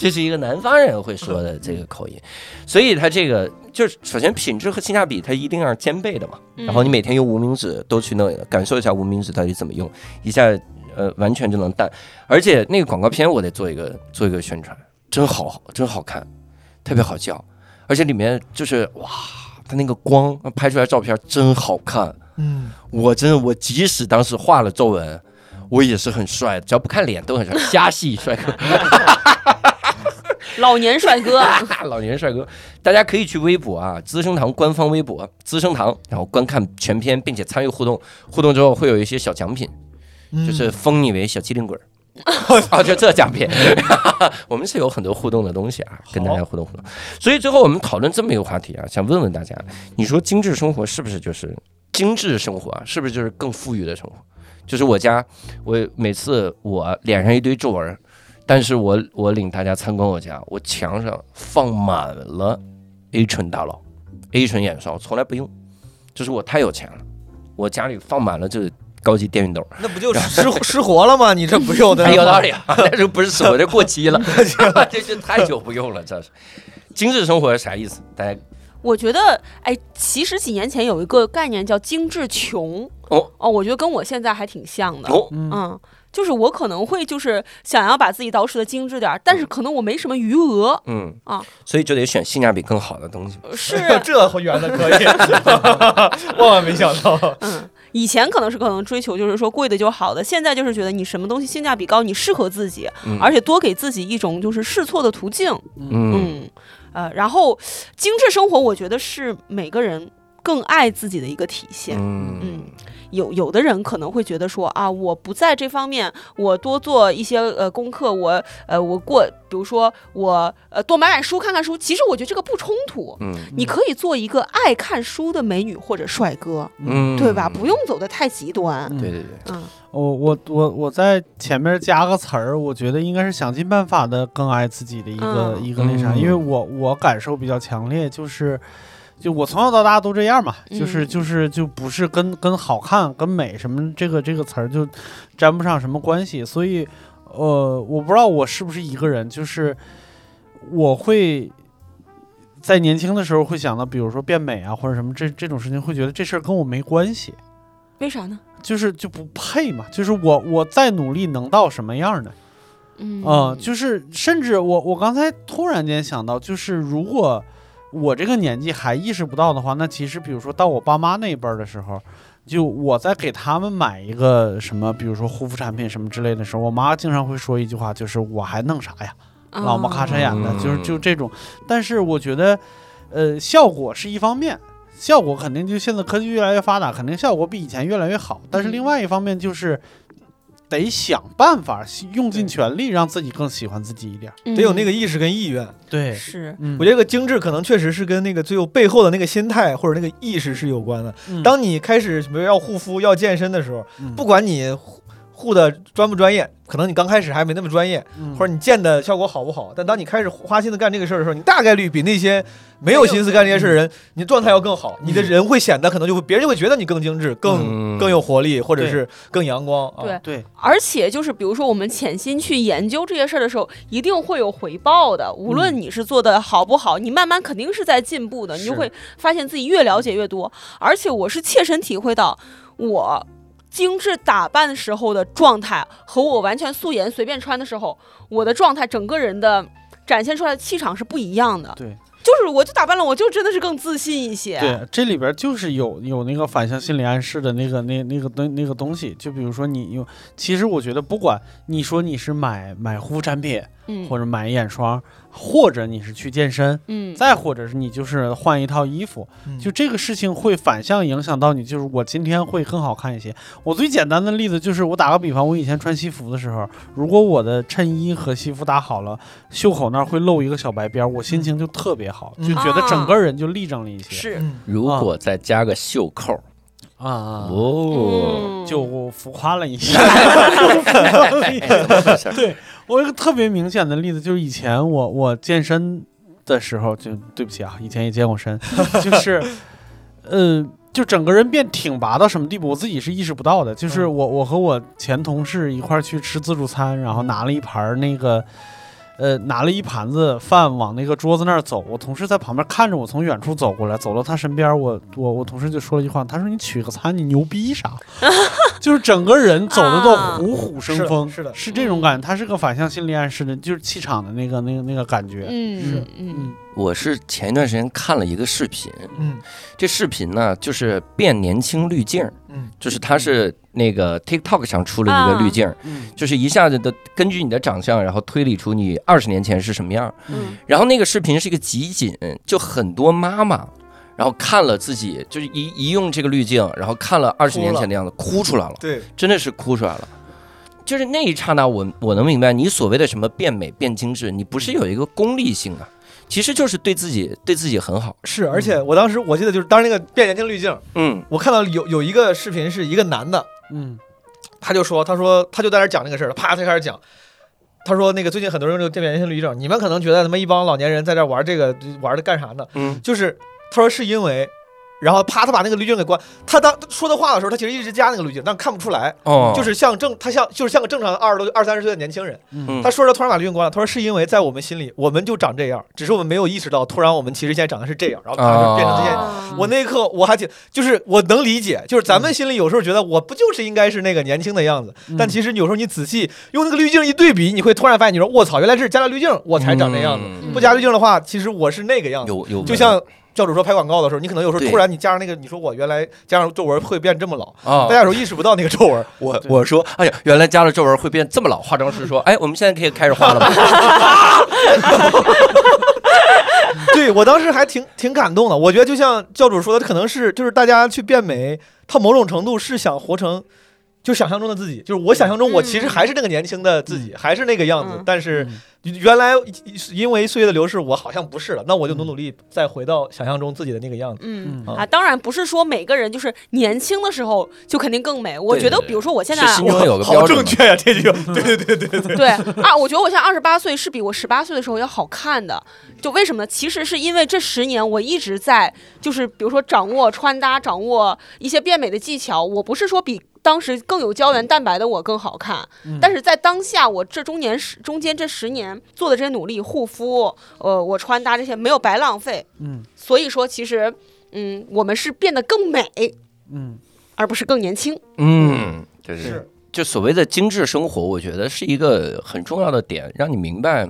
Speaker 1: 这是一个南方人会说的这个口音，所以它这个就是首先品质和性价比它一定要是兼备的嘛。
Speaker 3: 嗯
Speaker 1: 然后你每天用无名指都去弄，感受一下无名指到底怎么用，一下呃完全就能淡。而且那个广告片我得做一个做一个宣传，真好真好看，特别好笑，而且里面就是哇，它那个光拍出来照片真好看。
Speaker 4: 嗯，
Speaker 1: 我真的，我即使当时画了皱纹，我也是很帅的，只要不看脸都很帅，虾系帅哥。
Speaker 3: 老年帅哥，
Speaker 1: 大 老年帅哥，大家可以去微博啊，资生堂官方微博资生堂，然后观看全篇，并且参与互动。互动之后会有一些小奖品，就是封你为小机灵鬼儿。 啊，就这奖品， 我们是有很多互动的东西啊，跟大家互动互动。所以最后我们讨论这么一个话题啊，想问问大家，你说精致生活是不是就是精致生活啊？是不是就是更富裕的生活？就是我家，我每次我脸上一堆皱纹儿，但是我我领大家参观我家，我墙上放满了 A 醇大佬，A 醇眼霜从来不用，就是我太有钱了，我家里放满了这高级电熨斗，
Speaker 4: 那不就失失活了吗？你这不用 的，
Speaker 1: 哎有 道理啊，但是不是死我这过期了， 这是太久不用了，这是精致生活是啥意思？大家
Speaker 3: 我觉得，哎，其实几年前有一个概念叫精致穷，
Speaker 1: 哦
Speaker 3: 我觉得跟我现在还挺像的，
Speaker 1: 哦，
Speaker 2: 嗯
Speaker 3: 嗯。就是我可能会就是想要把自己捯饬的精致点儿，但是可能我没什么余额，
Speaker 1: 嗯
Speaker 3: 啊，
Speaker 1: 所以就得选性价比更 好的东西。
Speaker 3: 是
Speaker 4: 这圆的可以，万万没想到。
Speaker 3: 嗯，以前可能是可能追求就是说贵的就好的，现在就是觉得你什么东西性价比高，你适合自己，
Speaker 1: 嗯
Speaker 3: 而且多给自己一种就是试错的途径。
Speaker 1: 嗯
Speaker 3: 嗯，呃，然后精致生活，我觉得是每个人更爱自己的一个体现。
Speaker 1: 嗯
Speaker 3: 嗯，有有的人可能会觉得说啊，我不在这方面，我多做一些呃功课，我呃我过，比如说我呃多买买书，看看书。其实我觉得这个不冲突，
Speaker 1: 嗯
Speaker 3: 你可以做一个爱看书的美女或者帅哥，
Speaker 1: 嗯，
Speaker 3: 对吧？不用走得太极端。
Speaker 1: 对对对，
Speaker 3: 嗯
Speaker 2: 我我我我在前面加个词儿，我觉得应该是想尽办法的更爱自己的一个、
Speaker 3: 嗯
Speaker 2: 一个那啥，
Speaker 1: 嗯
Speaker 2: 因为我我感受比较强烈，就是就我从小到大都这样嘛，
Speaker 3: 嗯
Speaker 2: 就是就是就不是跟跟好看、跟美什么这个这个词儿就沾不上什么关系，所以呃，我不知道我是不是一个人，就是我会。在年轻的时候会想到，比如说变美啊，或者什么这这种事情，会觉得这事儿跟我没关系。
Speaker 3: 为啥呢？
Speaker 2: 就是就不配嘛，就是我我再努力能到什么样呢？
Speaker 3: 嗯
Speaker 2: 啊、就是甚至我我刚才突然间想到，就是如果我这个年纪还意识不到的话，那其实比如说到我爸妈那一辈儿的时候，就我在给他们买一个什么，比如说护肤产品什么之类的时候，我妈经常会说一句话，就是我还弄啥呀？
Speaker 3: 嗯啊
Speaker 2: 老么咔嚓
Speaker 3: 呀。
Speaker 2: 眼的，就是
Speaker 1: 嗯
Speaker 2: 就这种。但是我觉得，呃，效果是一方面，效果肯定就现在科技越来越发达，肯定效果比以前越来越好。但是另外一方面就是。得想办法，用尽全力让自己更喜欢自己一点。
Speaker 4: 得有那个意识跟意愿。
Speaker 2: 对
Speaker 3: 嗯是，
Speaker 2: 嗯
Speaker 4: 我觉得这个精致可能确实是跟那个最后背后的那个心态或者那个意识是有关的。
Speaker 2: 得
Speaker 4: 当你开始比如要护肤、要健身的时候，
Speaker 2: 嗯
Speaker 4: 不管你护护的专不专业，可能你刚开始还没那么专业，
Speaker 2: 嗯
Speaker 4: 或者你见的效果好不好，但当你开始花心思干这个事儿的时候，你大概率比那些没有心思干这些事儿的人，你状态要更好，你的人会显得可能就会别人就会觉得你更精致、更
Speaker 1: 嗯
Speaker 4: 更有活力，或者是更阳光啊。
Speaker 3: 对
Speaker 2: 对，
Speaker 3: 而且就是比如说我们潜心去研究这些事儿的时候，一定会有回报的。无论
Speaker 2: 嗯
Speaker 3: 你是做的好不好，你慢慢肯定是在进步的，你就是会发现自己越了解越多。而且我是切身体会到我。精致打扮时候的状态和我完全素颜随便穿的时候，我的状态整个人的展现出来的气场是不一样的。
Speaker 2: 对，
Speaker 3: 就是我就打扮了，我就真的是更自信一些。
Speaker 2: 对，这里边就是有有那个反向心理暗示的那个那那个东那个东西。就比如说你用，其实我觉得不管你说你是买买护肤产品，
Speaker 3: 嗯
Speaker 2: 或者买眼霜，或者你是去健身，
Speaker 3: 嗯，
Speaker 2: 再或者是你就是换一套衣服，
Speaker 4: 嗯
Speaker 2: 就这个事情会反向影响到你，就是我今天会更好看一些。我最简单的例子就是，我打个比方，我以前穿西服的时候，如果我的衬衣和西服搭好了，袖口那儿会露一个小白边儿，我心情就特别好，
Speaker 4: 嗯
Speaker 2: 就觉得整个人就立正了一些。
Speaker 3: 是
Speaker 4: 嗯
Speaker 1: 如果再加个袖扣，
Speaker 2: 啊啊，
Speaker 1: 哦，
Speaker 3: 嗯
Speaker 2: 就我浮夸了一下。对我有一个特别明显的例子，就是以前我我健身的时候，就对不起啊，以前也健过身， 就是，呃，就整个人变挺拔到什么地步，我自己是意识不到的。就是
Speaker 4: 嗯
Speaker 2: 我我和我前同事一块儿去吃自助餐，
Speaker 4: 嗯
Speaker 2: 然后拿了一盘儿那个。呃，拿了一盘子饭往那个桌子那儿走，我同事在旁边看着我从远处走过来，走到他身边，我我我同事就说了一句话，他说你取个餐，你牛逼啥？ 就是整个人走的都
Speaker 3: 啊
Speaker 2: 虎虎生
Speaker 4: 是的
Speaker 2: 风，
Speaker 4: 是的
Speaker 2: 是这种感觉，它是个反向心理暗示的，就是气场的那个那个那个感觉。
Speaker 3: 嗯嗯
Speaker 2: 嗯
Speaker 1: 我是前一段时间看了一个视频，
Speaker 4: 嗯
Speaker 1: 这视频呢就是变年轻滤镜儿，
Speaker 4: 嗯
Speaker 1: 就是它是那个 TikTok 上出了一个滤镜儿，
Speaker 2: 嗯
Speaker 1: 就是一下子的根据你的长相，然后推理出你二十年前是什么样儿。
Speaker 3: 嗯
Speaker 1: 然后那个视频是一个集锦，就很多妈妈。然后看了自己，就是一一用这个滤镜，然后看了二十年前的样子，哭出来了。
Speaker 4: 对，
Speaker 1: 真的是哭出来了。就是那一刹那我，我能明白你所谓的什么变美、变精致，你不是有一个功利性啊，其实就是对自己对自己很好。
Speaker 4: 是，而且我当时我记得就是当时那个变年轻滤镜，
Speaker 1: 嗯
Speaker 4: 我看到有有一个视频是一个男的，
Speaker 2: 嗯
Speaker 4: 他就说，他说他就在那儿讲这个事儿，啪，他就开始讲，他说那个最近很多人用这个变脸性滤镜，你们可能觉得他妈一帮老年人在这儿玩这个玩的干啥呢？
Speaker 1: 嗯
Speaker 4: 就是他说是因为，然后啪，他把那个滤镜给关，他当说的话的时候，他其实一直加那个滤镜，但看不出来，
Speaker 1: 哦，
Speaker 4: 就是像正他像就是像个正常二十多二三十岁的年轻人，
Speaker 2: 嗯
Speaker 4: 他说着突然把滤镜关了，他说是因为在我们心里我们就长这样，只是我们没有意识到，突然我们其实现在长得是这样，然后他就变成这些。
Speaker 3: 啊
Speaker 4: 我那一刻我还挺，就是我能理解，就是咱
Speaker 1: 嗯
Speaker 4: 们心里有时候觉得我不就是应该是那个年轻的样子，
Speaker 2: 嗯
Speaker 4: 但其实有时候你仔细用那个滤镜一对比，你会突然发现，你说卧槽，原来是加了滤镜我才长那样子，
Speaker 1: 嗯
Speaker 3: 嗯
Speaker 4: 不加滤镜的话，其实我是那个样子，
Speaker 1: 有有
Speaker 4: 就像。教主说拍广告的时候，你可能有时
Speaker 1: 对
Speaker 4: 候突然你加上那个，你说我原来加上皱纹会变这么老，
Speaker 1: 啊
Speaker 4: 大家有时候意识不到那个皱纹。
Speaker 1: 我我说，哎呀，原来加了皱纹会变这么老。化妆师说，哎，我们现在可以开始画了 吧？
Speaker 4: 对我当时还挺挺感动的，我觉得就像教主说的，可能是就是大家去变美，他某种程度是想活成。就想象中的自己，就是我想象中，我其实还是那个年轻的自己，还是那个样子。
Speaker 3: 嗯
Speaker 4: 但是原来因为岁月的流逝，我好像不是了。那我就努努力再回到想象中自己的那个样子。
Speaker 3: 嗯
Speaker 4: 嗯
Speaker 3: 啊，当然不是说每个人就是年轻的时候就肯定更美。我
Speaker 1: 对
Speaker 3: 觉得，
Speaker 1: 对对
Speaker 3: 比如说我现在
Speaker 1: 是心中有个标
Speaker 4: 好
Speaker 1: 准嘛。
Speaker 4: 正确呀、这句话。对对对对对。
Speaker 3: 对啊，我觉得我现在二十八岁是比我十八岁的时候要好看的。就为什么呢？其实是因为这十年我一直在，就是比如说掌握穿搭，掌握一些变美的技巧。我不是说比当时更有胶原蛋白的我更好看，
Speaker 2: 嗯
Speaker 3: 但是在当下我这中年十中间这十年做的这些努力，护肤，呃，我穿搭这些没有白浪费。
Speaker 2: 嗯
Speaker 3: 所以说，其实，嗯，我们是变得更美，
Speaker 2: 嗯
Speaker 3: 而不是更年轻。
Speaker 1: 嗯，就是
Speaker 4: 是
Speaker 1: 就所谓的精致生活，我觉得是一个很重要的点，让你明白，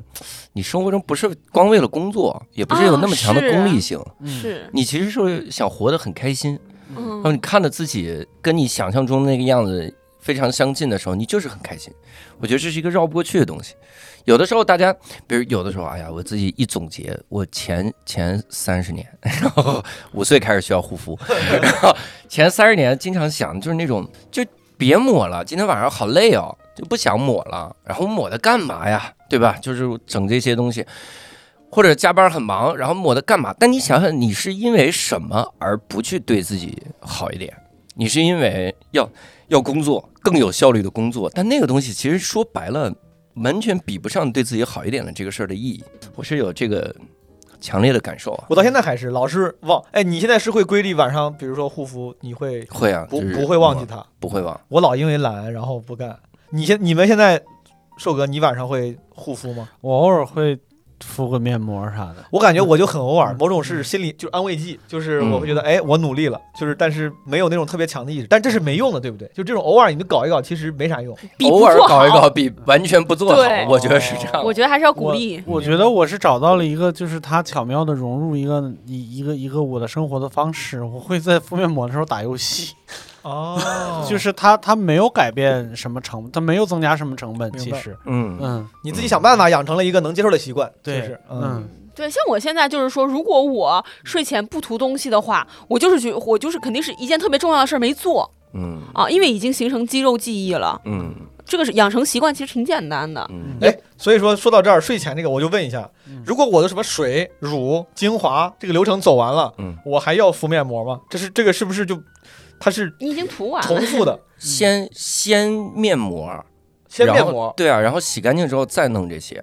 Speaker 1: 你生活中不是光为了工作，也不是有那么强的功利性，
Speaker 2: 嗯，
Speaker 3: 是，
Speaker 1: 你其实是想活得很开心。然后
Speaker 3: 嗯
Speaker 1: 你看着自己跟你想象中那个样子非常相近的时候，你就是很开心。我觉得这是一个绕不过去的东西。有的时候大家，比如有的时候，哎呀，我自己一总结，我前前三十年，然后五岁开始需要护 肤，然后前三十年经常想就是那种就别抹了，今天晚上好累哦，就不想抹了。然后抹它干嘛呀？对吧？就是整这些东西。或者加班很忙，然后抹的干嘛？但你想想，你是因为什么而不去对自己好一点？你是因为要要工作更有效率的工作，但那个东西其实说白了，完全比不上对自己好一点的这个事儿的意义。我是有这个强烈的感受啊，
Speaker 4: 我到现在还是老是忘。哎，你现在是会规律晚上，比如说护肤，你会
Speaker 1: 会啊，
Speaker 4: 不
Speaker 1: 就是
Speaker 4: 不会忘记它？
Speaker 1: 不会忘。
Speaker 4: 我老因为懒然后不干。你现你们现在，瘦哥，你晚上会护肤吗？
Speaker 2: 我偶尔会敷个面膜啥的。
Speaker 4: 我感觉我就很偶尔，
Speaker 2: 嗯
Speaker 4: 某种是心理就是安慰剂，就是
Speaker 1: 嗯
Speaker 4: 我会觉得哎，我努力了，就是但是没有那种特别强的意识，但这是没用的，对不对？就这种偶尔你就搞一搞，其实没啥用。
Speaker 3: 比
Speaker 1: 偶
Speaker 3: 不
Speaker 1: 尔
Speaker 3: 做
Speaker 1: 搞一
Speaker 3: 好
Speaker 1: 搞比完全不做好
Speaker 3: 对，
Speaker 1: 我觉得是这样。
Speaker 3: 我觉得还是要鼓
Speaker 2: 我
Speaker 3: 励。
Speaker 2: 我觉得我是找到了一个，就是它巧妙的融入一个一一个一个我的生活的方式。我会在敷面膜的时候打游戏，
Speaker 4: 哦
Speaker 2: 就。是它它没有改变什么成，它没有增加什么成本，
Speaker 4: 明
Speaker 2: 其
Speaker 4: 白
Speaker 2: 实，
Speaker 1: 嗯，
Speaker 2: 嗯
Speaker 4: 你自己想办法养成了一个能接受的习惯，
Speaker 2: 对
Speaker 4: 就是嗯，
Speaker 2: 嗯
Speaker 3: 对，像我现在就是说，如果我睡前不涂东西的话，我就是觉，我就是肯定是一件特别重要的事儿没做
Speaker 1: 嗯
Speaker 3: 啊，因为已经形成肌肉记忆了。
Speaker 1: 嗯
Speaker 3: 这个是养成习惯，其实挺简单的。
Speaker 1: 嗯
Speaker 4: 哎，所以说说到这儿，睡前这个我就问一下
Speaker 2: 嗯，
Speaker 4: 如果我的什么水、乳、精华这个流程走完了，
Speaker 1: 嗯，
Speaker 4: 我还要敷面膜吗？这是这个是不是就它是
Speaker 3: 你已经涂完
Speaker 4: 重
Speaker 3: 了，
Speaker 4: 复 的？
Speaker 1: 先先面膜，
Speaker 4: 先面
Speaker 1: 然后
Speaker 4: 膜，
Speaker 1: 对啊，然后洗干净之后再弄这些。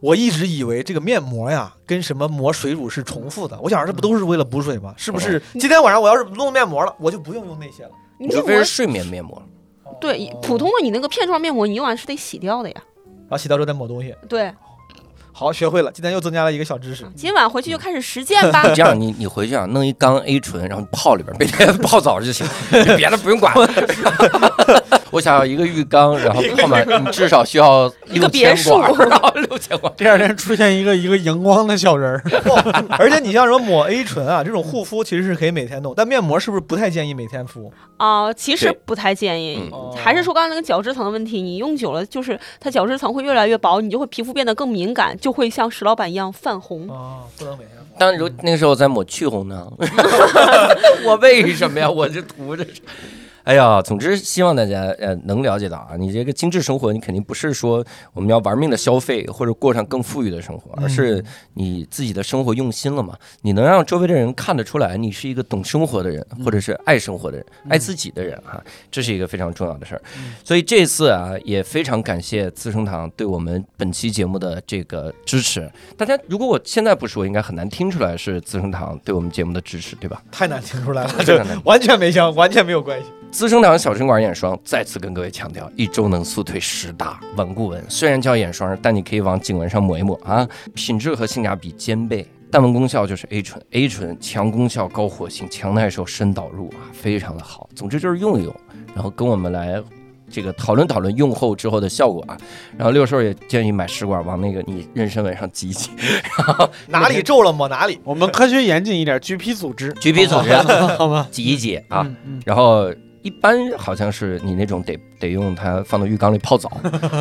Speaker 4: 我一直以为这个面膜呀跟什么膜、水乳是重复的，我想这不都是为了补水吗？是不是？今天晚上我要是弄面膜了，我就不用用那些了。
Speaker 3: 你
Speaker 1: 除
Speaker 3: 面
Speaker 1: 非是
Speaker 3: 膜
Speaker 1: 睡眠面膜，
Speaker 3: 对普通的你那个片状面膜，你用完是得洗掉的呀。
Speaker 4: 然后洗掉之后再抹东西。
Speaker 1: 嗯
Speaker 3: 对，
Speaker 4: 好，学会了，今天又增加了一个小知 识。
Speaker 3: 今晚回去就开始实践吧。
Speaker 1: 这样你你回去啊，弄一缸 A 醇，然后泡里边，每天泡澡就行，别的不用管。我想要一个浴缸，然后泡满，你至少需要
Speaker 3: 一个
Speaker 1: 6000
Speaker 3: 别墅
Speaker 1: 管 儿，然后六千管儿。
Speaker 2: 第二天出现一个一个荧光的小人儿，
Speaker 4: 哦而且你像什么抹 A 醇啊这种护肤，其实是可以每天弄，但面膜是不是不太建议每天敷？
Speaker 3: 啊、其实
Speaker 1: 对
Speaker 3: 不太建议。
Speaker 1: 嗯
Speaker 3: 还是说刚才那个角质层的问题，你用久了，就是它角质层会越来越薄，你就会皮肤变得更敏感，就会像石老板一样泛红。
Speaker 4: 哦，不能每天敷。
Speaker 1: 但如那个时候在抹去红呢， 我为什么呀？我这涂这是。哎呀，总之希望大家呃能了解到啊，你这个精致生活，你肯定不是说我们要玩命的消费或者过上更富裕的生
Speaker 4: 嗯
Speaker 1: 活，而是你自己的生活用心了嘛。你能让周围的人看得出来，你是一个懂生活的人，或者是爱生活的人、爱自己的人哈、这是一个非常重要的事儿。所以这次啊，也非常感谢资生堂对我们本期节目的这个支持。大家如果我现在不说，应该很难听出来是资生堂对我们节目的支持，对吧？
Speaker 4: 太难听出来了，
Speaker 1: 这
Speaker 4: 这
Speaker 1: 个呢
Speaker 4: 完全没相，完全没有关系。
Speaker 1: 资生堂小针管眼霜再次跟各位强调，一周能速退十大顽固纹。虽然叫眼霜，但你可以往颈纹上抹一抹啊，品质和性价比兼备。淡纹功效就是 A 醇，A 醇强功效、高活性、强耐受、深导入啊，非常的好。总之就是用一用，然后跟我们来这个讨论讨论用后之后的效果啊。然后六兽也建议买试管往那个你妊娠纹上挤一挤，然后
Speaker 4: 哪里皱了抹哪里。
Speaker 2: 我们科学严谨一点，G P 组织，
Speaker 1: 橘皮 组织
Speaker 2: 好吗？
Speaker 1: 挤一挤啊。
Speaker 2: 嗯，嗯
Speaker 1: 然后一般好像是你那种得得用它放到浴缸里 泡澡，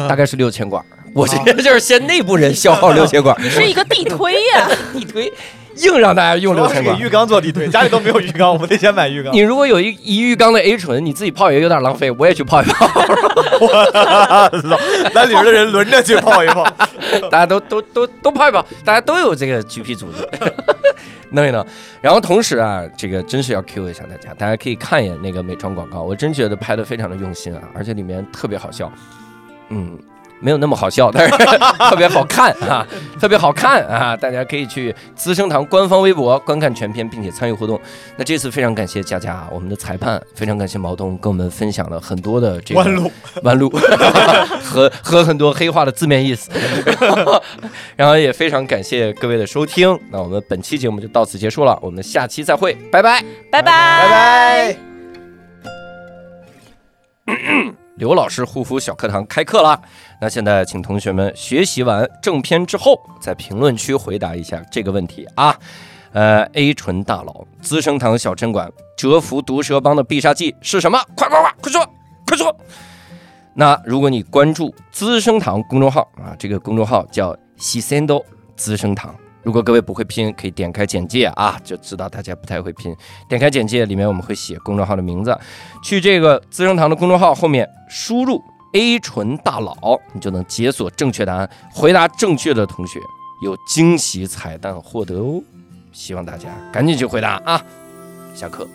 Speaker 1: 大概是六千管儿。我这个就是先内部人消耗六千管儿，
Speaker 4: 啊
Speaker 3: 是一个地推呀、
Speaker 1: 一堆硬让大家用六
Speaker 4: 主要是
Speaker 1: 千
Speaker 4: 给
Speaker 1: 管儿。
Speaker 4: 浴缸做地推，家里都没有浴缸，我们得先买浴缸
Speaker 1: 你。如果有一一浴缸的 A 醇，你自己泡也有点浪费，我也去泡一泡，
Speaker 4: 那里边的人轮着去泡一泡。
Speaker 1: 大家都都都都泡一泡，大家都有这个橘皮组织， 弄一弄。然后同时啊，这个真是要 Q 一下大家，大家可以看一眼那个美妆广告，我真觉得拍的非常的用心啊，而且里面特别好笑，嗯。没有那么好笑，但是 特别好看啊，特别好看啊！大家可以去资生堂官方微博观看全片，并且参与互动。那这次非常感谢佳佳啊，我们的裁判，非常感谢毛东跟我们分享了很多的这个
Speaker 4: 弯路，
Speaker 1: 弯路和和很多黑话的字面意思， 然后然后也非常感谢各位的收听，那我们本期节目就到此结束了，我们下期再会，拜拜。
Speaker 3: 拜拜
Speaker 4: 拜拜。
Speaker 1: 刘老师护肤小课堂开课了，那现在请同学们学习完正片之后，在评论区回答一下这个问题啊。呃，A 醇大佬，资生堂小针管，蛰伏毒蛇帮的必杀技是什么？快快快，快说，快说！那如果你关注资生堂公众号啊，这个公众号叫西森都资生堂。如果各位不会拼，可以点开简介啊，就知道大家不太会拼。点开简介里面我们会写公众号的名字，啊去这个资生堂的公众号后面输入 “A 醇大佬”，你就能解锁正确答案。回答正确的同学有惊喜彩蛋获得哦！希望大家赶紧去回答啊！下课。